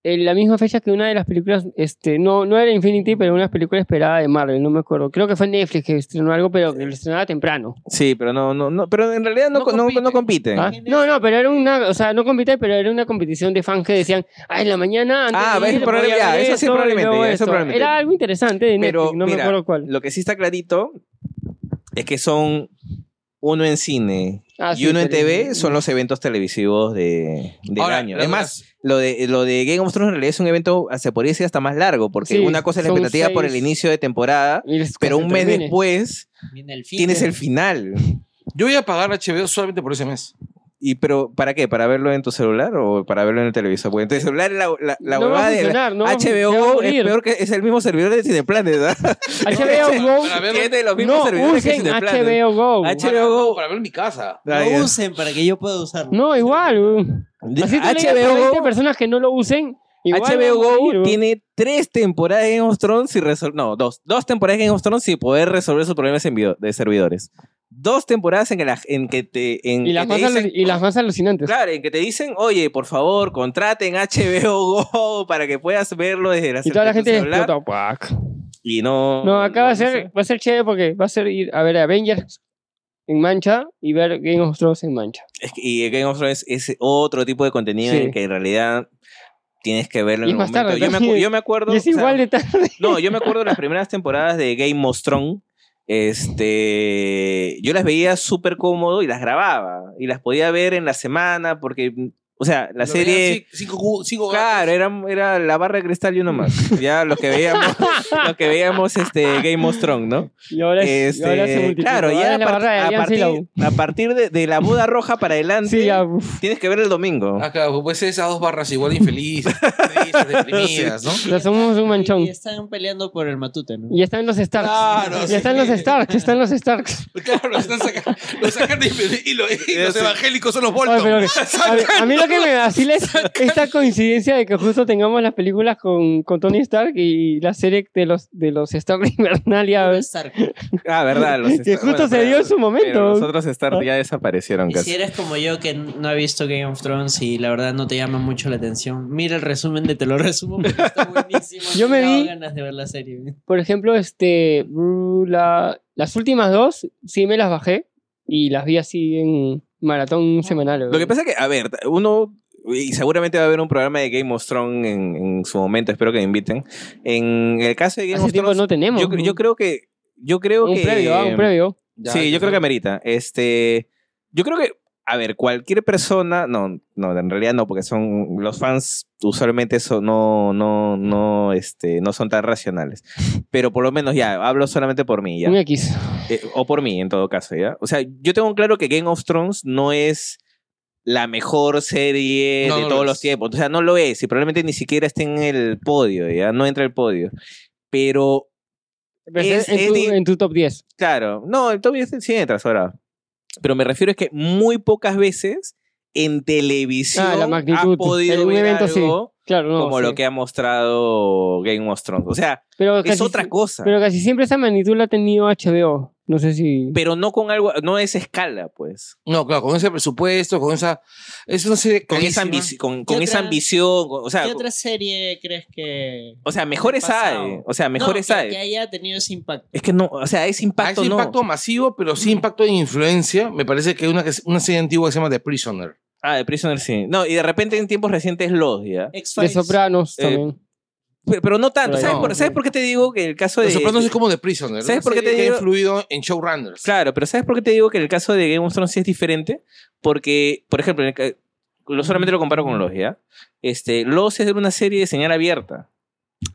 en la misma fecha que una de las películas este no no era Infinity pero una película esperada de Marvel no me acuerdo creo que fue Netflix que estrenó algo pero que lo estrenaba temprano Sí, pero no, no, no, pero en realidad no, No co- no- no compiten. ¿Ah? no no pero era una o sea no compite pero era una competición de fans que decían ah en la mañana antes Ah, de ves, ir, probable- voy a ya, ver eso sí, esto, y probablemente, luego ya, eso esto". probablemente. era algo interesante de Netflix Pero, no me mira, acuerdo cuál Lo que sí está clarito es que son uno en cine Ah, y sí, uno en pero- TV son los eventos televisivos de, del Ahora, año. las- Es más, lo de, lo de Game of Thrones en realidad es un evento, se podría decir, hasta más largo, porque Sí, una cosa es la son expectativa por el seis- inicio de temporada, y les- pero cuando un mes termine. después el fin. tienes el final. Yo voy a pagar HBO solamente por ese mes. ¿Y pero para qué? ¿Para verlo en tu celular o para verlo en el televisor? Porque en tu celular la, la, la no va huevada a de funcionar, no va a funcionar, se va a HBO es morir. peor que es el mismo servidor de Cineplanet, ¿verdad? HBO Go Para ver- Tiene los mismos no servidores que usen Cineplanet. HBO Go H- para- HBO. no, para ver en mi casa. Ah, ya. Lo usen para que yo pueda usarlo. no igual güey. De- Así te le digas a 20 HBO, personas que no lo usen. este, igual HBO van a Go morir, güey. tiene tres temporadas de Game of Thrones y resol- no, dos, dos temporadas de Game of Thrones y poder resolver sus problemas en video- de servidores. Dos temporadas en que, la- en que te en Y que las, te más alu- dicen, y las más alucinantes. claro, en que te dicen, "Oye, por favor, contraten HBO Go para que puedas verlo desde la y toda la cerca de tu gente celular". explota. ¡pac! y no No, acá va a no ser, sé. va a ser chévere porque va a ser ir a ver Avengers en mancha y ver Game of Thrones en mancha. Es que- y Game of Thrones es otro tipo de contenido Sí. en que en realidad tienes que verlo Y en el más momento. tarde yo, me acu- también. yo me acuerdo Y es o sea, igual de tarde. No, yo me acuerdo de las primeras temporadas de Game of Thrones. Este, yo las veía súper cómodo y las grababa. Y las podía ver en la semana porque, o sea, la Lo veían serie... ci- Cinco, gu- cinco Claro, gatos. era, era la barra de cristal y uno más. Ya lo que veíamos, lo que veíamos este Game of Thrones, ¿no? Y ahora, es- y ahora se Este, multiplica. claro, Ahora ya a, es la par- barra de a Alianza y la partir, a partir de, de la boda roja U. para adelante, Sí, ya, uf. tienes que ver el domingo. Ah. Acá, pues esas dos barras igual de infelices, tristes, deprimidas, ¿no? ya somos un manchón. Y están peleando por el matute, ¿no? Y están los Starks. Claro, ya están sí. los Starks, están los Starks. Claro, lo están sacando, lo sacan de infeliz- y, lo- y los Sí. evangélicos son los Ay, Bolton. pero que- a, Sacan- ver, a mí lo que me vacila es esta coincidencia de que justo tengamos las películas con, con Tony Stark y la serie de los, de los Stark de Invernalia. Puro ¿ves? Stark. Ah, verdad. Los Que Star- justo se pero- dio en su momento. Ah. pero Los otros Star ya desaparecieron Y casi. si eres como yo que no ha visto Game of Thrones y la verdad no te llama mucho la atención, mira el resumen de Te lo resumo porque está buenísimo. Yo me Me daba vi- ganas de ver la serie. Por ejemplo, este, uh, la- las últimas dos sí me las bajé y las vi así en maratón semanal. Lo que pasa es que, a ver, uno. Y seguramente va a haber un programa de Game of Thrones en, en su momento, espero que me inviten. En el caso de Game hace of tiempo Thrones, no tenemos. yo, cre- yo creo que. Yo creo un que. em, previo, ah, un previo. Sí, yo creo que amerita. Este, yo creo que, a ver, cualquier persona, no, no, en realidad no, porque son los fans usualmente son, no, no, no, este, no son tan racionales. Pero por lo menos ya, hablo solamente por mí ya. Un X. Eh, o por mí, en todo caso, ¿ya? O sea, yo tengo claro que Game of Thrones no es la mejor serie No, de no lo todos es. los tiempos. O sea, no lo es. Y probablemente ni siquiera esté en el podio, ¿ya? No entra al podio. Pero, Es- en, es tu, de- en tu top 10. claro, no, el top 10 sí entra ahora. Pero me refiero es que muy pocas veces en televisión Ah, la magnitud. ha podido En un ver evento sí. algo Claro, no. como sí. lo que ha mostrado Game of Thrones. O sea, pero es casi otra si- cosa. Pero casi siempre esa magnitud la ha tenido HBO. No sé si. pero no con algo, no es escala, pues. No, claro, con ese presupuesto, con esa. Es una serie con esa, carísima. ambici- con, con ¿Qué esa otra- ambición, con- o sea, ¿Qué otra serie crees que.? o sea, mejores hay, pasado? o sea, mejores no, que- hay. Que haya tenido ese impacto. Es que no, o sea, ese Ah, impacto ese no. impacto masivo, pero sí impacto de influencia. Me parece que hay una, que- una serie antigua que se llama The Prisoner. Ah, de Prisoner sí. No, y de repente en tiempos recientes los ya. X-Files. De Sopranos Eh, también. Pero, pero no tanto. Pero ¿Sabes, no, por, ¿Sabes sí. por qué te digo que el caso de. Los Sopranos es como The Prisoner. ¿Sabes una por qué serie te que digo? ha influido en showrunners? Claro, pero ¿sabes por qué te digo que el caso de Game of Thrones sí es diferente? Porque, por ejemplo, en el ca- lo solamente lo comparo con Los, ¿ya? Este, Los es una serie de señal abierta.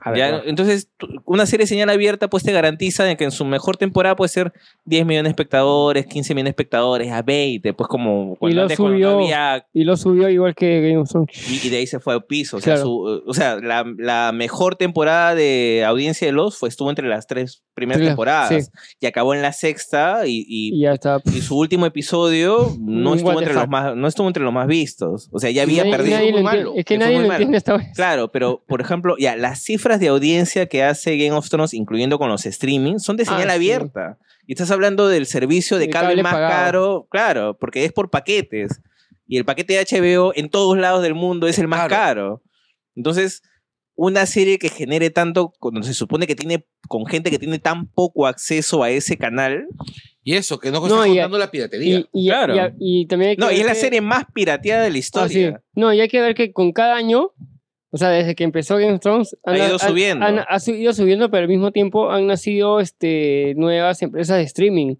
A ver, ¿ya? claro. Entonces, tú- una serie de señal abierta pues te garantiza de que en su mejor temporada puede ser 10 millones de espectadores, 15 millones de espectadores, a 20, pues como cuando lo antes cuando no subió. había Y lo subió igual que Game of Thrones. y, y de ahí se fue al piso. O sea, Claro. su- o sea, la, la mejor temporada de audiencia de Los fue, estuvo entre las tres primeras Tres, temporadas y acabó en la sexta y, y- Y ya está. y su último episodio no Un estuvo, what the entre los fuck. más, no estuvo entre los más vistos. O sea, ya Y había Nadie- perdido. nadie muy lo malo, entiende- Es que que fue nadie muy lo malo. entiende hasta ahora. Claro, pero por ejemplo, ya las cifras de audiencia que hace Game of Thrones, incluyendo con los streaming, son de Ah, señal sí. abierta. Y estás hablando del servicio de, De cable, cable más pagado. caro, claro, porque es por paquetes. Y el paquete de HBO en todos lados del mundo es el más caro. Entonces, una serie que genere tanto, cuando se supone que tiene con gente que tiene tan poco acceso a ese canal. Y eso, que no, No, está y- contando la piratería. Y, y- Claro. y- y también hay que No, y ver es la que- serie más pirateada de Ah, la sí. historia. No, y hay que ver que con cada año, o sea, desde que empezó Game of Thrones, Ha ido subiendo. han- ha subido subiendo, pero al mismo tiempo han nacido este, nuevas empresas de streaming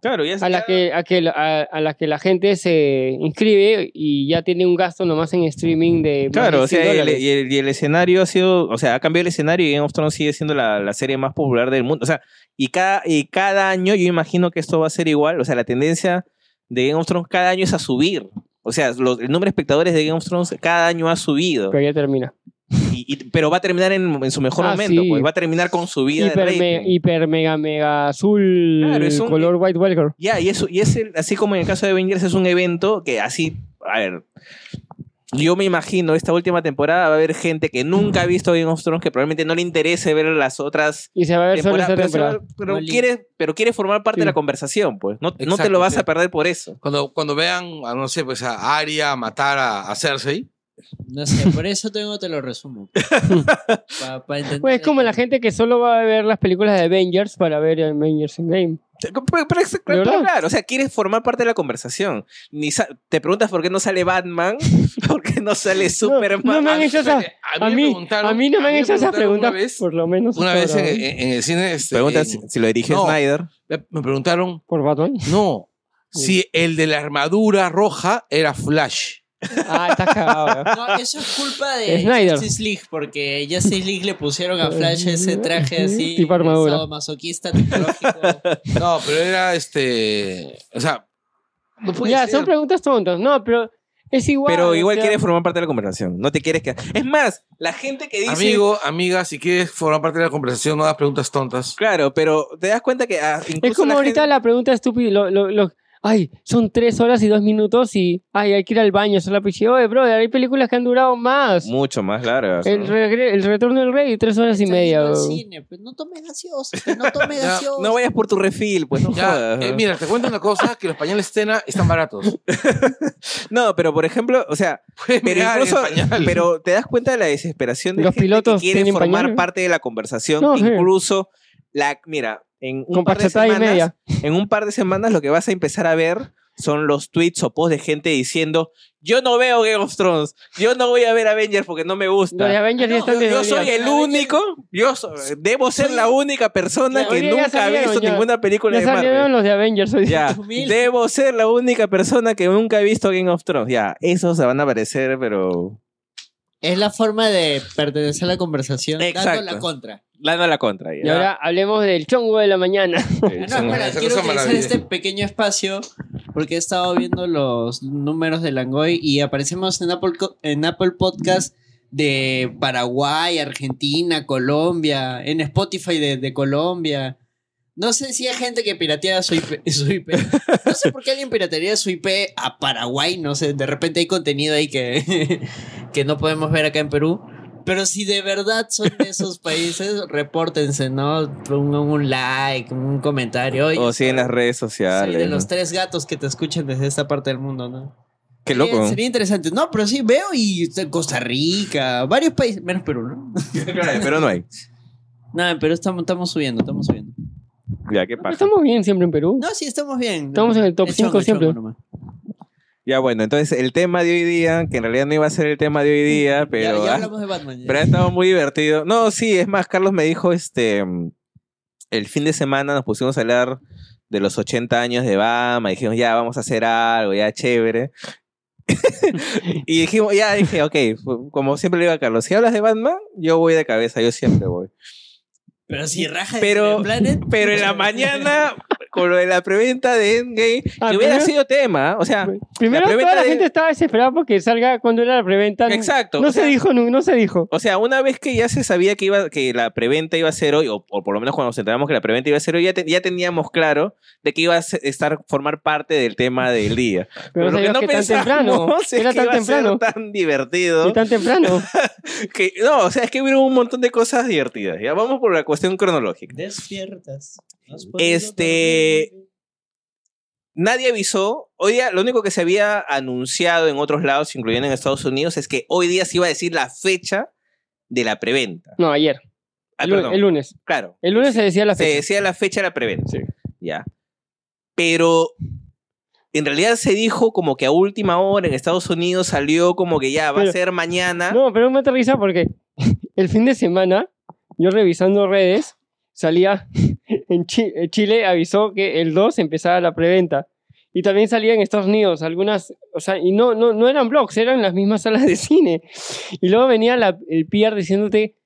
Claro, ya a las que, a que, la- a, a las que la gente se inscribe y ya tiene un gasto nomás en streaming de. más Claro, de o 100 sea, y el, dólares. y el- y el escenario ha sido, o sea, ha cambiado el escenario y Game of Thrones sigue siendo la, la serie más popular del mundo. O sea, y cada, y cada año yo imagino que esto va a ser igual. O sea, la tendencia de Game of Thrones cada año es a subir. O sea, los- el número de espectadores de Game of Thrones cada año ha subido. Pero ya termina. Y- y- pero va a terminar en, en su mejor Ah, momento, sí. pues va a terminar con su vida. Hiper, me- hiper mega mega azul Claro, es un- color white walker. Ya, y eso, y es el- así como en el caso de Avengers, es un evento que así, a ver. Yo me imagino, esta última temporada va a haber gente que nunca ha visto Game of Thrones, que probablemente no le interese ver las otras Y se va a ver solo temporadas, esta pero, se va- temporada. pero Molly. quiere, pero quiere formar parte Sí. de la conversación, pues. No, no te Exacto, lo vas sí. a perder por eso. Cuando, cuando vean, a no sé, pues a Arya matar a, a Cersei. No sé, por eso tengo, te lo resumo. Pa- pa entender- Pues es como la gente que solo va a ver las películas de Avengers para ver Avengers Endgame. Pero, pero es- pero verdad? claro, o sea, quieres formar parte de la conversación. Ni sa- te preguntas por qué no sale Batman, por qué no sale No, Superman. No, me han hecho esa, Espérate, a me mí, preguntaron- a mí no me han hecho esas preguntaron preguntas, Una vez, por lo menos. una hasta vez en, ahora. en- en el cine. este, Preguntas si, en- si lo dirigió No. Snyder. me preguntaron ¿Por Batman? No, si el de la armadura roja era Flash. Ah, estás cagado. ¿no? No, eso es culpa de Snyder. Justice League, porque Justice League le pusieron a Flash ese traje así. Tipo armadura. masoquista, tecnológico. No, pero era este. O sea. No puede ya, ser. son preguntas tontas. No, pero es igual. Pero igual o sea, quieres formar parte de la conversación. No te quieres quedar. Es más, la gente que dice. Amigo, amiga, si quieres formar parte de la conversación, no hagas preguntas tontas. Claro, pero te das cuenta que. ah, incluso Es como la ahorita gente- la pregunta estúpida. Lo, lo- lo- ay, son tres horas y dos minutos y ay, hay que ir al baño, solo piché. Oye, bro, hay películas que han durado más. Mucho más larga. El, regre- el retorno del rey, tres horas y Está media. yendo al bro. cine, pues, no tomes gaseosa, pues, no tomes Ya, gaseosa. No vayas por tu refil, pues no Ya, jodas. eh, mira, te cuento una cosa: que los pañales Tena están baratos. No, pero por ejemplo, o sea, Puedes pero mirar en incluso. pañales. Pero te das cuenta de la desesperación de Los gente pilotos que quiere tienen formar pañales. parte de la conversación. No, que sí. incluso la. Mira, en un Con par de pachetada y semanas. media. En un par de semanas lo que vas a empezar a ver son los tweets o posts de gente diciendo. Yo no veo Game of Thrones. Yo no voy a ver Avengers porque no me gusta. Los de Avengers Ah, ya no, están yo- Yo desde soy día. el único, yo so- debo ser Soy- la única persona Ya, hoy que día ya nunca ha salieron, visto ya. ninguna película Ya de Marvel. salieron los de Avengers hoy día. Ya, Mil. debo ser la única persona que nunca ha visto Game of Thrones. Ya, esos se van a aparecer, pero Es la forma de pertenecer a la conversación Exacto. dando la contra. dando la contra. Y ahora hablemos del chongo de la mañana. Ah, Sí, No, espera, esa quiero cosa utilizar maravillosa. este pequeño espacio porque he estado viendo los números de Langoy y aparecemos en Apple, Co- en Apple Podcast de Paraguay, Argentina, Colombia, en Spotify de, de Colombia. No sé si hay gente que piratea su IP, su IP. No sé por qué alguien piratearía su IP a Paraguay. No sé, de repente hay contenido ahí que, que no podemos ver acá en Perú. Pero si de verdad son de esos países, repórtense, ¿no? Pongan un like, un comentario. Oye, O sí en las redes soy de sociales. los tres gatos que te escuchan desde esta parte del mundo, ¿no? Qué loco. Sería, sería interesante. No, pero sí veo y Costa Rica, varios países, menos Perú, ¿no? Pero no hay. Nada, en Perú estamos, estamos subiendo, estamos subiendo. Ya, qué paja. Estamos bien siempre en Perú. No, sí, estamos bien. Estamos en el top chongo, cinco siempre. chongo nomás. Ya bueno, entonces el tema de hoy día, que en realidad no iba a ser el tema de hoy día, pero... ya, ah, hablamos de Batman. ya. Pero ha estado muy divertido. No, sí, es más, Carlos me dijo, este, mm, el fin de semana nos pusimos a hablar de los 80 años de Bama, dijimos, ya, vamos a hacer algo, ya, chévere. y dijimos, ya, dije, ok, fu- como siempre le digo a Carlos, si hablas de Batman, yo voy de cabeza, yo siempre voy. Pero si raja Pero- de Planet. Pero en la mañana, con lo de la preventa de Endgame, Ah, que hubiera primero- sido tema, o sea, Primero preventa toda la de- gente estaba desesperada porque salga cuando era la preventa. No- exacto. No o se sea, dijo, no, no se dijo. O sea, una vez que ya se sabía que iba que la preventa iba a ser hoy, o, o por lo menos cuando nos enteramos que la preventa iba a ser hoy, ya, te- ya teníamos claro de que iba a se- estar formar parte del tema del día. Pero, lo que sabías no que tan temprano. pensábamos es Era que tan iba a ser temprano. tan divertido. Y tan temprano. Que, no, o sea, es que hubo un montón de cosas divertidas. Ya vamos por la cuestión cronológica. Despiertas. No Pues, has podido Este- dormir. Nadie avisó. Hoy día, lo único que se había anunciado en otros lados, incluyendo en Estados Unidos, es que hoy día se iba a decir la fecha de la preventa. No, ayer. Ah, el, lu- perdón, el lunes. claro. El lunes se decía la se fecha. decía la fecha de la preventa. Sí. Ya. Pero en realidad se dijo como que a última hora en Estados Unidos salió como que ya va Pero- a ser mañana. No, pero me aterriza porque el fin de semana, yo revisando redes, salía en Chi- eh, Chile, avisó que el 2 empezaba la preventa. Y también salía en Estados Unidos algunas, o sea, y no, no, no eran blogs, eran las mismas salas de cine. Y luego venía la- el PR diciéndote,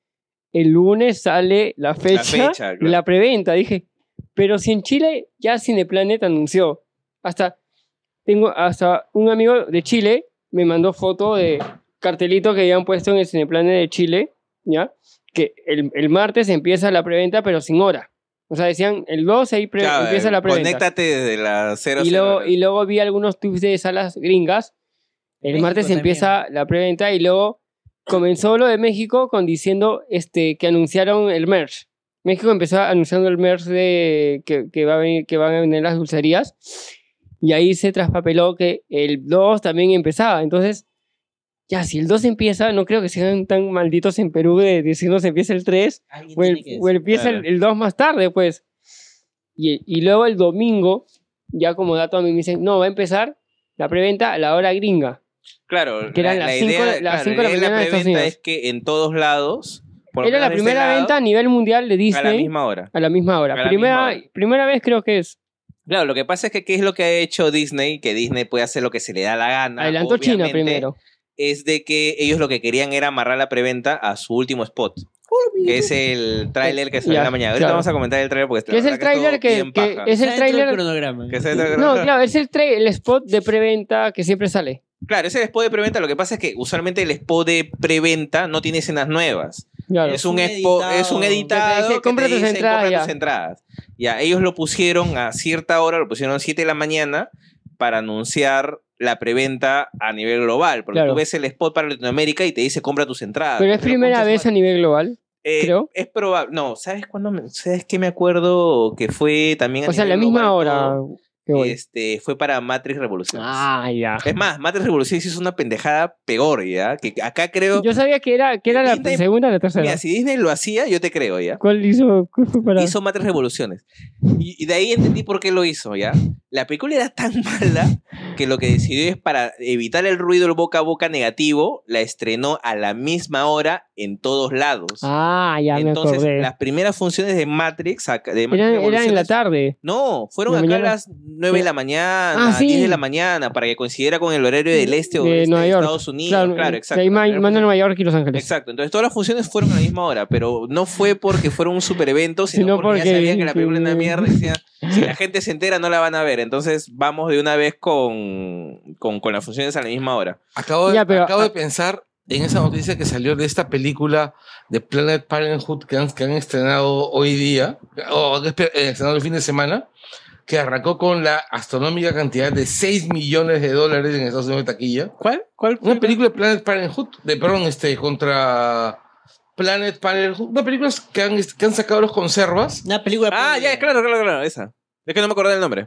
el lunes sale la fecha, fecha, de claro. la preventa. Dije, pero si en Chile ya Cineplanet anunció, hasta, tengo, hasta un amigo de Chile me mandó foto de, cartelito que habían puesto en el Cineplanet de Chile, ¿ya? Que el, el martes empieza la preventa, pero sin hora. O sea, decían, el 12 ahí pre- Ya, empieza eh, la preventa. Conéctate desde las 0 Y luego, y luego vi algunos tweets de salas gringas. El México martes empieza la preventa y luego comenzó lo de México con diciendo este, que anunciaron el merch. México empezó anunciando el merch de que, que va a venir, que van a venir las dulcerías. Y ahí se traspapeló que el 2 también empezaba. Entonces, ya, si el 2 empieza, no creo que sean tan malditos en Perú de decirnos empieza el 3 Alguien o, el, tiene que o Pues, empieza el- Claro. el 2 más tarde, pues. Y, y luego el domingo, ya como dato a mí me dicen, no, va a empezar la preventa a la hora gringa. Claro, que eran la, las la cinco- idea, las claro, cinco de la la idea de mañana la en Estados preventa Unidos. es que en todos lados. por lo Era la menos de este primera lado, venta a nivel mundial de a la Disney misma hora. a la misma hora. a la primera, misma hora. primera vez creo que es. Claro, lo que pasa es que qué es lo que ha hecho Disney, que Disney puede hacer lo que se le da la gana. Adelantó China obviamente, primero. Es de que ellos lo que querían era amarrar la preventa a su último spot. que es el tráiler que salió Eh, Ya, en la mañana. Ahorita claro. vamos a comentar el tráiler porque Que es la el verdad tráiler que, estuvo bien que paja. es el Está dentro del tráiler. cronograma. Que es el tráiler- No, claro, es el, tra- el spot de preventa que siempre sale. Claro, ese spot de preventa, lo que pasa es que usualmente el spot de preventa no tiene escenas nuevas. Claro. Es un, Un expo- editado. es un Que te editado dice, que te compra tus dice, entradas, compra ya. tus entradas. Ya, ellos lo pusieron a cierta hora, lo pusieron a 7 de la mañana para anunciar la preventa a nivel global. Porque Claro. tú ves el spot para Latinoamérica y te dice compra tus entradas. Pero es primera concha de su vez a nivel global. Eh, Creo. Es probable. No, ¿sabes cuándo? me- ¿Sabes qué me acuerdo que fue también a O sea, la nivel misma global hora todo? que hoy. Este, fue para Matrix Revoluciones. Ah, ya. Es más, Matrix Revoluciones hizo una pendejada peor, ¿ya? Que acá creo. Yo sabía que era, que era la Disney- segunda o la tercera. mira, si Disney lo hacía, yo te creo, ¿ya? ¿Cuál hizo? ¿Cuál fue para? Hizo Matrix Revoluciones. Y, y de ahí entendí por qué lo hizo, ¿ya? La película era tan mala que lo que decidió es para evitar el ruido, el boca a boca negativo, la estrenó a la misma hora en todos lados. Ah, ya me Entonces, acordé. las primeras funciones de Matrix, acá- de Era, Matrix era en la Revoluciones, tarde. No, fueron ¿La acá mañana? a las 9 de la mañana, Ah, sí. 10 de la mañana, para que coincidiera con el horario del este o De oeste Nueva de York. Estados Unidos. Claro, eh, exacto. De ahí la ma- primera manda a función. Nueva York y Los Ángeles. Exacto, entonces todas las funciones fueron a la misma hora, pero no fue porque fueron un super evento, sino, Sino porque, porque- ya sabían que la película era una mierda y decían, si la gente se entera no la van a ver, entonces vamos de una vez con, con, con las funciones a la misma hora. Acabo, Ya, pero- acabo ah. de pensar en esa noticia que salió de esta película de Planet Parenthood que han, que han estrenado hoy día, o que espe- eh, estrenado el fin de semana, que arrancó con la astronómica cantidad de 6 millones de dólares en Estados Unidos de taquilla. ¿Cuál? ¿Cuál? Una película de Planet Parenthood, de perdón, este, contra Planet Parenthood, una película que han, que han sacado los conservas Una película. Ah, ya, claro, claro, claro, esa. Es que no me acordé del nombre.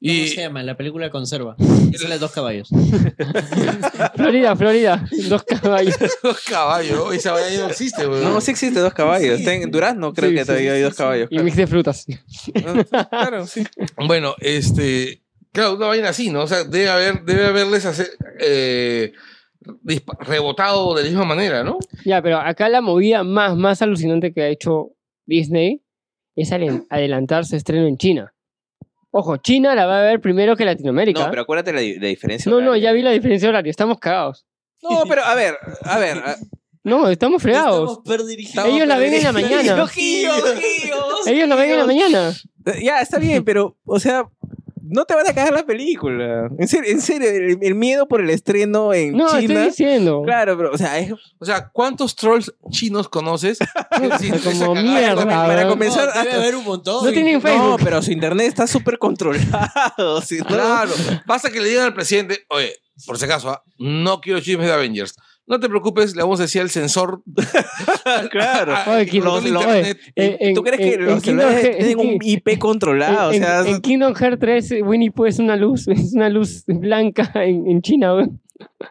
¿Cómo y se llama? La película conserva. Es las dos caballos. Florida, Florida. Dos caballos. los caballos, esa vaina ya no existe, güey. No, sí existe dos caballos. Está en Durazno, creo Ah. Sí, que sí, todavía sí, hay sí, dos caballos. Y mix de frutas. Claro, claro sí. Bueno, este. cla- Claro, una vaina así, ¿no? O sea, debe, haber, debe haberles hace- eh, dispa- rebotado de la misma manera, ¿no? Ya, pero acá la movida más, más alucinante que ha hecho Disney es ale- adelantar su estreno en China. Ojo, China la va a ver primero que Latinoamérica. No, pero acuérdate la, di- la diferencia. no, no, horaria. ya vi la diferencia horaria, estamos cagados. No, pero a ver, a ver. a- No, estamos fregados. Estamos perdirigidos. Ellos la ven en la mañana. Ellos la ven en la mañana. Eh, Ya, está bien, pero, o sea, no te van a cagar la película. En serio, en serio el, el miedo por el estreno en No, estoy China. diciendo. Claro, pero, o sea, es O sea, ¿cuántos trolls chinos conoces? Que sí, esa Como cagada- mierda. para weón. comenzar, No, debe hasta- haber un montón. No tienen Facebook. No, pero su internet está súper controlado. si no- Claro, basta que le digan al presidente, oye, por si acaso, ah, no quiero chismes de Avengers. No te preocupes, le vamos a decir al sensor. claro. Ah, Oye, que- los- oye, los- en- en- ¿Tú crees que en- en los Kingdom celulares Hearts- tienen un IP controlado? en, o sea, en- en Kingdom Hearts 3, Winnie Pooh es una luz, es una luz blanca en, en China, weón.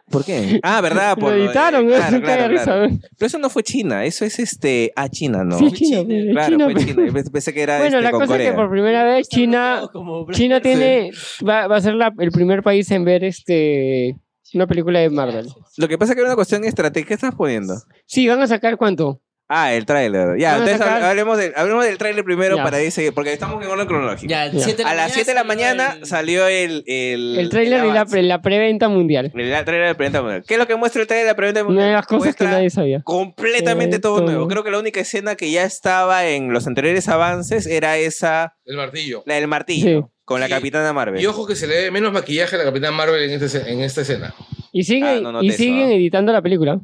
¿por qué? Ah, ¿verdad? Lo Por de- editaron, weón, claro, un caga claro, risa, claro. weón. Pero eso no fue China, eso es este. Ah, China, no. Sí, China, China, weón, claro, China, fue weón. China. Yo pens- pensé que era Bueno, este, la con cosa es Corea. que por primera vez China, China tiene, va, va a ser la- el primer país en ver este una película de Marvel. Lo que pasa es que era una cuestión estratégica. ¿Qué estás poniendo? Sí, van a sacar cuánto. Ah, el tráiler. Ya, Van a entonces sacar- hablemos, del, hablemos del tráiler primero Ya. para ir seguir, porque estamos en orden cronológico. Ya, Ya. siete A las 7 de la salió mañana el- salió el... El, El tráiler el y la, avance. pre- la preventa mundial. El trailer de la preventa mundial. ¿Qué es lo que muestra el trailer de la preventa mundial? Una de las cosas que Muestra nadie sabía. Completamente Eh, todo todo. nuevo. Creo que la única escena que ya estaba en los anteriores avances era esa, El martillo. la del martillo, Sí. con la Sí. capitana Marvel. Y ojo que se le dé menos maquillaje a la Capitán Marvel en, este, ce- en esta escena. Y siguen, Ah, no noté y eso, siguen ¿ah? editando la película.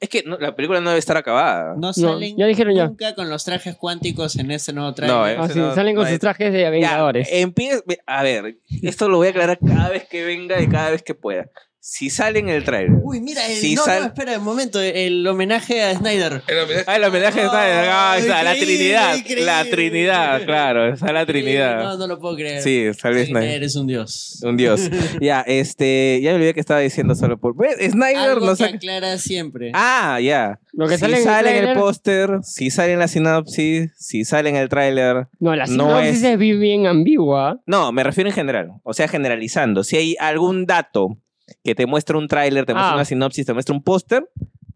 Es que no- la película no debe estar acabada. No No, salen ya dijeron ya. nunca con los trajes cuánticos en ese nuevo No, trailer. eh. Ah, sí, no- salen con no sus es- trajes de Ya, eh, Vengadores. empieza- a ver, esto lo voy a aclarar cada vez que venga y cada vez que pueda. Si sale en el trailer. Uy, mira, el, Si no, sal- no, espera un momento, el homenaje a Snyder. En la verdad, Ah, el homenaje está, ah, Ah, está, la increíble, Trinidad. increíble. La Trinidad, claro. Está la No, Trinidad. no lo puedo creer. Sí, tal vez Snyder. Eres un dios. Un dios. ya, este. Ya me olvidé que estaba diciendo solo por. ¿Ves? Snyder Algo no que saca. aclara siempre. Ah, ya. Lo que si sale en el en el tráiler- póster, si sale en la sinopsis, si sale en el tráiler. No, la no sinopsis es- es bien- bien ambigua. No, me refiero en general. O sea, generalizando. Si hay algún dato que te muestra un tráiler, te muestra Ah. una sinopsis, te muestra un póster,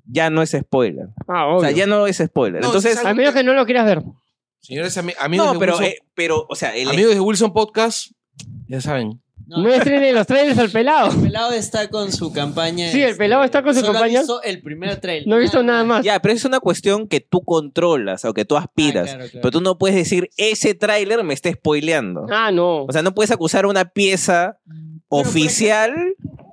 ya no es spoiler. Ah, O sea, obvio. ya no es spoiler. No, Entonces. si sale- A menos que no lo quieras ver. Señores, ami- amigos, No, de pero, Wilson, eh, pero, o sea, el, amigos de Wilson Podcast, ya saben. No, No estrenen los trailers al pelado. El pelado está con su campaña. Sí, el este, pelado está con su solo campaña. Hizo el primer trailer. No he visto nada más. Ya, pero es una cuestión que tú controlas o que tú aspiras. Ah, claro, claro. Pero tú no puedes decir, ese tráiler me está spoileando. Ah, no. O sea, no puedes acusar una pieza oficial.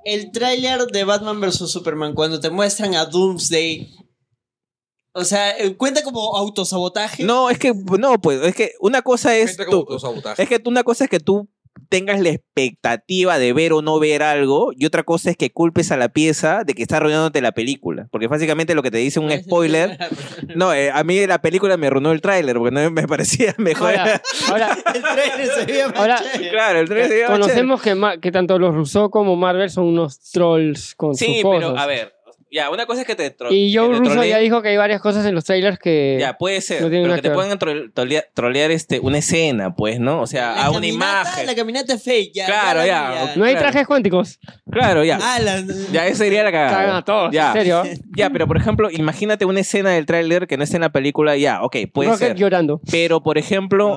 El tráiler de Batman vs Superman, cuando te muestran a Doomsday. O sea, eh, cuenta como autosabotaje. No, es que, no, pues, es que una cosa es. Gente tú- como autosabotaje. es que tú- una cosa es que tú tengas la expectativa de ver o no ver algo, y otra cosa es que culpes a la pieza de que está arruinándote la película. Porque básicamente lo que te dice un spoiler. No, eh, a mí la película me arruinó el tráiler porque no me parecía mejor. Ahora, ahora, el tráiler se veía más Ahora, chévere. claro, el tráiler se veía chévere. conocemos que, ma- que tanto los Rousseau como Marvel son unos trolls con Sí, sus cosas. pero a ver, ya, una cosa es que te tro- y que Joe te Russo troleen. ya dijo que hay varias cosas en los trailers que... Ya, puede ser, No tiene pero nada que que te ver. puedan trole- trolea- trolear este, una escena, pues, ¿no? O sea, La a una caminata- imagen. La caminata es fake, ya. Claro, la ya, vi, no hay claro. trajes cuánticos. Claro, ya. Ah, la- Ya, esa sería la cagada. Cagan a todos, ya. en serio. Ya, pero por ejemplo, imagínate una escena del tráiler que no esté en la película, ya, ok, puede Rocket ser. llorando. Pero, por ejemplo,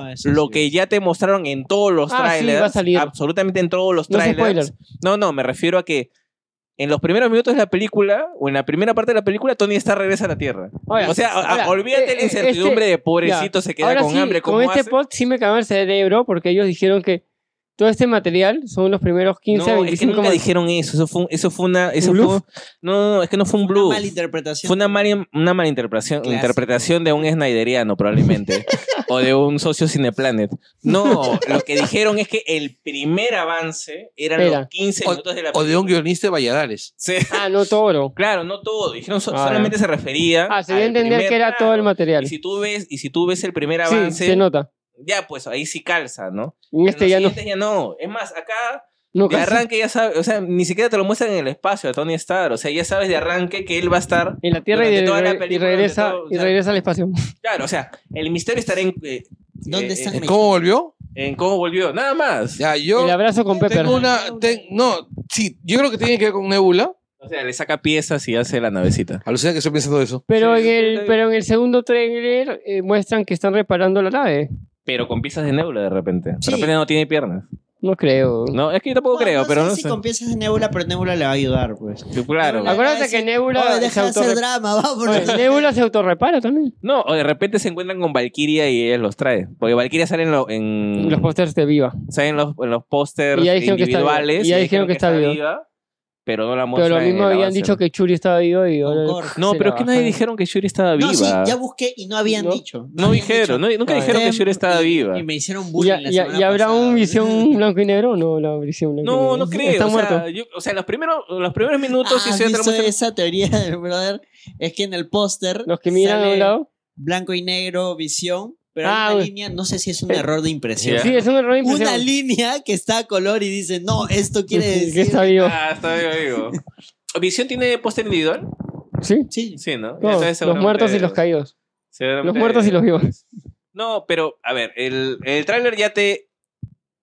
No, Ah, eso lo sí. que ya te mostraron en todos los Ah, sí, trailers, va a salir. absolutamente en todos los No es trailers. spoiler. No, no, me refiero a que en los primeros minutos de la película, o en la primera parte de la película, Tony está regresa a la Tierra. Ahora, o sea, a- ahora, olvídate eh, de la eh, incertidumbre de este- pobrecito ya. se queda Ahora con sí, hambre. ¿cómo con este hace? pod sí me cagó el cerebro porque ellos dijeron que todo este material son los primeros 15 a no, es que 25 nunca como- dijeron eso. Eso fue, un- eso fue una. Eso ¿Un fue- bluff? no, no, no, es que no fue un Una bluff. mala interpretación. Fue una mala, una mala interpretación, Clásico. interpretación de un snyderiano, probablemente. o de un socio Cineplanet. No, lo que dijeron es que el primer avance eran Era. los 15 O- minutos de la O de un guionista de Valladares. Sí. Ah, no toro. Claro, no todo. Dijeron so- Ah, solamente se refería. Ah, se dio a al entender primer- que era todo el claro. material. Y Sí, si tú ves, y si tú ves el primer avance, se nota. ya pues ahí sí calza, ¿no? En Pero este los ya no. siguientes ya no. Es más, acá no de casi. arranque ya sabes, o sea, ni siquiera te lo muestran en el espacio a Tony Stark. O sea, ya sabes de arranque que él va a estar. En la Tierra y, durante de- toda la y película, regresa, durante todo, o y sea, regresa al espacio. Claro, o sea, el misterio estará en. eh, ¿Dónde eh, están? eh, ¿Cómo volvió? en cómo volvió, nada más. Ya, yo El abrazo con Pepper. tengo una. ten- no, sí, yo creo que tiene que ver con Nebula. O sea, le saca piezas y hace la navecita. Alucina que estoy pensando eso. Pero, Sí, en sí, el, sí. pero en el segundo trailer eh, muestran que están reparando la nave. Pero con piezas de nebula de repente. Sí. De repente no tiene piernas. No creo. No, es que yo tampoco creo, no pero sé no si sé. con piezas de Nebula, pero Nebula le va a ayudar, pues. Claro. Nebula- Acuérdate sí. que Nebula Oye, se deja de hacer autorrepara. drama, vámonos. Nebula se autorrepara también. No, o de repente se encuentran con Valkyria y ellas los trae. Porque Valkyria sale en, lo- en- Los pósters de Viva. salen los, en los pósters Y ya dijeron que está individuales. viva. Y ya ella dijeron que está viva. Pero no la Pero muestran. lo en mismo el habían avance, dicho ¿no? que Churi estaba vivo y ahora. Con Korg. No, se pero la es que nadie bajaron. dijeron que Shuri estaba viva. No, sí, ya busqué y no habían No. dicho. No habían dijeron, dicho. Em, no- nunca dijeron que Shuri estaba Y- viva. Y me hicieron Ah. ¿Y, bullying la y- semana y habrá pasada. un visión blanco y negro o no? La visión blanco y No, negro? no creo. Está o, muerto. Sea, yo- o sea, los primeros, los primeros minutos sí ¿Has se visto muestran- esa teoría del brother? Es que en el póster Los que miran a sale un lado. blanco y negro, visión, pero Ah, hay una bueno. línea, no sé si es un error de impresión. Ya. Sí, es un error de Una impresión. línea que está a color y dice, no, esto quiere que decir... está vivo. Ah, está vivo, vivo. ¿Visión tiene póster individual? Sí. Sí, Sí, No, ¿no? Entonces, los seguramente- muertos y los caídos. seguramente- Los muertos y los vivos. No, pero, a ver, el, el tráiler ya te...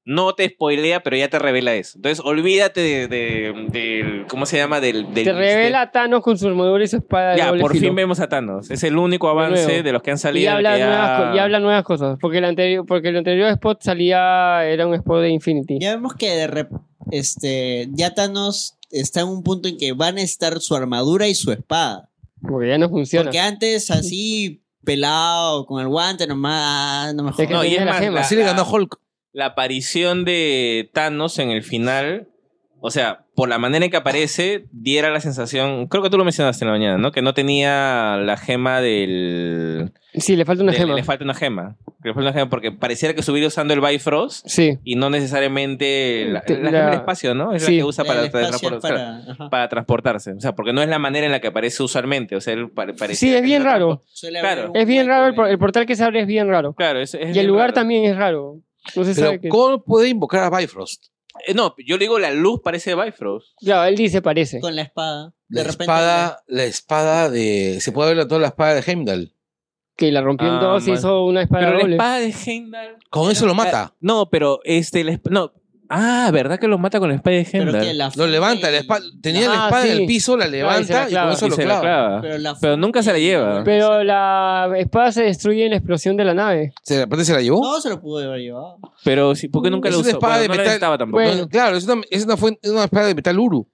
No te spoilea, pero ya te revela eso. Entonces, olvídate de, de- del- ¿Cómo se llama? Del, del Te revela a Thanos con su armadura y su espada. de Ya, doble por filo. fin vemos a Thanos. Es el único De avance de, nuevo. los que han salido. Y habla, que ya- nuevas, co- y habla nuevas cosas. Porque el anterior, porque el anterior spot salía. Era un spot de Infinity. ya vemos que de rep- este, ya Thanos está en un punto en que van a estar su armadura y su espada. Porque ya no funciona. Porque antes así pelado, con el guante nomás, ah, no me que No, jodas. y tenía es la más, gema. la- Así le la- ganó a Hulk. la aparición de Thanos en el final, o sea, por la manera en que aparece, diera la sensación, creo que tú lo mencionaste en la mañana, ¿no? Que no tenía la gema del... Sí, le falta una del- gema. Le falta una gema. Que le falta una gema porque pareciera que estuviera usando el Bifrost Sí. y no necesariamente la, Te- la gema la- del espacio, ¿no? Es sí. la que usa para, El espacio es transportar- para... para- ajá. transportarse. O sea, porque no es la manera en la que aparece usualmente. O sea, él pare- Sí, pareciera es que bien lo transporta. raro. Suele Claro. haber un Es bien hueco raro. El, por- ahí. el portal que se abre es bien raro. Claro, es, es Y bien el lugar raro. también es raro. No se sabe qué. Pero, ¿cómo puede invocar a Bifrost? Eh, no, yo le digo, la luz parece de Bifrost. Claro, él dice parece. Con la espada. La de repente. espada, la espada de. Se puede ver la- toda la espada de Heimdall. Que la rompió Ah, en dos y man. hizo una espada Pero la doble. espada de Heimdall Con eso lo Eh, mata. No, pero este, la esp- no. Ah, ¿verdad que lo mata con la espada de Pero que Heimdall? la Lo funda levanta, y- la espada. Tenía Ah, la espada en sí. el piso, la y se la levanta y, clava. con eso Y lo se la clava. clava. Pero, la Pero nunca se la lleva. Pero la espada se destruye en la explosión de la nave. ¿Se, aparte se la llevó? No se lo pudo haber llevado. Pero sí, ¿por qué nunca Es lo una usó? espada Bueno, de no la metal. necesitaba tampoco. Bueno. Claro, es una, es, una fuente- es una espada de metal uru.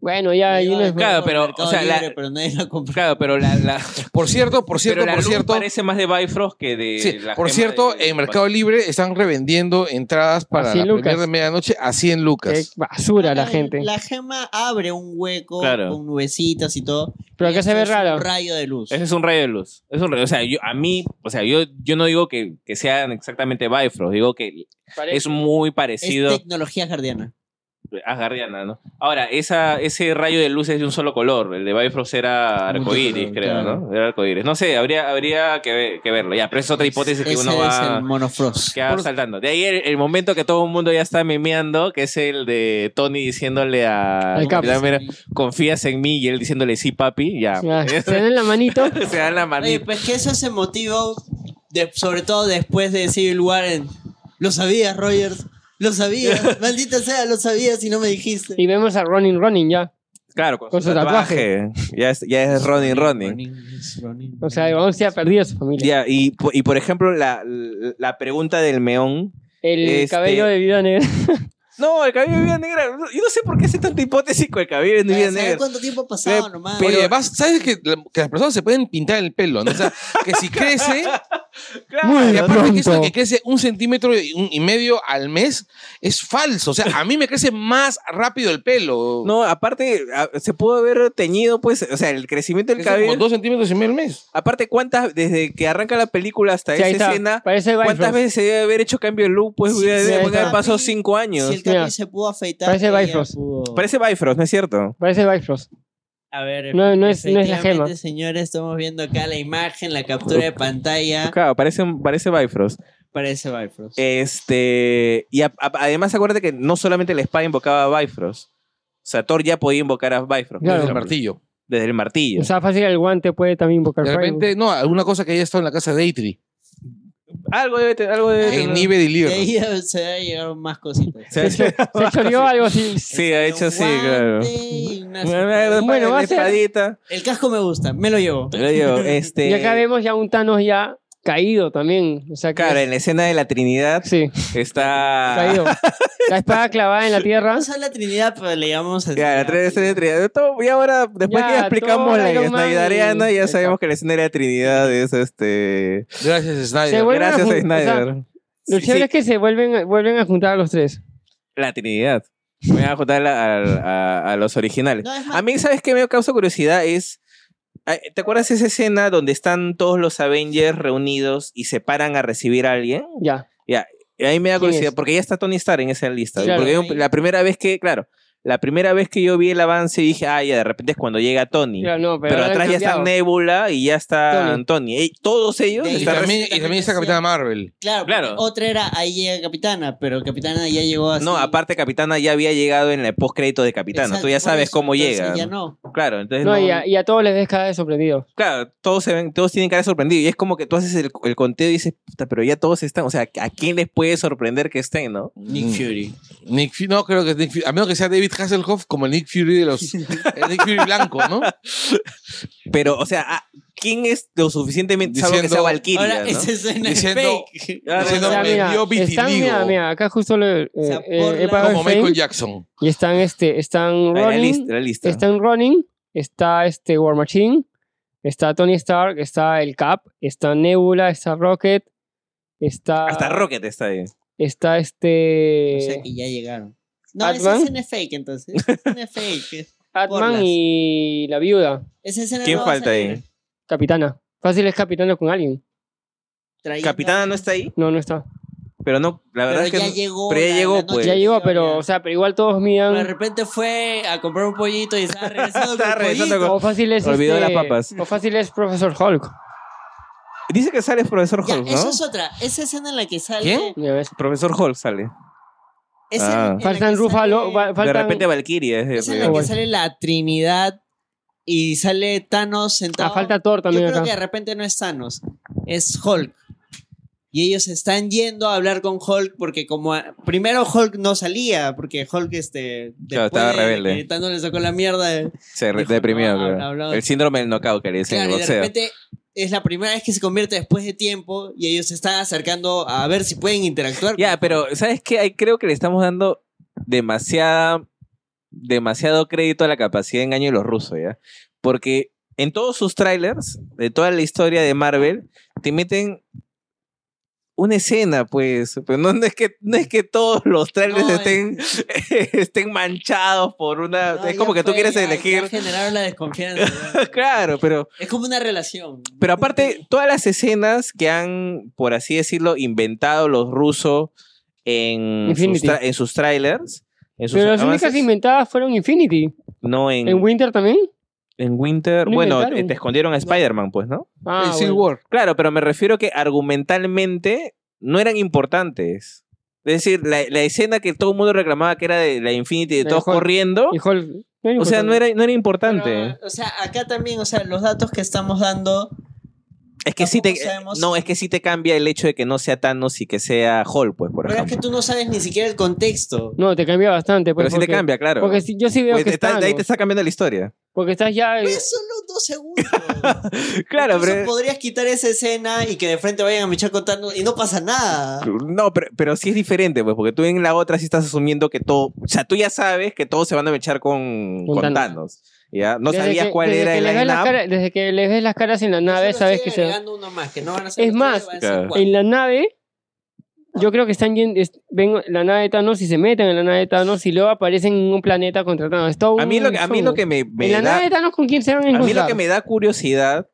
Bueno, ya hay Iba una a espada. claro, comprarlo pero, en Mercado o sea, la- Libre, pero nadie la compró. Claro, pero la, la- Por cierto, por cierto, pero la por luz cierto. parece más de Bifrost que de sí, la por gema cierto, de- en Mercado Libre están revendiendo entradas para 100 la primera lucas. de medianoche a 100 Qué lucas. eh, basura la gente. La gema abre un hueco Claro. con nubecitas y todo. Pero y acá se esto ve es un raro. rayo de luz. Ese es un rayo de luz. Es un rayo. O sea, yo, a mí, o sea, yo, yo no digo que, que sean exactamente Bifrost, digo que es muy Es parecido tecnología jardiana. a Guardiana, ¿no? Ahora, esa, ese rayo de luz es de un solo color. El de Bifrost era arcoíris, Multicolor, creo, claro. ¿no? Era arcoíris. No sé, habría, habría que, ver- que verlo. Ya, pero es otra hipótesis que Ese uno es el va, monofrost. que va saltando. De ahí el, el momento que todo el mundo ya está memeando, que es el de Tony diciéndole a... Al Cap. Capitán América, Confías en mí y él diciéndole sí, papi. Ya. Ya, Se dan la manito. Se dan la Oye, manita. pues que eso se motivó, de- sobre todo después de Civil War en... Lo sabías, Rogers. Lo sabías. Maldita sea, lo sabías y no me dijiste. Y vemos a Ronin Ronin ya. Claro, con, con su su tatuaje. Ya es, ya es Ronin Ronin. es Ronin. O sea, Iván se ha perdido a su familia. Ya, y, po- y por ejemplo, la, la pregunta del meón El Este- cabello de vida negra. No, el cabello de vida negra. Yo no sé por qué hace tanta hipótesis con el cabello de vida ¿Sabes negra. cuánto tiempo ha pasado Pe- nomás? Pero además, ¿sabes que, la- que las personas se pueden pintar el pelo? ¿no? O sea, que si crece, Claro. Y De aparte que esto pronto. que crece un centímetro y, un- y medio al mes es falso. O sea, a mí me crece más rápido el pelo. No, aparte, a- se pudo haber teñido, pues, o sea, el crecimiento del Crece como cabello. dos centímetros y medio al mes. Aparte, ¿cuántas, desde que arranca la película hasta Sí, ahí esa está. escena, Parece cuántas Bifrost. veces se debe haber hecho cambio de look? Pues, Sí, hubiera- sí, debe ahí haber está. pasado cinco años. Si el Capi Mira. se pudo afeitar. Parece ella Bifrost. pudo- Parece Bifrost, ¿no es cierto? Parece Bifrost. A ver, No, no es, no es la efectivamente, gema. señores, estamos viendo acá la imagen, la captura de pantalla. Claro, parece, parece Bifrost. Parece Bifrost. Este. Y a- a- además, acuérdate que no solamente la espada invocaba a Bifrost. O sea, Thor ya podía invocar a Claro. Bifrost. Desde el por ejemplo, martillo. Desde el martillo. O sea, fácil el guante puede también invocar De fuego. repente, no, alguna cosa que haya estado en la casa de Eitri. Algo debe tener. Algo debe En tener. Nive De Deliver. ahí se llegaron más cositas. Se ha hecho- Se choreó algo así. sí, ha hecho sí, claro. claro. Bueno, va a ser- espadita. El casco me gusta, me lo llevo. Te lo digo, este, Y acá vemos ya un Thanos ya caído también. O sea, que Claro, en la escena de Ah. la Trinidad Sí, está. caído. La espada clavada en la tierra. Vamos a la Trinidad, pero le llamamos a Ya, la escena de la Trinidad. Todo- Y ahora, después Ya, que ya explicamos todo la Iron Man Snyderiana, y- ya sabemos que la escena de la Trinidad es este. Gracias, Se Snyder. vuelve- Vuelven a Gracias a jun- o sea, Snyder. Lo Sí, chévere sí, es que se vuelven, vuelven a juntar a los tres. La Trinidad. Me voy a juntar a, a- a- a los originales. No, es más- A mí, ¿sabes qué me causa curiosidad? Es. ah, ¿Te acuerdas esa escena donde están todos los Avengers reunidos y se paran a recibir a alguien? Ya. Y ahí me da ¿Quién curiosidad, es? porque ya está Tony Stark en esa lista. Claro. Porque yo- la primera vez que, claro, la primera vez que yo vi el avance dije, ah, ya de repente es cuando llega Tony. Claro, no, pero, pero ahora han atrás ya está cambiado. Nebula Nebula y ya está Tony. Y todos ellos De ahí Y están. también, y también está Capitana Marvel. Claro, Claro. porque otra era ahí llega Capitana, pero Capitana ya llegó así. No, aparte Capitana ya había llegado en el postcrédito de Capitana. Exacto, Tú ya por sabes eso, cómo entonces llega. Ya ¿no? no. Claro, entonces No, no- y a, y a todos les ves cada vez sorprendidos. claro, todos se ven, todos tienen cara de sorprendido. Y es como que tú haces el, el conteo y dices, puta, pero ya todos están. O sea, ¿a quién les puede sorprender que estén, no? Nick Fury. Mm. Nick Fury, no creo que es Nick Fury. A menos que sea David Hasselhoff como el Nick Fury de los. el Nick Fury blanco, ¿no? Pero, o sea, ¿a ¿quién es lo suficientemente salvo que Diciendo- sea Valkyria? Ahora ¿no? esa escena es Diciendo- fake. Ah, Ese O no sea, me mira, dio están, vitiligo. mira, mira, acá justo lo eh, sea, eh, por he la- pagado el Como Michael Fame Jackson. y están este, están Ahí La Ronin, lista, la lista. están Ronin, está este War Machine, está Tony Stark, está el Cap, está Nebula, está Rocket, está Hasta Rocket está ahí. está este O sea que ya llegaron. No, Batman. esa escena es fake entonces. Esa escena es fake. Batman Borlas. y la viuda, Esa escena ¿Quién no va a falta ahí? salir. Capitana. Fácil es Capitana con alguien. Trayendo- Capitana no está ahí, No, no está. pero no, la Pero verdad ya es que no- llegó. pero ya la- llegó, la noche pues. Ya llegó, anterior, pero ya. o sea, pero igual todos Pero de miran repente fue a comprar un pollito y estaba regresando con Estaba el regresando pollito. o fácil es Olvidó este- las papas. O fácil es Profesor Hulk. Dice que sale el profesor Ya, Hulk, eso ¿no? es otra. Esa escena en la que sale. ¿Quién? Ya ves. Profesor Hulk sale. Es en- Ah. en la Faltan que Rufalo, sale- va- faltan De repente Valkyria. es Es en decir, la que Bueno. sale la Trinidad y sale Thanos Ah, sentado. falta Thor Yo también creo acá. que de repente no es Thanos, es Hulk. Y ellos están yendo a hablar con Hulk porque como a- primero Hulk no salía porque Hulk este Claro, estaba después de- rebelde. que Thanos le sacó la mierda. de- Se re- Dijo, deprimió. no, creo. habla- hablaba- el síndrome del knockout que le dicen en claro, el y de boxeo. repente es la primera vez que se convierte después de tiempo y ellos se están acercando a ver si pueden interactuar. Ya, pero ¿sabes qué? Ahí creo que le estamos dando demasiada, demasiado crédito a la capacidad de engaño de los rusos, ¿ya? Porque en todos sus trailers, de toda la historia de Marvel, te meten una escena, pues. Pero no, no es, que, no es que todos los trailers No, es- estén, estén manchados por una... No, es ya como que tú fue, quieres ya- ya elegir... generaron la desconfianza. Claro, pero, es como una relación. pero aparte, todas las escenas que han, por así decirlo, inventado los rusos en, sus, Infinity. tra- en sus trailers. En sus Pero las avances, únicas inventadas fueron Infinity. No, en, ¿En en, Winter también? Winter. ¿No Bueno, inventaron? te escondieron a Spider-Man, pues, ¿no? Ah, el Civil bueno. War. Claro, pero me refiero que argumentalmente no eran importantes. Es decir, la, la escena que todo el mundo reclamaba que era de la Infinity, de La todos de Hulk. corriendo. Y Hulk. no era O sea, importante. no era, no era importante. Pero, o sea, acá también, o sea, los datos que estamos dando es que sí te, tampoco sabemos- no, es que sí te cambia el hecho de que no sea Thanos y que sea Hulk, pues, por Pero es ejemplo. que tú no sabes ni siquiera el contexto. No, te cambia bastante. Pero pues, sí te porque- cambia, claro. Porque si- yo sí veo Pues que está- está. de ahí te está cambiando la historia. Porque estás ya. eh, Es solo dos segundos. Claro, Incluso pero. Podrías quitar esa escena y que de frente vayan a michar contando y no pasa nada. No, pero, pero sí es diferente, pues, porque tú en la otra sí estás asumiendo que todo. O sea, tú ya sabes que todos se van a mechar con, Con con Thanos. Thanos. ¿ya? No desde sabías que- cuál desde era que el les ves las line-up. caras- Desde que les ves las caras en la nave, Solo sabes que estoy se. agregando uno más, que no van a ser Es los más, tres, van a ser Claro. cuatro. En la nave. Yo creo que están yendo, es- ven la nave de Thanos y se meten en la nave de Thanos y luego aparecen en un planeta contra Thanos. Es todo A mí un lo que, a mí show. lo que me, me en la da. nave de Thanos con quién se van a A mí encontrar. lo que me da curiosidad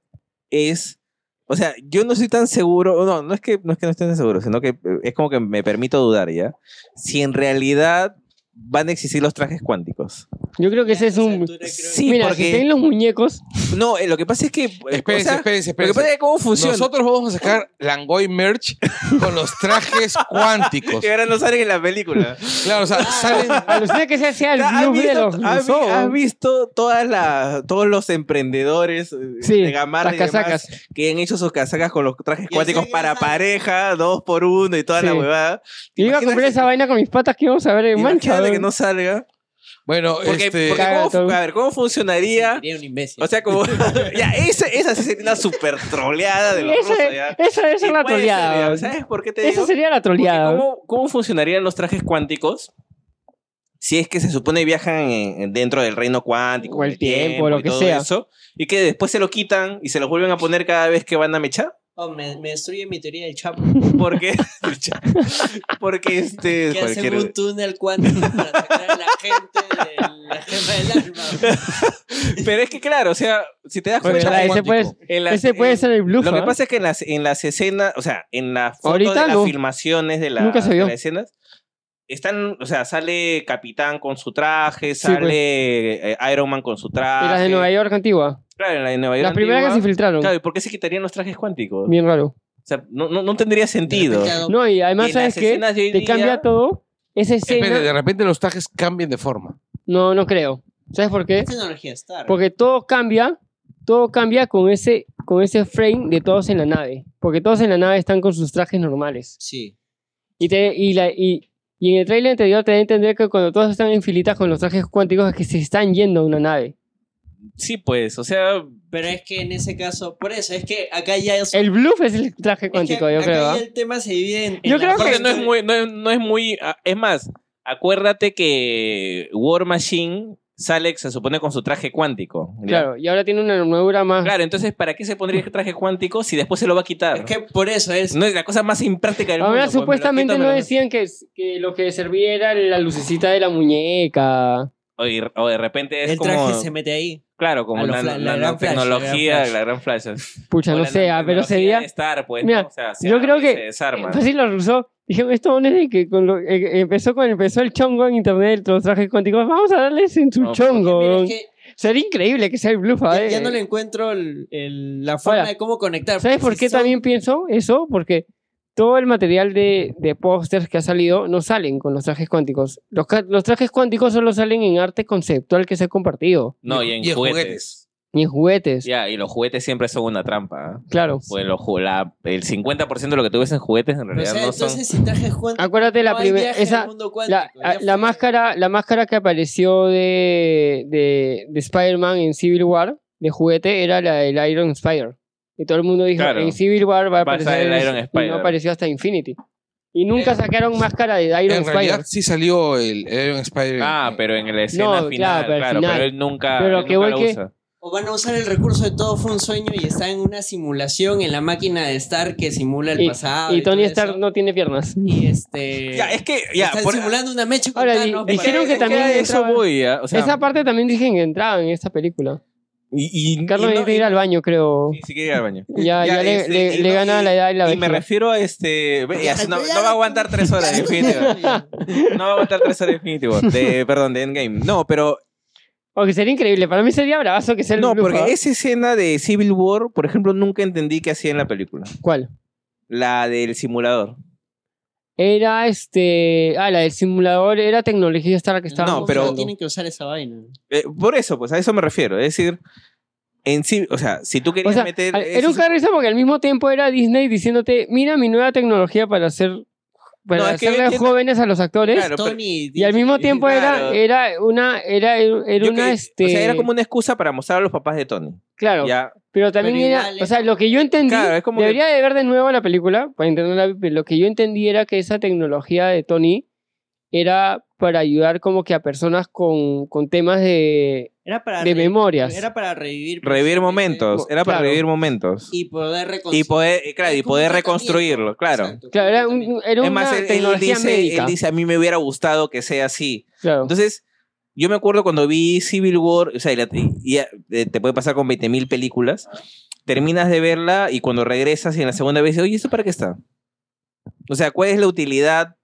es. O sea, yo no soy tan seguro. No, no es que no, es que no esté tan seguro, sino que eh, es como que me permito dudar, ¿ya? Si en realidad van a existir los trajes cuánticos. Yo creo que ese es Ya, a esa un... altura creo que- Sí, Mira, porque- si tienen los muñecos, No, eh, lo que pasa es que. eh, Espérense, o sea, espérense, Lo que espérense. pasa es que cómo funciona. Nosotros vamos a sacar Langoy merch con los trajes cuánticos. que ahora no salen en la película. Claro, o sea, salen. alucina que ese sea el ¿Has club de visto, los has vi- Luso. has visto todas las, todos los emprendedores eh, Sí, de Gamarra las y demás casacas. que han hecho sus casacas con los trajes Y cuánticos así, para ajá. pareja, dos por uno y toda la Sí. huevada? Yo iba a comprar Imagínate- esa vaina con mis patas que íbamos a ver en mancha. imagínate que weón. no salga. Bueno, Porque, este. porque Caga cómo, todo. a ver, ¿cómo funcionaría? Sería un imbécil. O sea, como. ya, esa, esa sí sería una super troleada de los Esa, rusos, ya. esa debe ser Y la puede ser, ya. troleada. weón. ¿Sabes por qué te digo? Esa sería la Porque troleada. weón. ¿cómo, cómo funcionarían los trajes cuánticos? Si es que se supone viajan en- en- dentro del reino cuántico. O el del tiempo, lo y que todo sea. eso, y que después se lo quitan y se los vuelven a poner cada vez que van a mechar. Oh, me, me destruye mi teoría del Chapo. Porque, porque este. Que hacen cualquier- un túnel cuántico para sacar a la gente de la gema del alma. Pero es que, claro, o sea, si te das Pero cuenta. verdad, ese puede, en las- ese puede en- ser el bluff. Lo que ¿ah? pasa es que en las, en las escenas, o sea, en la foto Ahorita de las no. filmaciones de, la- Nunca se de vio. las escenas, están, o sea, sale Capitán con su traje, Sí, pues. sale eh, Iron Man con su Y traje. las de Nueva York antigua. Claro, en la de Nueva York. Las primeras que se Ah, antigua. filtraron. Claro, ¿y por qué se quitarían los trajes cuánticos? Bien raro. O sea, no, no, no tendría sentido. No, y además, Y en las ¿sabes qué? escenas de hoy Te día- cambia todo. Esa escena. Espérate, de repente los trajes cambian de forma. No, no creo. ¿Sabes por qué? Es tecnología Star. Porque todo cambia. Todo cambia con ese, con ese frame de todos en la nave. Porque todos en la nave están con sus trajes normales. Sí. Y, te- y, la- y, y en el trailer anterior te da a entender que cuando todos están en filitas con los trajes cuánticos es que se están yendo a una nave. Sí, pues, o sea, Pero es que en ese caso, por eso, es que acá ya es. El bluff es el traje es que cuántico, yo acá creo. ya ¿ah? el tema se divide en. Yo en la creo parte aparte no es de- muy, no es, no es muy, ah, es más, acuérdate que War Machine sale, se supone, con su traje cuántico. ¿ya? Claro, y ahora tiene una armadura más. Claro, entonces, ¿para qué se pondría el traje cuántico si después se lo va a quitar? Es que por eso es. No es la cosa más impráctica del Ahora mundo. pues, me lo supuestamente quito, no me lo- decían que, que lo que servía era la lucecita de la muñeca. O, y- o de repente es El como... traje se mete ahí. Claro, como a lo una fla- la gran flash, nanotecnología, la la gran flash. o Pucha, no la sé, ah, pero nanotecnología sería. de Star, pues, Mira, ¿no? O sea, se yo arma creo y que- pues, Se desarma. Fácil lo rusó. Dijeron, esto no es de que con lo- eh, eh, empezó, con, empezó el chongo en internet, los trajes cuánticos. Vamos a darles en su No, porque chongo. Mira, weón. es que Sería increíble que sea el bluff. ya, ¿eh? ya no le encuentro el- el- la forma Ahora, de cómo conectar. ¿Sabes por porque qué si son- también pienso eso? Porque todo el material de, de pósters que ha salido no salen con los trajes cuánticos. Los, ca- los trajes cuánticos solo salen en arte conceptual que se ha compartido, No, y en, juguetes. ni en juguetes. Ya, y los juguetes siempre son una trampa. ¿eh? Claro. Pues los ju- la- el 50% de lo que tú ves en juguetes en O realidad sea, no son... entonces si trajes cuántico. Acuérdate Ah, la no hay primera. viaje al Esa. mundo La, cuántico, a- ya la fue. máscara, la máscara que apareció de, de, de Spider-Man en Civil War, de juguete, era la del Iron Spider. Y todo el mundo dijo, Claro. en Civil War va a Va a aparecer estar el Iron y Spider. no apareció hasta Infinity. Y nunca sacaron máscara de Iron en Spider. realidad sí salió el, el Iron Spider. Ah, pero en la escena No, final, claro, pero claro, al final. pero él nunca, Pero él que nunca voy lo que- usa. O van a usar el recurso de todo fue un sueño y está en una simulación en la máquina de Stark que simula el Y- pasado. Y Tony todo eso. Stark no tiene piernas. Y este. Ya, es que... Ya, están por- simulando una mecha con Ahora, di- Thanos dijeron para- que es también a eso entraba- voy, ¿eh? o sea, Esa parte también dije que entraba en esta película. y, y- Carlos y no- tiene que ir al baño, creo. Sí, sí quiere ir al baño. Ya, Ya, ya le, este, le- y le no- gana y- la edad y la Y me vejez. refiero a este. ve, ya, si no, no va a aguantar tres horas, definitivo. No va a aguantar tres horas, definitivo. De, perdón, de Endgame. No, pero. Aunque Oh, sería increíble. Para mí sería bravazo que sea el No, Blue, ¿ah? porque esa escena de Civil War, por ejemplo, nunca entendí qué hacía en la película. ¿Cuál? La del simulador. Era este... Ah, la del simulador era tecnología Stark que estaba No, pero- Tienen que usar esa vaina. Eh, por eso, pues a eso me refiero. Es decir, en sí, o sea, si tú querías O sea, meter. al- era esos- un carrizo porque al mismo tiempo era Disney diciéndote, mira mi nueva tecnología para hacer... Para No, es que yo hacerle entiendo- jóvenes a los actores. Claro, pero- Tony. Y al mismo tiempo Claro. era, era una... Era, era yo una, que- este... O sea, era como una excusa para mostrar a los papás de Tony. Claro. Ya. Pero también Pero era, igual o es sea, lo que yo entendí, Claro, es como que- debería de ver de nuevo la película para entenderla, pero lo que yo entendí era que esa tecnología de Tony era para ayudar como que a personas con, con temas de, Era para. de re- memorias. Era para revivir. Revivir momentos. Era para Claro. revivir momentos. Y poder Y reconstruir. poder, eh, claro, y Es como poder un tratamiento. reconstruirlo, claro. Exacto, Claro, era, como un- un era una Es más, él, él tecnología dice, médica. él dice, a mí me hubiera gustado que sea así. claro. Entonces, yo me acuerdo cuando vi Civil War, o sea, y la- y ya, eh, te puede pasar con 20.000 películas, terminas de verla y cuando regresas y en la segunda vez dices, oye, ¿esto para qué está? O sea, ¿cuál es la utilidad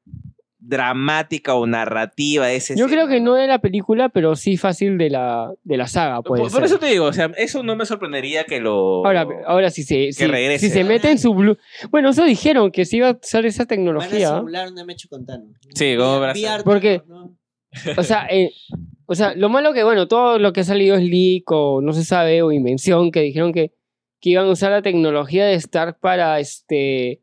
dramática o narrativa de ese Yo creo que no de la película, pero sí fácil de la, de la saga, puede por, por ser. eso te digo, o sea, eso no me sorprendería que lo. Ahora, ahora si se, si, regrese. si se mete en su blue. Bueno, eso dijeron que sí iba a usar esa Van a tecnología. simular una Mecho Contano. Sí, como para- VR, Porque- ¿no? O sea, eh, o sea, lo malo que, bueno, todo lo que ha salido es leak o no se sabe, o invención, que dijeron que, que iban a usar la tecnología de Stark para este.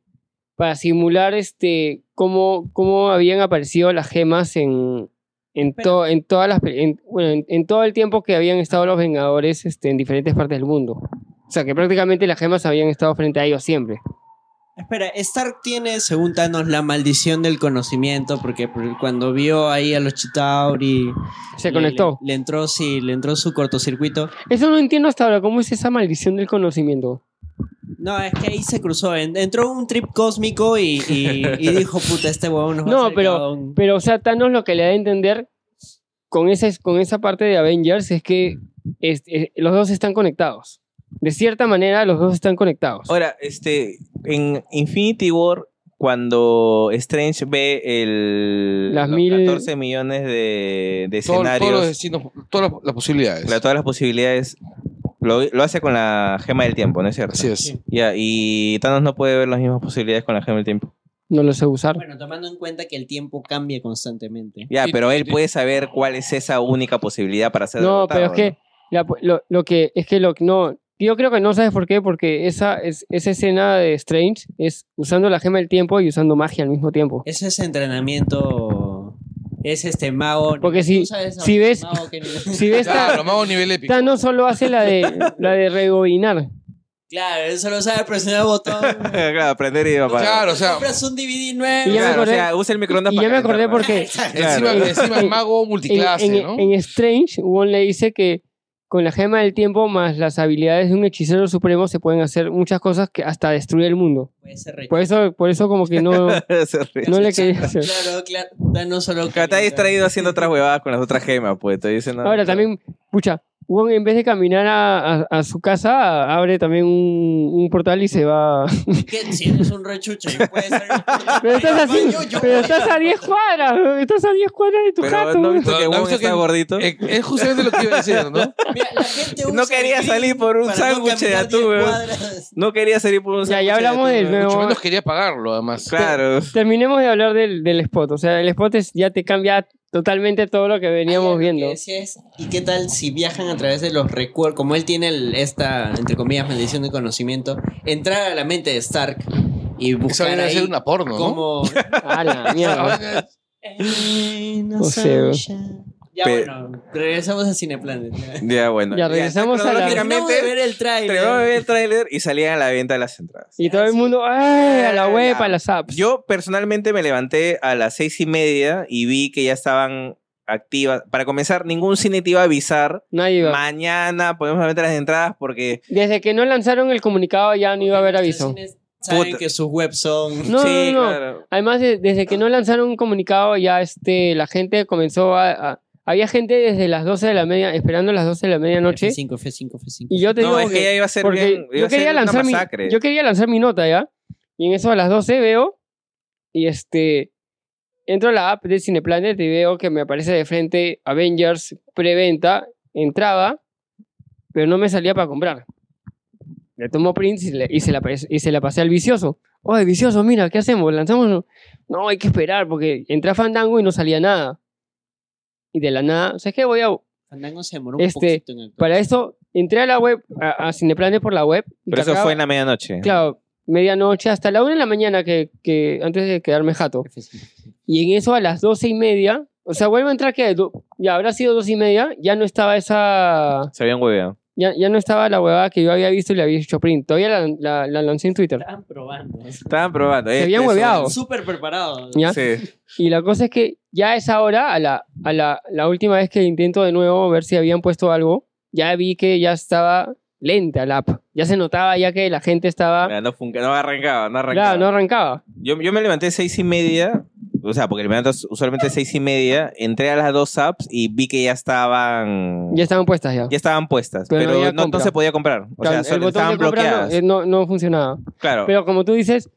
para simular este. cómo, cómo habían aparecido las gemas en. En, Pero- to- en todas las pe- en- bueno, en, en todo el tiempo que habían estado los Vengadores este, en diferentes partes del mundo. O sea que prácticamente las gemas habían estado frente a ellos siempre. Espera, Stark tiene, según Thanos, la maldición del conocimiento, porque por- cuando vio ahí a los Chitauri... Se le- conectó. Le, le entró, sí, le entró su cortocircuito. Eso no entiendo hasta ahora. ¿Cómo es esa maldición del conocimiento? No, es que ahí se cruzó, en- entró un trip cósmico y, y- y dijo, puta, este huevón nos va a No, hacer pero- cada un- Pero, o sea, Thanos lo que le da a entender con esa, con esa parte de Avengers es que este, eh, los dos están conectados. De cierta manera, los dos están conectados. Ahora, este, en Infinity War, cuando Strange ve el, Las los mil- 14 millones de, de Todo- escenarios, todos los destinos, todas las, las posibilidades. la- todas las posibilidades, lo, lo hace con la gema del tiempo, ¿no es cierto? Así es. Ya, y Thanos no puede ver las mismas posibilidades con la gema del tiempo. No lo sé usar. Bueno, tomando en cuenta que el tiempo cambia constantemente. Ya, Y- pero él y- puede saber cuál es esa única posibilidad para ser No, derrotado, pero es que, la- lo, lo que es que lo no. Yo creo que no sabes por qué, porque esa, es, esa escena de Strange es usando la gema del tiempo y usando magia al mismo tiempo. Eso es entrenamiento... Es este mago... Porque ¿Tú si- sabes a- si ves- mago que- Si ves, Claro, Ta- lo mago nivel épico. Thanos solo hace la de, la de rebobinar. Claro, él solo sabe presionar el botón. claro, aprender y papá. Claro, o sea, compras un DVD Y nuevo. ya me Claro, o acordé- sea, usa el microondas y ya para me acordé calentar, porque- ¿no? encima, Claro. encima el mago en, multiclase, en- ¿no? en Strange, Wong le dice que con la gema del tiempo más las habilidades de un hechicero supremo se pueden hacer muchas cosas que hasta destruir el mundo. Puede ser re- Por eso, por eso como que no, Se ríe. no le quería hacer. Claro, claro. No solo Claro, está distraído haciendo otras huevadas con las otras gemas, pues. Te dicen, no, Ahora claro. también, pucha, Wong en vez de caminar a, a- a su casa, abre también un, un portal y se va. ¿Qué? Si eres un rechucho, y puede ser. Pero estás así, Yo- yo- pero estás a 10 cuadras, weón, estás a 10 cuadras de tu Pero jato. no weón. viste que No, no Wong viste está que- gordito. Eh, Es justamente lo que iba a decir, ¿no? Mira, la gente No usa el quería green salir por un para sándwich de caminar atún, 10 weón. cuadras. No quería salir por un Ya, ya sándwich de hablamos atún, del ¿no? nuevo- Mucho menos quería pagarlo, además. Claro. Terminemos de hablar del, del spot. O sea, el spot es- ya te cambia totalmente todo lo que veníamos Ayer lo que viendo. decía es, ¿Y qué tal si viajan a través de los recuerdos? Como él tiene el- esta, entre comillas, maldición de conocimiento, entrar a la mente de Stark y Eso buscar viene a ahí ser una porno, ¿no? como. A la mierda. No O sea, Ya Pe- bueno, regresamos a Cineplanet. Ya, bueno. Ya, regresamos a la- Terminamos de ver Cronológicamente, el terminamos de tráiler. ver el tráiler y salían a la venta de las entradas. Y todo el mundo, ¡ay! A la web, a las apps. Ah, Yo personalmente me levanté a las seis y media y vi que ya estaban activas. Para comenzar, ningún cine te iba a avisar. Nadie iba. Mañana ponemos la venta de las entradas porque Desde que no lanzaron el comunicado ya no iba a haber aviso. Ustedes Saben Puta. que sus webs son. No, sí, no, no. claro. Además, de- desde que no lanzaron un comunicado ya este, la gente comenzó a, a- Había gente desde las 12 de la media, esperando las 12 de la medianoche. F5, F5, F5. Y yo te No, digo es que que- ya iba a ser porque bien. iba yo a ser quería una lanzar mi, masacre. yo quería lanzar mi nota ya y en eso a las 12 veo y este entro a la app de Cineplanet y veo que me aparece de frente Avengers preventa entraba pero no me salía para comprar le tomo print y, le- y se la, pas- y se la pasé al vicioso oye vicioso mira qué hacemos lanzamos no hay que esperar porque entré a Fandango y no salía nada y de la nada sabes qué voy a Fandango se demoró Este, un poquito en el. para eso entré a la web a, a Cineplanet por la web y Pero eso cargaba- fue en la medianoche. Claro, medianoche hasta la una de la mañana que, que antes de quedarme jato. F5. Y en eso a las doce y media, o sea, vuelvo a entrar que do- ya habrá sido dos y media, ya no estaba esa, Se habían hueveado. ya, ya no estaba la huevada que yo había visto y le había hecho print. Todavía la, la- la lancé en Twitter. Estaban probando. Estaban probando. eh, habían eso- hueveado. Súper preparados. ¿ya? Sí. Y la cosa es que ya a esa hora, a la, a la, la última vez que intento de nuevo ver si habían puesto algo, ya vi que ya estaba lenta la app. Ya se notaba ya que la gente estaba... Mira, No, funca- no arrancaba, no Ah. arrancaba. Claro, no arrancaba. Yo, yo me levanté seis y media, o sea, porque me levanto usualmente seis y media, entré a las dos apps y vi que ya estaban, Ya estaban puestas ya. ya estaban puestas, Pero no pero, había no, no compra. se podía comprar, o sea, Claro, solo el botón estaban de compra no- bloqueadas. eh, no, no funcionaba. claro, Pero como tú dices,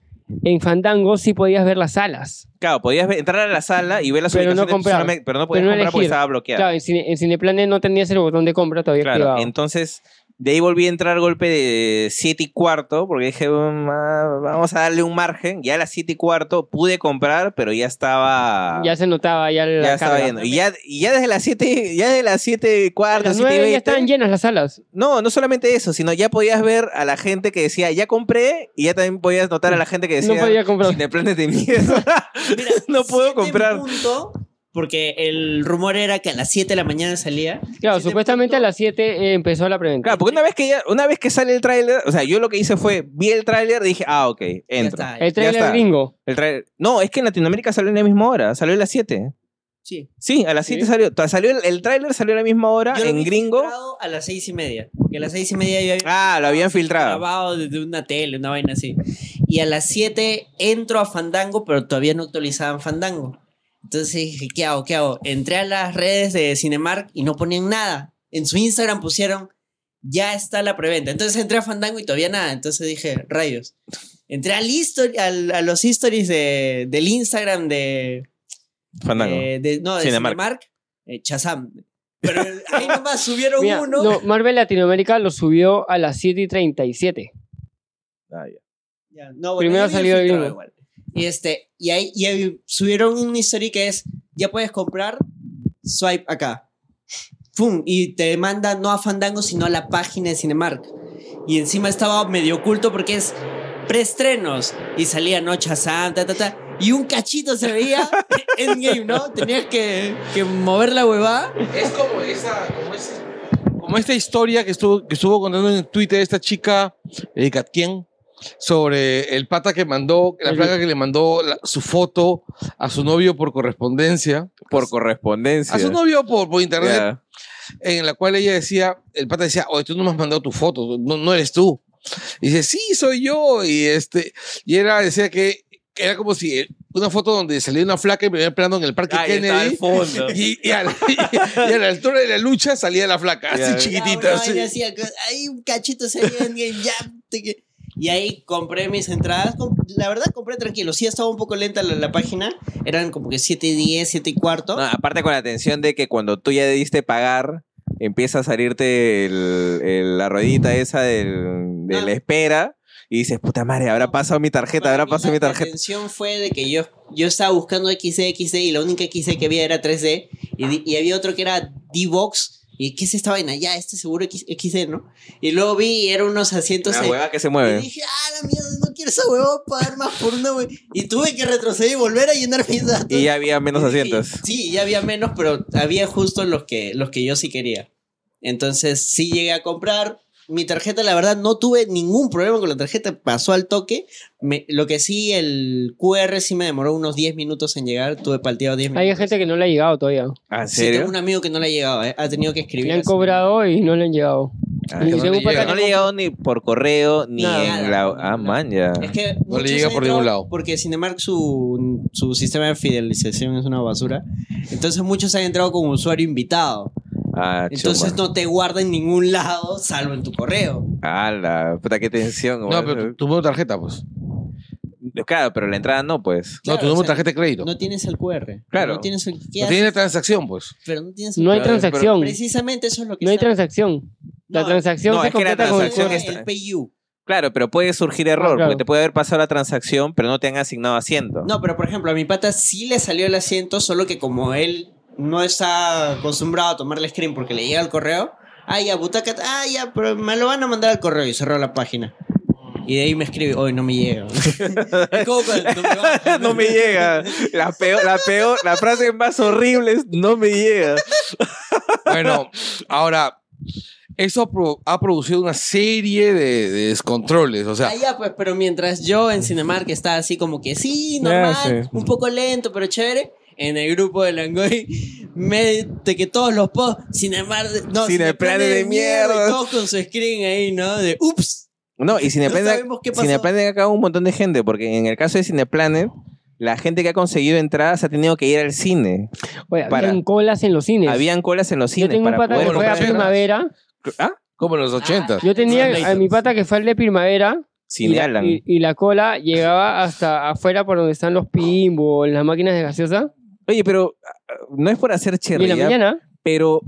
en Fandango sí podías ver las salas. Claro, podías ve- entrar a la sala y ver las Pero no ubicaciones, comprar. solamente- pero no podías Pero no comprar porque elegir. estaba bloqueado. Claro, en, Cine- en Cineplanet no tenías el botón de compra todavía Claro, activado. entonces de ahí volví a entrar al golpe de 7 y cuarto, porque dije, "Mm, ah, vamos a darle un margen. Ya a las 7 y cuarto pude comprar, pero ya estaba. ya se notaba ya la ya estaba carga. yendo. Y ya, y ya desde las 7, ya desde las 7 y A cuarto, las 7 y nueve ya 20. estaban llenas las salas. No, no solamente eso, sino ya podías ver a la gente que decía, ya compré, y ya también podías notar a la gente que decía, no podía comprar. "Sin de planes de mierda. Mira, No puedo siete en comprar. punto, porque el rumor era que a las 7 de la mañana salía. Claro, Siete punto. supuestamente a las 7 empezó la preventa. Claro, pues, porque una vez que ya, una vez que sale el tráiler, o sea, yo lo que hice fue, vi el tráiler, dije, ah, ok, Ya entro. está. el trailer está. gringo. El tráiler- No, es que en Latinoamérica salió en la misma hora, salió a las 7. Sí. Sí, a las Sí. 7 salió. ta- salió el, el tráiler salió a la misma hora Yo lo en vi gringo. filtrado A las seis y media. Porque a las seis y media yo había Ah, lo habían filtrado. grabado desde una tele, una vaina así. Y a las 7 entro a Fandango, pero todavía no actualizaban Fandango. Entonces dije, ¿qué hago? ¿Qué hago? Entré a las redes de Cinemark y no ponían nada. En su Instagram pusieron, ya está la preventa. Entonces entré a Fandango y todavía nada. Entonces dije, rayos. Entré al history- al- a los stories de- del Instagram de, Fandango. eh, de- no, de Cinemark. Cinemark, eh, Shazam. Pero ahí nomás subieron Mira, uno. no, Marvel Latinoamérica lo subió a las 7 y 37. Ah, ya. Ya, no, Primero yo vi salió el filtrado gringo. igual. Y, este, y ahí y ahí subieron una historia que es, ya puedes comprar, swipe acá. ¡Fum! Y te manda no a Fandango, sino a la página de Cinemark. Y encima estaba medio oculto porque es preestrenos. Y salía Noche Santa, ta, ta. Y un cachito se veía Endgame, ¿no? Tenías que, que mover la huevada. Es como esa, como ese- como esta historia que estuvo, que estuvo contando en Twitter esta chica, Erika Tien, sobre el pata que mandó, la Ujú. flaca que le mandó la- su foto a su novio por correspondencia. Pues, Por correspondencia. A su novio por, por internet, Ya. en la cual ella decía, el pata decía, oye, tú no me has mandado tu foto, no, no eres tú. Y dice, sí, soy yo. Y este, y era, decía que que era como si eh, una foto donde salía una flaca en primer plano en el parque Ah, y estaba al Kennedy. fondo. Y, y a la, y a la altura de la lucha salía la flaca, Ya, ya. así chiquitita. Ah, bueno, así, así. acá, ahí un cachito se veía en el ya, te que- Y ahí compré mis entradas. com- La verdad, compré tranquilo. Sí, estaba un poco lenta la, la página. Eran como que 7 y 10, 7 y cuarto. No, aparte con la atención de que cuando tú ya diste pagar, empieza a salirte el- el- la ruedita esa del, de No. la espera y dices, puta madre, habrá pasado mi tarjeta, habrá pasado mi La tarjeta. atención fue de que yo, yo estaba buscando XD, XD y la única XD que había era 3D. Y, di- y había otro que era D-Box. ¿Y qué es esta vaina? Ya, este seguro X- XD, ¿no? Y luego vi y eran unos asientos la ahí. hueva que se Y mueve. dije, ah, la mierda, no quiero esa huevada pagar más por una hue-". Y tuve que retroceder y volver a llenar mis datos. Y ya había menos Y dije, asientos. Sí, ya había menos, pero había justo los que, los que yo sí quería. Entonces sí llegué a comprar. Mi tarjeta, la verdad, no tuve ningún problema con la tarjeta, pasó al toque. Me- lo que sí, el QR sí me demoró unos 10 minutos en llegar, tuve palteado 10 minutos. Hay gente que no le ha llegado todavía. Ah, ¿En Sí, tengo serio? un amigo que no le ha llegado, eh, ha tenido que escribir. Le han así. cobrado y no le han llegado. Ah, Y que no tengo le un pata llega, no que le compra- he llegado ni por correo, ni Nada. en la... Ah, man, ya. Es que No le muchos llega han por ningún entrado lado. Porque Cinemark, su, su sistema de fidelización es una basura. Entonces muchos han entrado con usuario invitado. Ah, Entonces chuma. no te guarda en ningún lado, salvo en tu correo. Ah, la puta, qué tensión. No, güey. pero tu número de tarjeta, pues. Claro, pero la entrada no, pues. No, Claro, tu número o de sea, tarjeta de crédito. No, No tienes el QR. Claro. No tienes el ¿qué tiene haces? transacción, pues. Pero no tienes el No hay Claro, pero- transacción. Precisamente eso es lo que No hay está- transacción. La No, transacción no, se es que la completa con el transacción QR. es- está- el PayU. Claro, pero puede surgir error, claro. porque te puede haber pasado la transacción, pero no te han asignado asiento. No, pero por ejemplo, a mi pata sí le salió el asiento, solo que como él no está acostumbrado a tomarle screen porque le llega el correo, ah, ya, butaca, ah, ya, pero me lo van a mandar al correo y cerró la página. Y de ahí me escribe, hoy no me llega. Es como cuando no me baja, no me llega. La peor, la peor, la frase más horrible es no me llega. Bueno, ahora, eso ha pro- ha producido una serie de, de descontroles. O sea, Ah, ya, pues, pero mientras yo en Cinemark estaba así como que sí, normal, Ya, sí. un poco lento, pero chévere. En el grupo de Langoy, me, de que todos los posts, Cinemark, no, Cineplanes de mierda. y todos con su screen ahí, ¿no? De ups. No, y No Cineplanet, sabemos qué pasó. Cineplanet acá un montón de gente, porque en el caso de Cineplanet, la gente que ha conseguido entradas ha tenido que ir al cine. Oye, Para- habían colas en los cines. Habían colas en los Yo cines tengo un para pata poder que fue a comprar entradas. Primavera. ¿Ah? como en los 80. Yo tenía a mi pata que fue al de Primavera Sin y, la- Alan. y- y la cola llegaba hasta afuera por donde están los pimbos, las máquinas de gaseosa. Oye, pero ah, no es por hacer Y en la cherry, mañana, pero.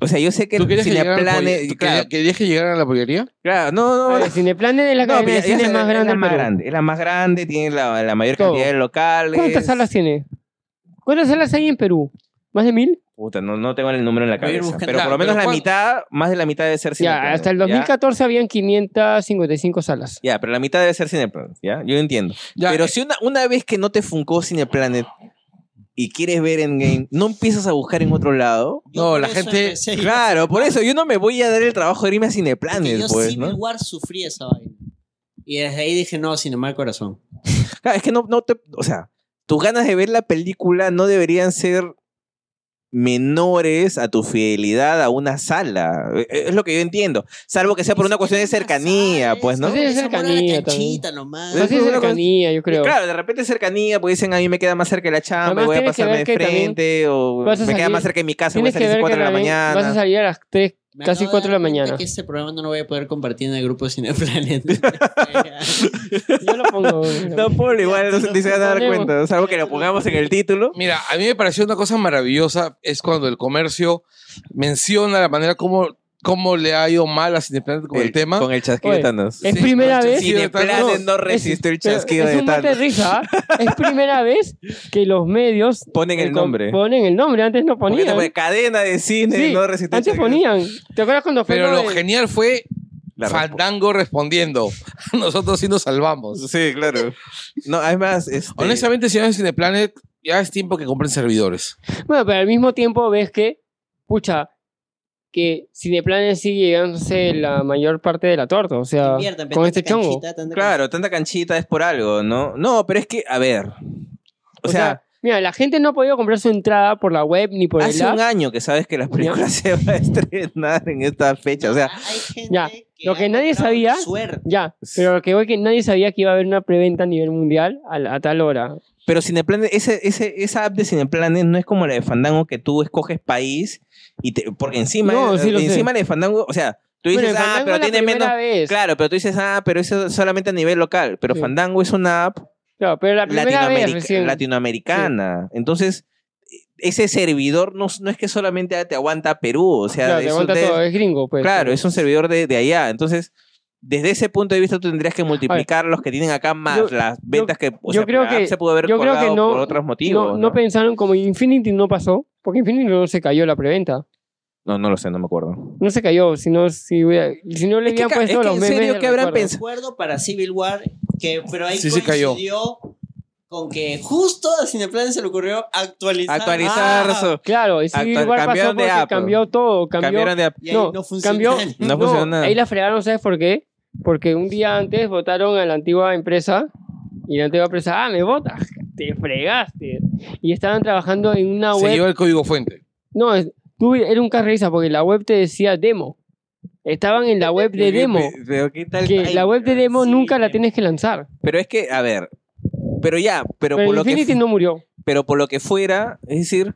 O sea, yo sé que ¿Tú querías que, llegara a la Cineplanet. pollería? ¿Tú claro, querías- querías que llegara a la pollería? claro, no, no, el cineplane de la No, cadena pero de ya- ya cine sé, más es grande la del más Perú. grande, es la más grande, tiene la, la mayor Todo. cantidad de locales. ¿Cuántas salas tiene? ¿Cuántas salas hay en Perú? ¿Más de mil? Puta, no, no tengo el número en la Voy a ir cabeza. buscando. Pero por Claro, lo menos pero la ¿cuán- mitad, más de la mitad debe ser Ya, Cineplanet. hasta el ¿ya? 2014 habían 555 salas. Ya, pero la mitad debe ser Cineplanet, ¿ya? Yo entiendo. Ya, pero eh, si una, una vez que no te funcó Cineplanet y quieres ver Endgame, ¿no empiezas a buscar en otro lado? No, la gente- Claro, por eso yo no me voy a dar el trabajo de irme a Porque Cineplanet, yo pues, Civil ¿no? War sufrí esa vaina. Y desde ahí dije, no, sin mal corazón. Claro, es que no, no te... O sea, tus ganas de ver la película no deberían ser menores a tu fidelidad a una sala. Eh, eh, Es lo que yo entiendo. Salvo que sea por una cuestión de cercanía, pues, ¿no? Pues, Sí, de Esa cercanía la canchita nomás. Así es Bueno, cercanía, yo creo. Claro, de repente cercanía, pues dicen a mí me queda más cerca la chamba, Además, voy a tienes que pasarme ver de que también frente, o me vas a queda salir- más cerca de mi casa, voy Tienes a que salir a las ver que 4 de la también vas a mañana. salir a las 3, Me casi acabo de 4 de la dar cuenta mañana. que este programa no lo voy a poder compartir en el grupo Cineplanet. Yo lo pongo. No, pobre, igual no se te se van a dar Ponemos. cuenta, salvo que lo pongamos en el título. Mira, a mí me pareció una cosa maravillosa es cuando el comercio menciona la manera como, como le ha ido mal a Cineplanet con el, tema. eh, Con el chasquido de Oye, Thanos. es Sí, primera con el vez. chasquido de Thanos. Cineplanet no es- resistió el pero chasquido es de un mate Thanos. risa. ¿ah? Es primera vez que los medios Ponen el com- nombre. Ponen el nombre, antes no Porque ponían. no fue cadena de cine, ¿eh? Sí, no resistió el antes chasquido. ponían. ¿Te acuerdas cuando fue Pero lo lo de- genial fue La respuesta. Fandango respondiendo. Nosotros sí nos salvamos. Sí, claro. No, además, este, Honestamente, señores de Cineplanet, ya es tiempo que compren servidores. Bueno, pero al mismo tiempo ves que, pucha, que Cineplanet sigue llegándose la mayor parte de la torta, o sea, con este chongo. claro, tanta canchita es por algo, ¿no? No, pero es que, a ver. O, O sea, sea, mira, la gente no ha podido comprar su entrada por la web ni por el hace app. un año que sabes que las películas se van a estrenar en esta fecha. O sea, Ah, hay gente ya, lo ha que nadie comprado sabía- Suerte. Ya, pero lo que voy que nadie sabía que iba a haber una preventa a nivel mundial a, la- a tal hora. Pero Cineplanet, ese, ese, esa app de Cineplanet no es como la de Fandango que tú escoges país y te, porque encima, No, sí lo sé. encima la de Fandango, o sea, tú dices, Bueno, en ah, Fandango pero la tiene primera menos. Vez. Claro. Claro, pero tú dices, ah, pero eso es solamente a nivel local. Pero Sí. Fandango es una app pero la primera vez latinoamerica- recién. latinoamericana. Entonces, ese servidor no, no es que solamente te aguanta Perú, o sea, Claro, te es un aguanta de- todo, es gringo, pues. Claro, Pero- es un servidor de, de allá. Entonces, desde ese punto de vista, tú tendrías que multiplicar los que tienen acá más yo- las ventas que. O yo sea, creo la app que- se pudo haber yo creo que colgado no- por otros motivos. no, No, no pensaron como Infinity no pasó, porque Infinity no se cayó la preventa. No, no lo sé, no me acuerdo. No se cayó, sino si, hubiera- si no le Es que habían ca- puesto es que los en memes. serio, del ¿qué habrán recuerdo. pensado? Acuerdo para Civil War, que, pero ahí Sí, sí cayó. coincidió con que justo a Cineplanet se le ocurrió actualizar. Actualizar Ah, su- Claro, y Actu- Civil War pasó cambiaron de porque app. cambió todo, cambió. Cambiaron de app. Y ahí no, no, funcionó. cambió. No funcionó nada. Ahí la fregaron, ¿sabes por qué? Porque un día antes votaron a la antigua empresa y la antigua empresa, ah, me votas, te fregaste. Y estaban trabajando en una Se web. lleva el código fuente. No, es- tú era un carriza porque la web te decía demo. Estaban en la web de demo. Pero, ¿qué tal? Que la web de demo sí, nunca la demo. tienes que lanzar. Pero es que, a ver. Pero ya, pero, Pero, por lo que Infinity no murió. pero por lo que fuera, es decir,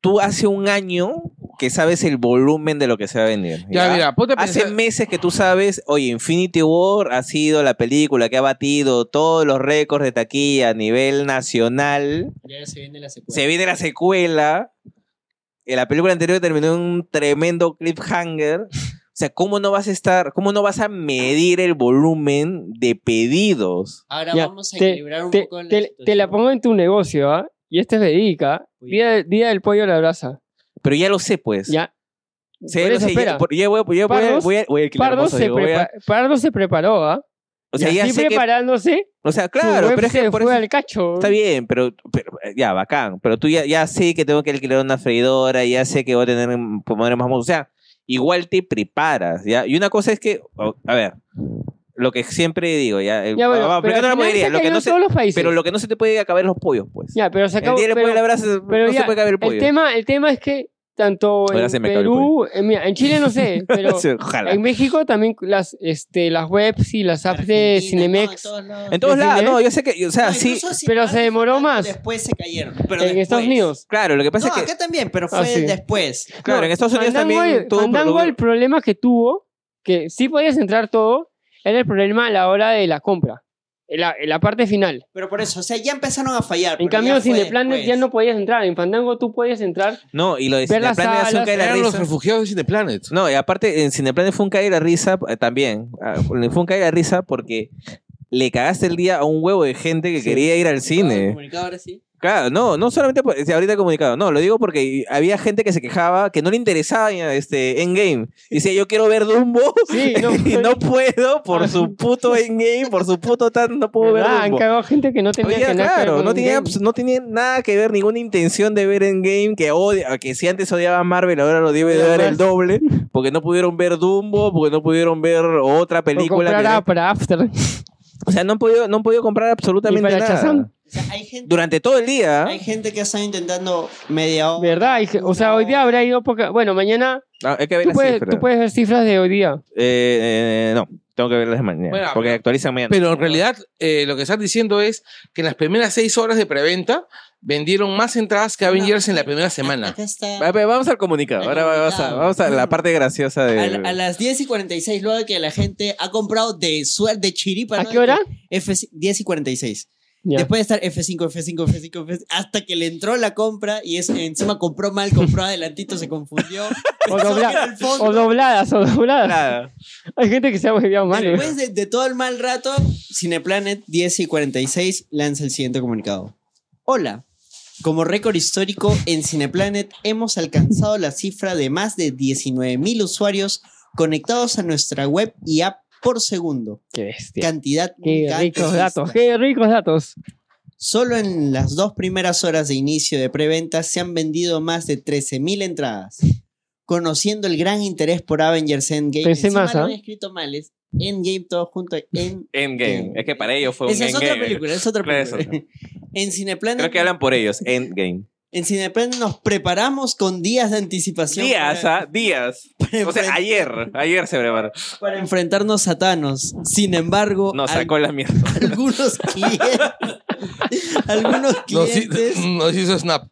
tú hace un año que sabes el volumen de lo que se va a vender. Ya, ¿ya? mira, ponte a Hace pensar. meses que tú sabes, oye, Infinity War ha sido la película que ha batido todos los récords de taquilla a nivel nacional. Ya se viene la secuela. Se viene la secuela. Eh, La película anterior terminó en un tremendo cliffhanger. O sea, ¿cómo no vas a estar, cómo no vas a medir el volumen de pedidos? Ahora Ya, vamos a te- equilibrar un Te, poco la te- te la situación. pongo en tu negocio, ¿ah? Y este es dedica. Día, día del pollo a la brasa. Pero ya lo sé, pues. Ya. Sí, Por lo eso, sé, ya- espera. por- ya voy a- voy a- voy a- Pardos- voy a- voy a alquilar Pardo cosas, se, digo, voy a- prepa- Pardo se preparó, ¿ah? O sea, Y ya así sé que- preparándose, O sea, su claro, web pero es se que por fue eso- al cacho. Está bien, pero, pero, eh, ya, bacán. Pero tú ya, ya sé que tengo que alquilar una freidora, ya sé que voy a tener que poner más... mo- O sea, igual te preparas, ¿ya? Y una cosa es que, o- a ver, lo que siempre digo, ya... eh, Ya, bueno, vamos, pero aplicando al la final mayoría, se lo que cayó no en se, todos los países. pero lo que no se te puede acabar es los pollos, pues. Ya, pero se el acabó. día del pollo pero- a la brasa pero no ya, se puede caber el pollo. El tema, el tema es que tanto Ahora en se me acaba el Perú, en, mira, en Chile no sé, pero Sí, Ojalá. en México también las, este, las webs y las apps de Argentina, Cinemex. no, en todos lados. En todos ¿en lados, Chile? no, yo sé que... O sea, No, ah, sí... incluso si pero paran se demoró los datos, más. Después se cayeron. Pero en después. Estados Unidos. Claro, lo que pasa No, es que... acá también, pero fue Ah, sí. después. Claro, No, en Estados Unidos Fandango, también... el- tuvo Fandango, problema- el problema que tuvo, que sí podías entrar todo, era el problema a la hora de la compra, en la, en la parte final. Pero por eso, o sea, ya empezaron a fallar. En pero cambio, ya fue pues. Cineplanet después. ya no podías entrar. En Fandango tú podías entrar. No, y lo de Ver las Cineplanet es un salas, cae la Eran los risa. refugiados de Cineplanet. No, y aparte en Cineplanet fue un caer la risa eh, también. Ah, Fue un caer la risa porque le cagaste el día a un huevo de gente que quería ir al El cine. comunicado ahora sí. Claro, no, no solamente por, si ahorita he comunicado, no, lo digo porque había gente que se quejaba que no le interesaba eh, este Endgame. Dice, yo quiero ver Dumbo Sí, no. Ah. y no puedo por su puto Endgame, por su puto tan, no puedo ver ¿verdad? Han Dumbo. cagado gente que no tenía Oye, que nada que ver claro, con no tenía, Endgame. abs- no tenía nada que ver, ninguna intención de ver Endgame, que odia, que si antes odiaba a Marvel, ahora lo debe Nada dar más. el doble, porque no pudieron ver Dumbo, porque no pudieron ver otra Por película. comprar que- a- para After. O sea, no han podido, no han podido comprar absolutamente Y para nada. Shazam. O sea, hay gente, Durante todo el día. ¿ah? hay gente que está intentando media hora. ¿Verdad? Y que- o sea, hoy día habrá ido poca. Bueno, mañana. Ah, hay que ver Tú las puedes, cifras. tú puedes ver cifras de hoy día. Eh, eh, no, tengo que ver las de mañana, Bueno, porque actualizan mañana. Pero en realidad eh, lo que están diciendo es que en las primeras seis horas de preventa vendieron más entradas que Avengers en la primera semana. Acá está. Va, va, Ah, Vamos al comunicado, Al ahora va- vamos a, comunicado. vamos a la parte graciosa A, de... la- a las 10 y 46, luego de que la gente ha comprado de suerte, de chiripa. ¿A ¿no? qué hora? F 10 y 46. Ya. Después de estar F5, F5, F5, F5, hasta que le entró la compra y es, encima compró mal, compró adelantito, se confundió. O, pensó que dobla- era el fondo. o dobladas, o dobladas. Nada. Hay gente que se ha hueviado mal. güey. Después de, de todo el mal rato, Cineplanet 10 y 46 lanza el siguiente comunicado. Hola, como récord histórico en Cineplanet hemos alcanzado la cifra de más de 19.000 usuarios conectados a nuestra web y app por segundo. Qué bestia. Cantidad Qué nunca antes ricos vista. datos, qué ricos datos. Solo en las dos primeras horas de inicio de preventa se han vendido más de 13.000 entradas. Conociendo el gran interés por Avengers Endgame, Pensé encima más, lo ¿ah? han escrito mal, es Endgame todo junto, en Endgame. Es que para ellos fue un Esa es Endgame. otra película, es otra Claro, es película. en Creo Cineplanet, que hablan por ellos. Endgame. en Cineplanet nos preparamos con días de anticipación Días, para, ¿ah? Días. para O sea, enfren- ayer. Ayer se prepararon. para enfrentarnos a Thanos. Sin Oh, embargo, Nos al- ¿ah? sacó la mierda. algunos clientes, algunos Nos, hi- clientes nos hizo Snap.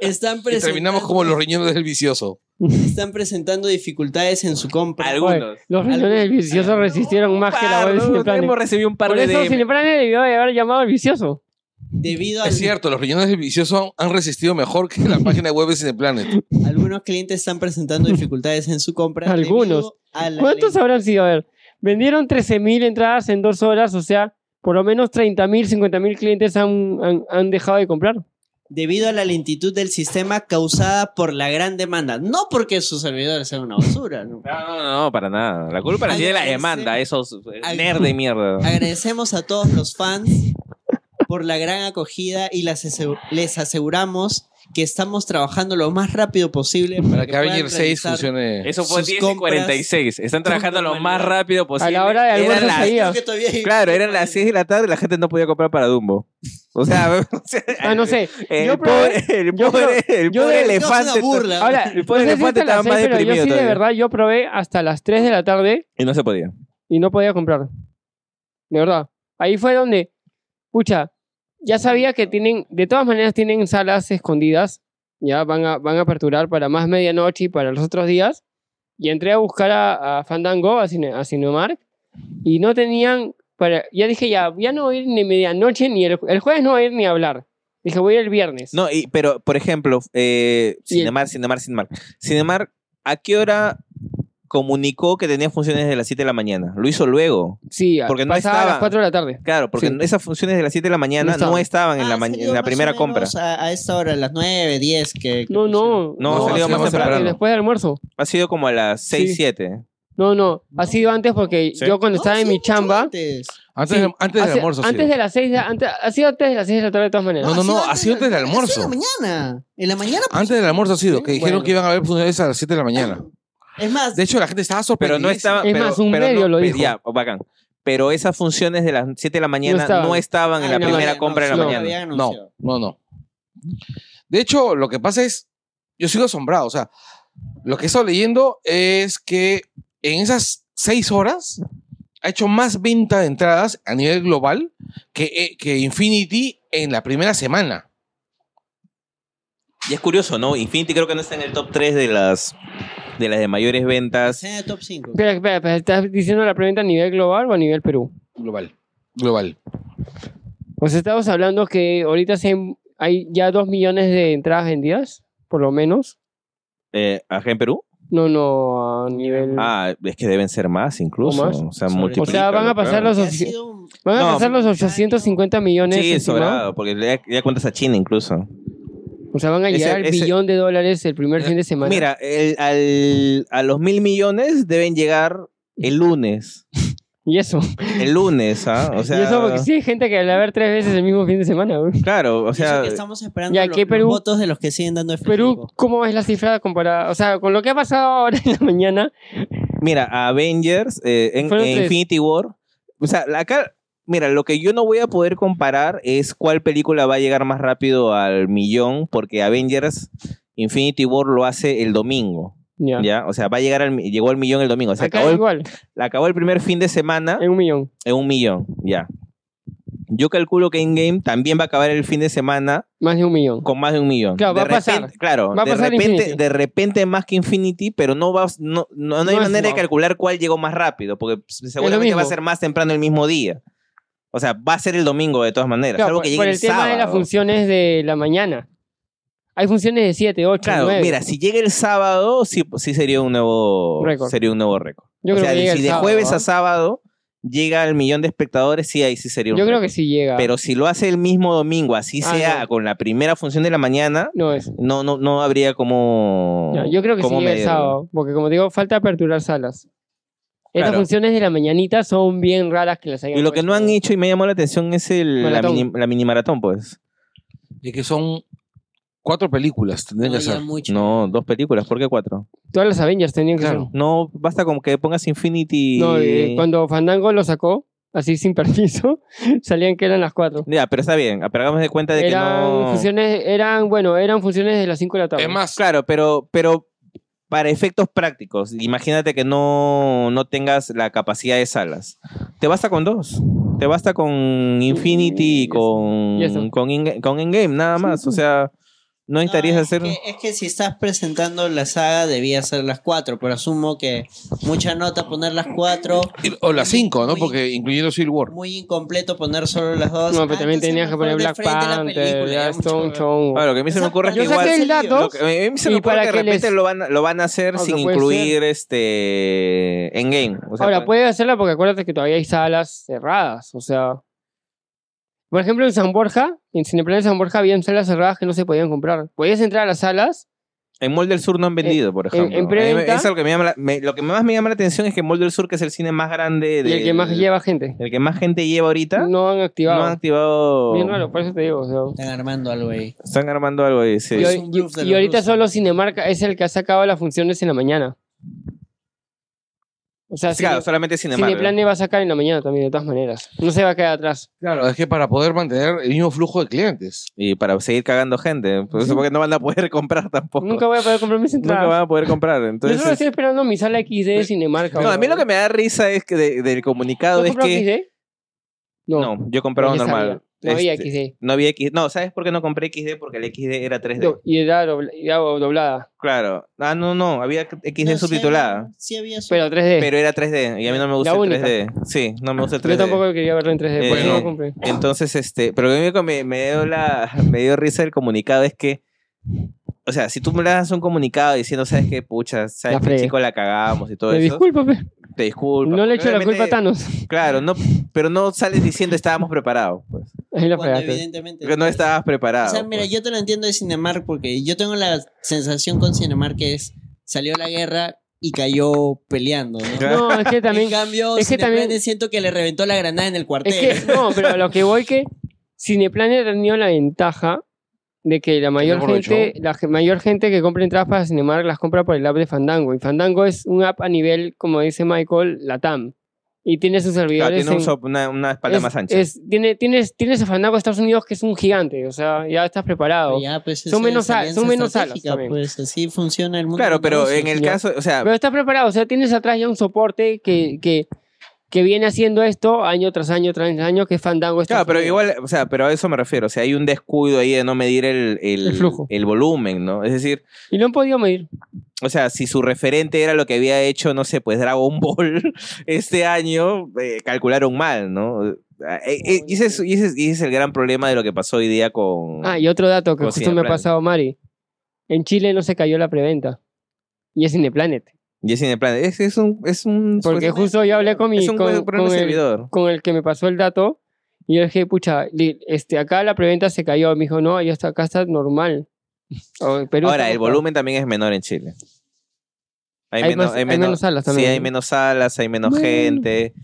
están, Y terminamos como presentando- los riñones del vicioso. están presentando dificultades en su compra. Algunos. Los riñones del vicioso resistieron más que la web de Pardo, Hemos Cineplanet. recibido un par Por de eso DM. Cineplanet debió de haber llamado al vicioso. Debido a Es cierto, los riñones del vicioso han resistido mejor que la página web de Cineplanet. algunos clientes están presentando dificultades en su compra. Algunos. debido a la ¿Cuántos lenta- habrán sido? A ver, vendieron 13.000 entradas en dos horas, o sea, por lo menos 30.000, 50.000 clientes han, han, han dejado de comprar. debido a la lentitud del sistema causada por la gran demanda. No porque sus servidores sean una basura. ¿no? No, no, no, para nada. La culpa la Al tiene la parecer- demanda, esos eh, al- nerd de mierda. Agradecemos a todos los fans por la gran acogida y las asegu- les aseguramos que estamos trabajando lo más rápido posible para, Para que puedan Avenger 6 realizar- funcione. Eso fue sus 10 y compras 46. Están trabajando lo más rápido A posible. la hora de Eran almuerzo las- salía. Creo que todavía hay- Claro, eran las 6 de la tarde y la gente no podía comprar para Dumbo. O sea, o sea, Ah, no sé. El Yo probé- pobre, el yo pobre, el yo pobre de- No, es una elefante. burla. Ahora, El no pobre sé si elefante hasta estaba las más seis, pero yo deprimido sí, de todavía. verdad, yo probé hasta las 3 de la tarde Y no se podía. y no podía comprar. De verdad. Ahí fue donde, pucha, ya sabía que tienen, de todas maneras tienen salas escondidas, ya van a, van a aperturar para más medianoche y para los otros días. Y entré a buscar a, a Fandango, a, Cine, a Cinemark, y no tenían, para, ya dije, ya, ya no voy a ir ni medianoche, ni el, el jueves no voy a ir ni a hablar. Dije, voy a ir el viernes. No, y, pero, por ejemplo, eh, Y el- Cinemar, Cinemar, Cinemar. Cinemar, ¿a qué hora comunicó que tenía funciones de las 7 de la mañana? Lo hizo luego. sí, porque no pasaba a las estaban. 4 de la tarde. Claro, porque Sí. esas funciones de las 7 de la mañana no estaban. estaban, en, Ah, la, ma- salió en la más o primera menos compra. A, a esta hora, a las 9, 10. Que, que No, no. No, salió ha sido más tarde, temprano. Después del almuerzo. Ha sido como a las 6, Sí. 7. No, no. Ha sido antes porque Sí. yo cuando No, estaba en sí, mi mucho chamba... antes. Antes, Sí, del- antes del hace- almuerto. sí. Antes de las seis de, antes, ha sido antes de las 6 de la tarde de todas maneras. No, no, no, ha sido antes del En la almuerzo. mañana. En la mañana. pues, Antes del almuerzo ha sido, que dijeron Bueno. que iban a haber funciones a las 7 de la mañana. Es más, De hecho, la gente estaba sorprendida. Pero no estaba. Es pero, más, un pero medio no- lo pero dijo. Ya, oh, bacán. Pero esas funciones de las 7 de la mañana no estaban, estaban. en Ah, la no, primera no, compra de la no, mañana. habían No, anunciado. no, no. De hecho, lo que pasa es, yo sigo asombrado, o sea, lo que he estado leyendo es que en esas seis horas ha hecho más venta de entradas a nivel global que, eh, que Infinity en la primera semana. Y es curioso, ¿no? Infinity creo que no está en el top 3 de las de las de mayores ventas. Escena de top 5. Espera, espera, espera, ¿estás diciendo la preventa a nivel global o a nivel Perú? Global. Global. O sea, estamos hablando que ahorita se- hay ya dos millones de entradas vendidas, por lo menos. Eh, ¿Acá en Perú? No, no, a nivel... Ah, es que deben ser más incluso. O más. O sea, Sobre- multiplícalo, o sea, van a pasar claro. los, Ha ocho- sido un- van a No. pasar los 850 millones. Sí, estimados. sobrado, porque ya, ya cuentas a China incluso. O sea, van a Ese- llegar al ese- Eh, billón de dólares el primer fin de semana. Mira, el- al- a los mil millones deben llegar el lunes. Y eso. El lunes, ¿ah? O sea, y eso porque sí hay gente que la ver tres veces el mismo fin de semana. güey. claro, o Eso sea, que estamos esperando ya, lo- ¿qué los Perú? votos de los que siguen dando F5. Perú, ¿cómo es la cifra comparada? O sea, con lo que ha pasado ahora en la mañana, mira, Avengers, eh, en, Fueron en tres. Infinity War. O sea, la- acá, mira, lo que yo no voy a poder comparar es cuál película va a llegar más rápido al millón, porque Avengers Infinity War lo hace el domingo. ya. ¿Ya? O sea, va a llegar al, mi- llegó al millón el domingo. O sea, Acá Eh. acabó el, igual, acabó el primer fin de semana ¿Ah? en un millón. en un millón. Ya. Yo calculo que Endgame también va a acabar el fin de semana Más de un millón. con más de un millón. Claro, De va a pasar. repente- Claro, Va a de, pasar repente, Infinity. de repente más que Infinity, pero no, va, no, no, no hay No es- manera de no. calcular cuál llegó más rápido, porque seguramente va a mismo. ser más temprano el mismo día. O sea, va a ser el domingo de todas maneras. Claro, salvo por, que llegue por el, el, tema de las sábado. funciones de la mañana. Hay funciones de 7, 8, Claro, 9. mira, si llega el sábado, sí, sí sería un nuevo Récord. sería un nuevo récord. Yo o creo sea, que de- llega si el de sábado, jueves ¿ah? a sábado llega al millón de espectadores, sí, ahí sí sería un Yo creo récord. que sí llega. Pero si lo hace el mismo domingo, así Ah, sea, no. con la primera función de la mañana, no es. no, no, no habría como. Ya, yo creo que sí como llega el medirlo. sábado, porque como digo, falta aperturar salas. Estas Claro. funciones de la mañanita son bien raras que las hayan Y lo que puesto. no han hecho y me llamó la atención es el, la, Maratón. mini, la mini maratón, pues. De que son cuatro películas, tendrían No, que ya ser. mucho. No, dos películas, ¿por qué cuatro? Todas las Avengers tenían que Claro. ser. No, basta con que pongas Infinity. No, eh, cuando Fandango lo sacó, así sin permiso, salían que eran las 4. Ya, pero está bien, pero hagamos de cuenta de Eran que no. funciones, eran, bueno, eran funciones de las 5 de la tarde. Es más, Claro, pero, pero para efectos prácticos, imagínate que no, no tengas la capacidad de salas. Te basta con dos. Te basta con Infinity y Y eso, y con, eso. con, In- con Endgame, nada más. O sea, no No, necesitarías hacer. Es que, es que si estás presentando la saga, debía ser las cuatro, pero asumo que mucha nota poner las cuatro, o las cinco, ¿no? Porque incluyendo Civil War. muy incompleto poner solo las dos. no, pero Ah, también entonces tenías que mejor poner de Black frente la Panther, película, ya ya, es mucho todo un mejor. chongo. Ahora, lo que a mí se me Esa ocurre es que Yo igual. saqué el dato. lo que- a mí se me ¿Y ocurre para que de qué repente les- lo van, a- lo van a hacer Aunque sin puede incluir este Endgame. O sea, Ahora, pues- puede hacerla porque acuérdate que todavía hay salas cerradas, o sea... Por ejemplo, en San Borja, en Cineplanet San Borja, habían salas cerradas que no se podían comprar. Podías entrar a las salas, en Mall del Sur no han vendido, por Eh, en- ejemplo. en A mí me- preventa- eso es lo que, me llama la- me- lo que más me llama la atención es que Mall del Sur, que es el cine más grande de. y el que más lleva gente. El que más gente lleva ahorita. No han activado. No han activado. Bien raro, por eso te digo, o sea... Están armando algo ahí. Están armando algo ahí, sí. Y, Es hoy- un bluff de y los ahorita rusos. solo Cinemarca es el que ha sacado las funciones en la mañana. O sea, Sí, claro, Cine- solamente Cinemark. Cineplane va a sacar en la mañana también, de todas maneras. No se va a quedar atrás. Claro, es que para poder mantener el mismo flujo de clientes. Y para seguir cagando gente. Por eso porque no van a poder comprar tampoco. Nunca voy a poder comprar mis Nunca entradas. van a poder comprar. Yo solo Entonces. pues, estoy esperando mi sala XD de Cinemarca. No, a mí lo que me da risa es que de- del comunicado ¿Tú es has comprado que. XD? No, No, yo compraba porque normal. sabía. No había Este, XD. No había XD. No, ¿sabes por qué no compré XD? Porque el XD era 3D. Do- Y era, dobla- y era doblada, Claro. Ah, no, no. Había XD No, sí subtitulada. había- Sí había sub- pero 3D. Pero era 3D. Y a mí no me gusta La el única. 3D. Sí, no me gusta el 3D. Yo tampoco quería verlo en 3D, por Eh, eso no no. lo compré. Entonces, este, pero a mí me- me, me dio la, me dio risa el comunicado es que, o sea, si tú me das un comunicado diciendo, sabes qué, pucha, sabes La que fregué. chico la cagamos y todo Me eso, disculpa, pe. te disculpo. no le echo la culpa a Thanos. Claro, no, pero no sales diciendo estábamos preparados, pues, Ahí la cuando fregaste. evidentemente. porque no estabas O preparado. sea, mira, pues. yo te lo entiendo de Cinemark porque yo tengo la sensación con Cinemark que es salió la guerra y cayó peleando, ¿no? Claro. No, es que también en cambio, es que Cineplanet también- siento que le reventó la granada en el cuartel. Es que, no, pero a lo que voy que Cineplanet ha tenido la ventaja de que la mayor mejor gente, la ge- mayor gente que compra entradas para Cinemark las compra por el app de Fandango. Y Fandango es un app a nivel, como dice Michael, Latam. Y tiene sus Claro, servidores. tiene un en- sop- una, una espalda es- más ancha. es- tiene, tienes, tienes a Fandango de Estados Unidos que es un gigante. O sea, ya estás preparado. Ya, pues, Son esa es menos a- alianza son menos alas estratégica, también. Pues así funciona el mundo. claro, pero del en el señor. caso, o sea, Mm. Pero estás preparado. O sea, tienes atrás ya un soporte que, que que viene haciendo esto año tras año tras año, que es Fandango. Claro, Estados pero Unidos. igual, o sea, pero a eso me refiero. O sea, hay un descuido ahí de no medir el, el, El flujo. el volumen, ¿no? Es decir, Y lo han podido medir. o sea, si su referente era lo que había hecho, no sé, pues Dragon Ball este año, eh, calcularon mal, ¿no? Eh, eh, y, ese es, y ese es- y ese es el gran problema de lo que pasó hoy día con... Ah, y otro dato que Con justo me ha Cineplanet. pasado pasado Mari. En Chile no se cayó la preventa. Y es Cineplanet. Y es Cineplanet. Es, es un... Es un Porque justo yo hablé con mi- Es un con- problema de con el- servidor. Con el que me pasó el dato. Y yo dije, pucha, li- este, acá la preventa se cayó. Me dijo, no, ya está, acá está normal. O en Perú Ahora, está el normal. volumen también es menor en Chile. Hay, Hay meno- más- hay hay meno- menos salas Sí, también, hay ¿no? menos salas, hay menos Bueno. gente.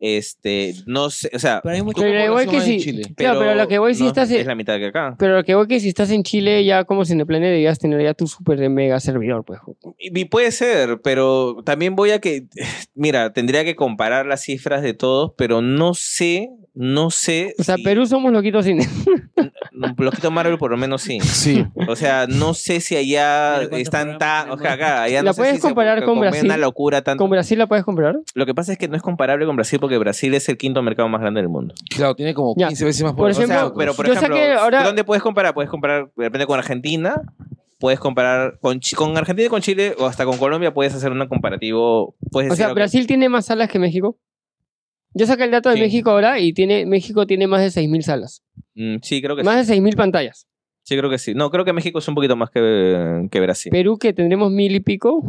Este, no sé, o sea, Pero hay mucho Pero igual que más en sí. Chile. Claro, pero lo que voy sí no, está es la mitad que acá. Pero lo que voy que si estás en Chile, ya como Cineplanet debías tener ya tu super de mega servidor, pues. jo. Y y puede ser, pero también voy a que, mira, tendría que comparar las cifras de todos, pero no sé, no sé. O sea, si- Perú somos loquitos cine. Los quito Marvel por lo menos sí. Sí. O sea, no sé si allá Mira cuántos están programas tan... O sea, tenemos. acá, allá ¿La no sé puedes si se- comparar con como es una Brasil? locura tanto. ¿Con Brasil la puedes comprar? Lo que pasa es que no es comparable con Brasil porque Brasil es el quinto mercado más grande del mundo. Claro, tiene como Ya. 15 veces más Por O sea, ejemplo, pero por yo ejemplo, saqué ahora- ¿dónde puedes comparar? Puedes comparar de repente con Argentina, puedes comparar con, Chi- con Argentina y con Chile, o hasta con Colombia puedes hacer un comparativo. Puedes O sea, decir, ok, Brasil tiene más salas que México. Yo saqué el dato de Sí. México ahora y tiene, México tiene más de 6.000 salas. mm, sí, creo que sí. Más de 6.000 pantallas. Sí, creo que sí. No, creo que México es un poquito más que, que Brasil. Perú, que tendremos mil y pico.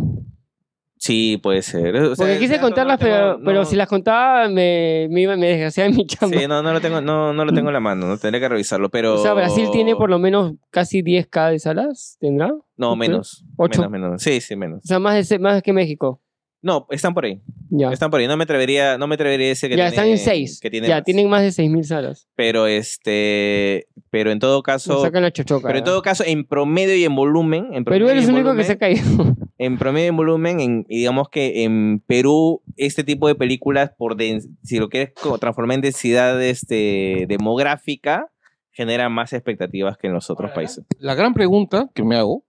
Sí, puede ser. O sea, Porque ese quise dato contarlas, no lo pero, tengo- pero no- si las contaba me, me, iba- me desgraciaba en mi chamba. Sí, no, no lo tengo, no, no lo tengo en la mano, no tendría que revisarlo, pero... O sea, Brasil tiene por lo menos casi 10k de salas, ¿tendrá? O No, menos. Ocho. Menos, menos. Sí, sí, menos. sea, más, de, se- más que México. No, están por ahí. Ya, Están por ahí. No me atrevería, no me atrevería a decir Este que ya están en tiene- 6. que tiene ya, más. tienen más de 6.000 salas. Pero este, pero en todo Nos caso, sacan la chochoca. pero en ya. todo caso, en promedio y en volumen, en Perú promedio y eres en el único que volumen- se ha caído. en promedio en volumen, en, y digamos que en Perú, este tipo de películas, por dens- si lo quieres co- transformar en densidad este, demográfica, genera más expectativas que en los otros países. La gran pregunta que me hago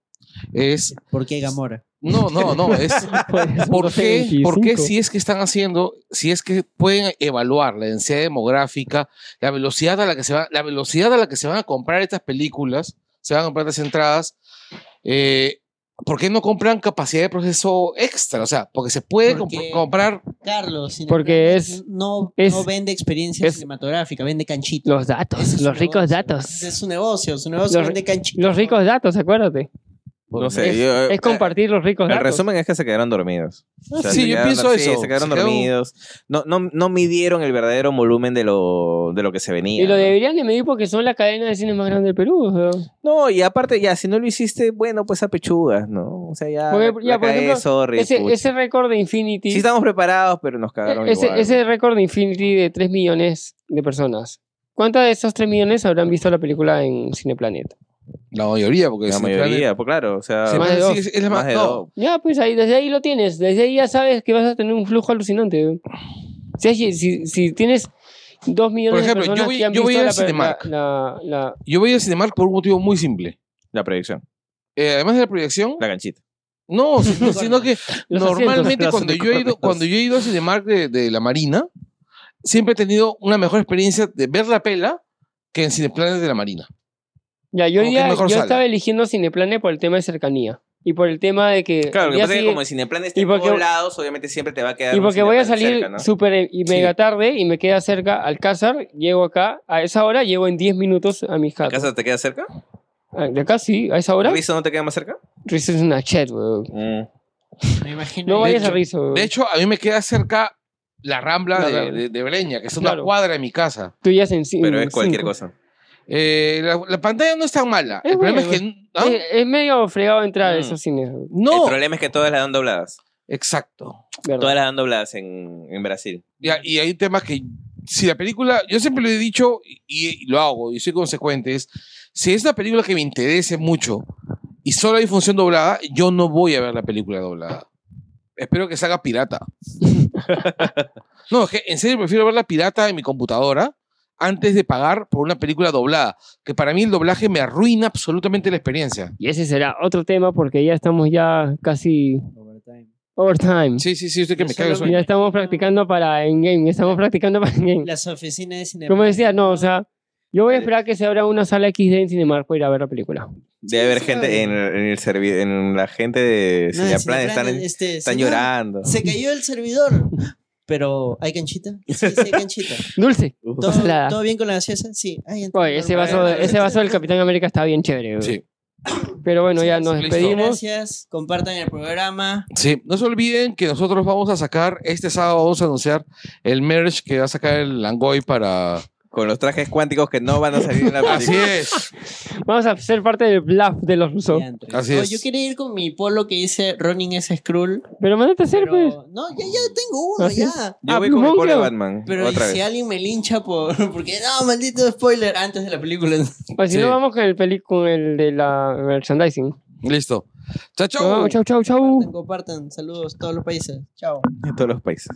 es... ¿Por qué Gamora? No, no, no, es... ¿Por qué, por qué si es que están haciendo, si es que pueden evaluar la densidad demográfica, la velocidad a la que se van, la velocidad a la que se van a comprar estas películas, se van a comprar estas entradas, eh, ¿por qué no compran capacidad de proceso extra? O sea, porque se puede Porque- comp- comprar Carlos. Cineplanet Porque es- No, es- no vende experiencia es- cinematográfica, vende canchitos. Los datos, los ricos datos. Es su negocio, su negocio Los- vende canchitos. Los ricos datos, acuérdate. No sé, Es- yo- Es compartir los ricos Eh, El datos. resumen es que se quedaron dormidos. Ah, O sea, Ah, Sí, se yo quedaron- pienso sí, eso. Se quedaron Se quedaron- dormidos. No, no, no midieron el verdadero volumen de lo, de lo que se venía. Y lo ¿no? deberían de medir porque son la cadena de cine más grande del Perú. o sea. No, y aparte, ya, si no lo hiciste, bueno, pues a pechugas, ¿no? O sea, ya. Porque, la ya, por cagué, ejemplo, sorry, Ese, pucha. ese récord de Infinity. e, Sí, estamos preparados, pero nos cagaron. ese igual. ese récord de Infinity de 3 millones de personas. ¿Cuántas de esos 3 millones habrán visto la película en Cineplanet? la mayoría, porque la Cineplanet- mayoría, pues claro, o sea. Más Cineplanet de sí dos. es- es la más más- de no, dos. Ya, pues ahí, desde ahí lo tienes. Desde ahí ya sabes que vas a tener un flujo alucinante. Si, hay- si, si tienes 2 millones ejemplo, de yo personas voy- que han yo voy visto al la- Cinemark. la- la- la- Yo voy a Cinemark por un motivo muy simple. La predicción, Eh, además de la proyección, la canchita. no, sino, sino que Los normalmente asientos. cuando Los yo, he ido, unicornios. cuando yo he ido a Cinemark de, de la Marina, siempre he tenido una mejor experiencia de ver la pela que en Cineplanet de la Marina. Ya, yo, Como que ya- mejor yo sala. estaba eligiendo Cineplane por el tema de cercanía. Y por el tema de que. Claro, al lo que día pasa es que sigue- como el Cineplan está y en porque- todos lados, obviamente siempre te va a quedar. y un porque voy a Cineplan salir cerca, ¿no? súper eh, y mega tarde y me queda cerca Alcázar, llego acá, a esa hora llego en 10 minutos a mi ¿La casa. casa te queda cerca? Ah, De acá sí, a esa hora. ¿Rizo no te queda más cerca? Rizo es una chat, weón. Mm. Me imagino. No que- vayas hecho- a Rizo. weón. De hecho, a mí me queda cerca la Rambla La de, Rambla. de- de Breña, que es una Claro. cuadra de mi casa. Tú ya es en cin- Pero es Mm, cualquier cinco. cosa. Eh, la, la pantalla no es tan mala. Es Eh, el problema buena, es que... ¿ah? Es, es medio fregado entrar a Mm. esos cines. weón. El No, problema es que todas las dan dobladas. exacto. Verdad. Todas las dan dobladas en, en Brasil. Ya, y hay temas que, si la película, yo siempre lo he dicho y, y lo hago, y soy consecuente, es, si es una película que me interese mucho y solo hay función doblada, yo no voy a ver la película doblada. Espero que salga pirata. no, es que en serio prefiero verla pirata en mi computadora antes de pagar por una película doblada, que para mí el doblaje me arruina absolutamente la experiencia. Y ese será otro tema porque ya estamos ya casi Overtime. Sí, sí, sí, usted que me Yo cago. solo soy- Ya estamos practicando para Endgame, estamos practicando para Endgame. Las oficinas de cine. Como decía, no, o sea, yo voy a esperar que se abra una sala XD en Cinemark para ir a ver la película. Debe haber sí, gente oye. en, en el servi- en la gente de No, en Cineplanet están, Cineplanet, este, están señor, llorando. Se cayó el servidor. Pero, ¿hay canchita? Sí, sí, hay canchita. Dulce. ¿Todo, Salada. todo bien con la gaseosa? Sí. Ay, entonces, Oye, Pues ese normal. vaso, ese vaso del Capitán América está bien chévere. güey. Sí, Pero bueno, ya nos Listo. despedimos. Gracias. Compartan el programa. sí. No se olviden que nosotros vamos a sacar, este sábado vamos a anunciar el merch que va a sacar el Langoy para... Con los trajes cuánticos que no van a salir en la Así película. es. Vamos a ser parte del bluff de los rusos. Y antes. Así Oh, es. Yo quería ir con mi polo que dice Ronin es Skrull. Pero mándate a hacer, pero- pues. No, ya, ya tengo uno, Así ya. Yo Ah, voy con Blue el polo de Monkey. Batman. Pero ¿y otra si vez. alguien me lincha por. Porque no, maldito spoiler antes de la película. O Pues si Sí. no, vamos con el, peli con el de la merchandising. Listo. Chao, chao. Chau, chau, chau, chau. Compartan, compartan. Saludos a todos los países. Chao. En todos los países.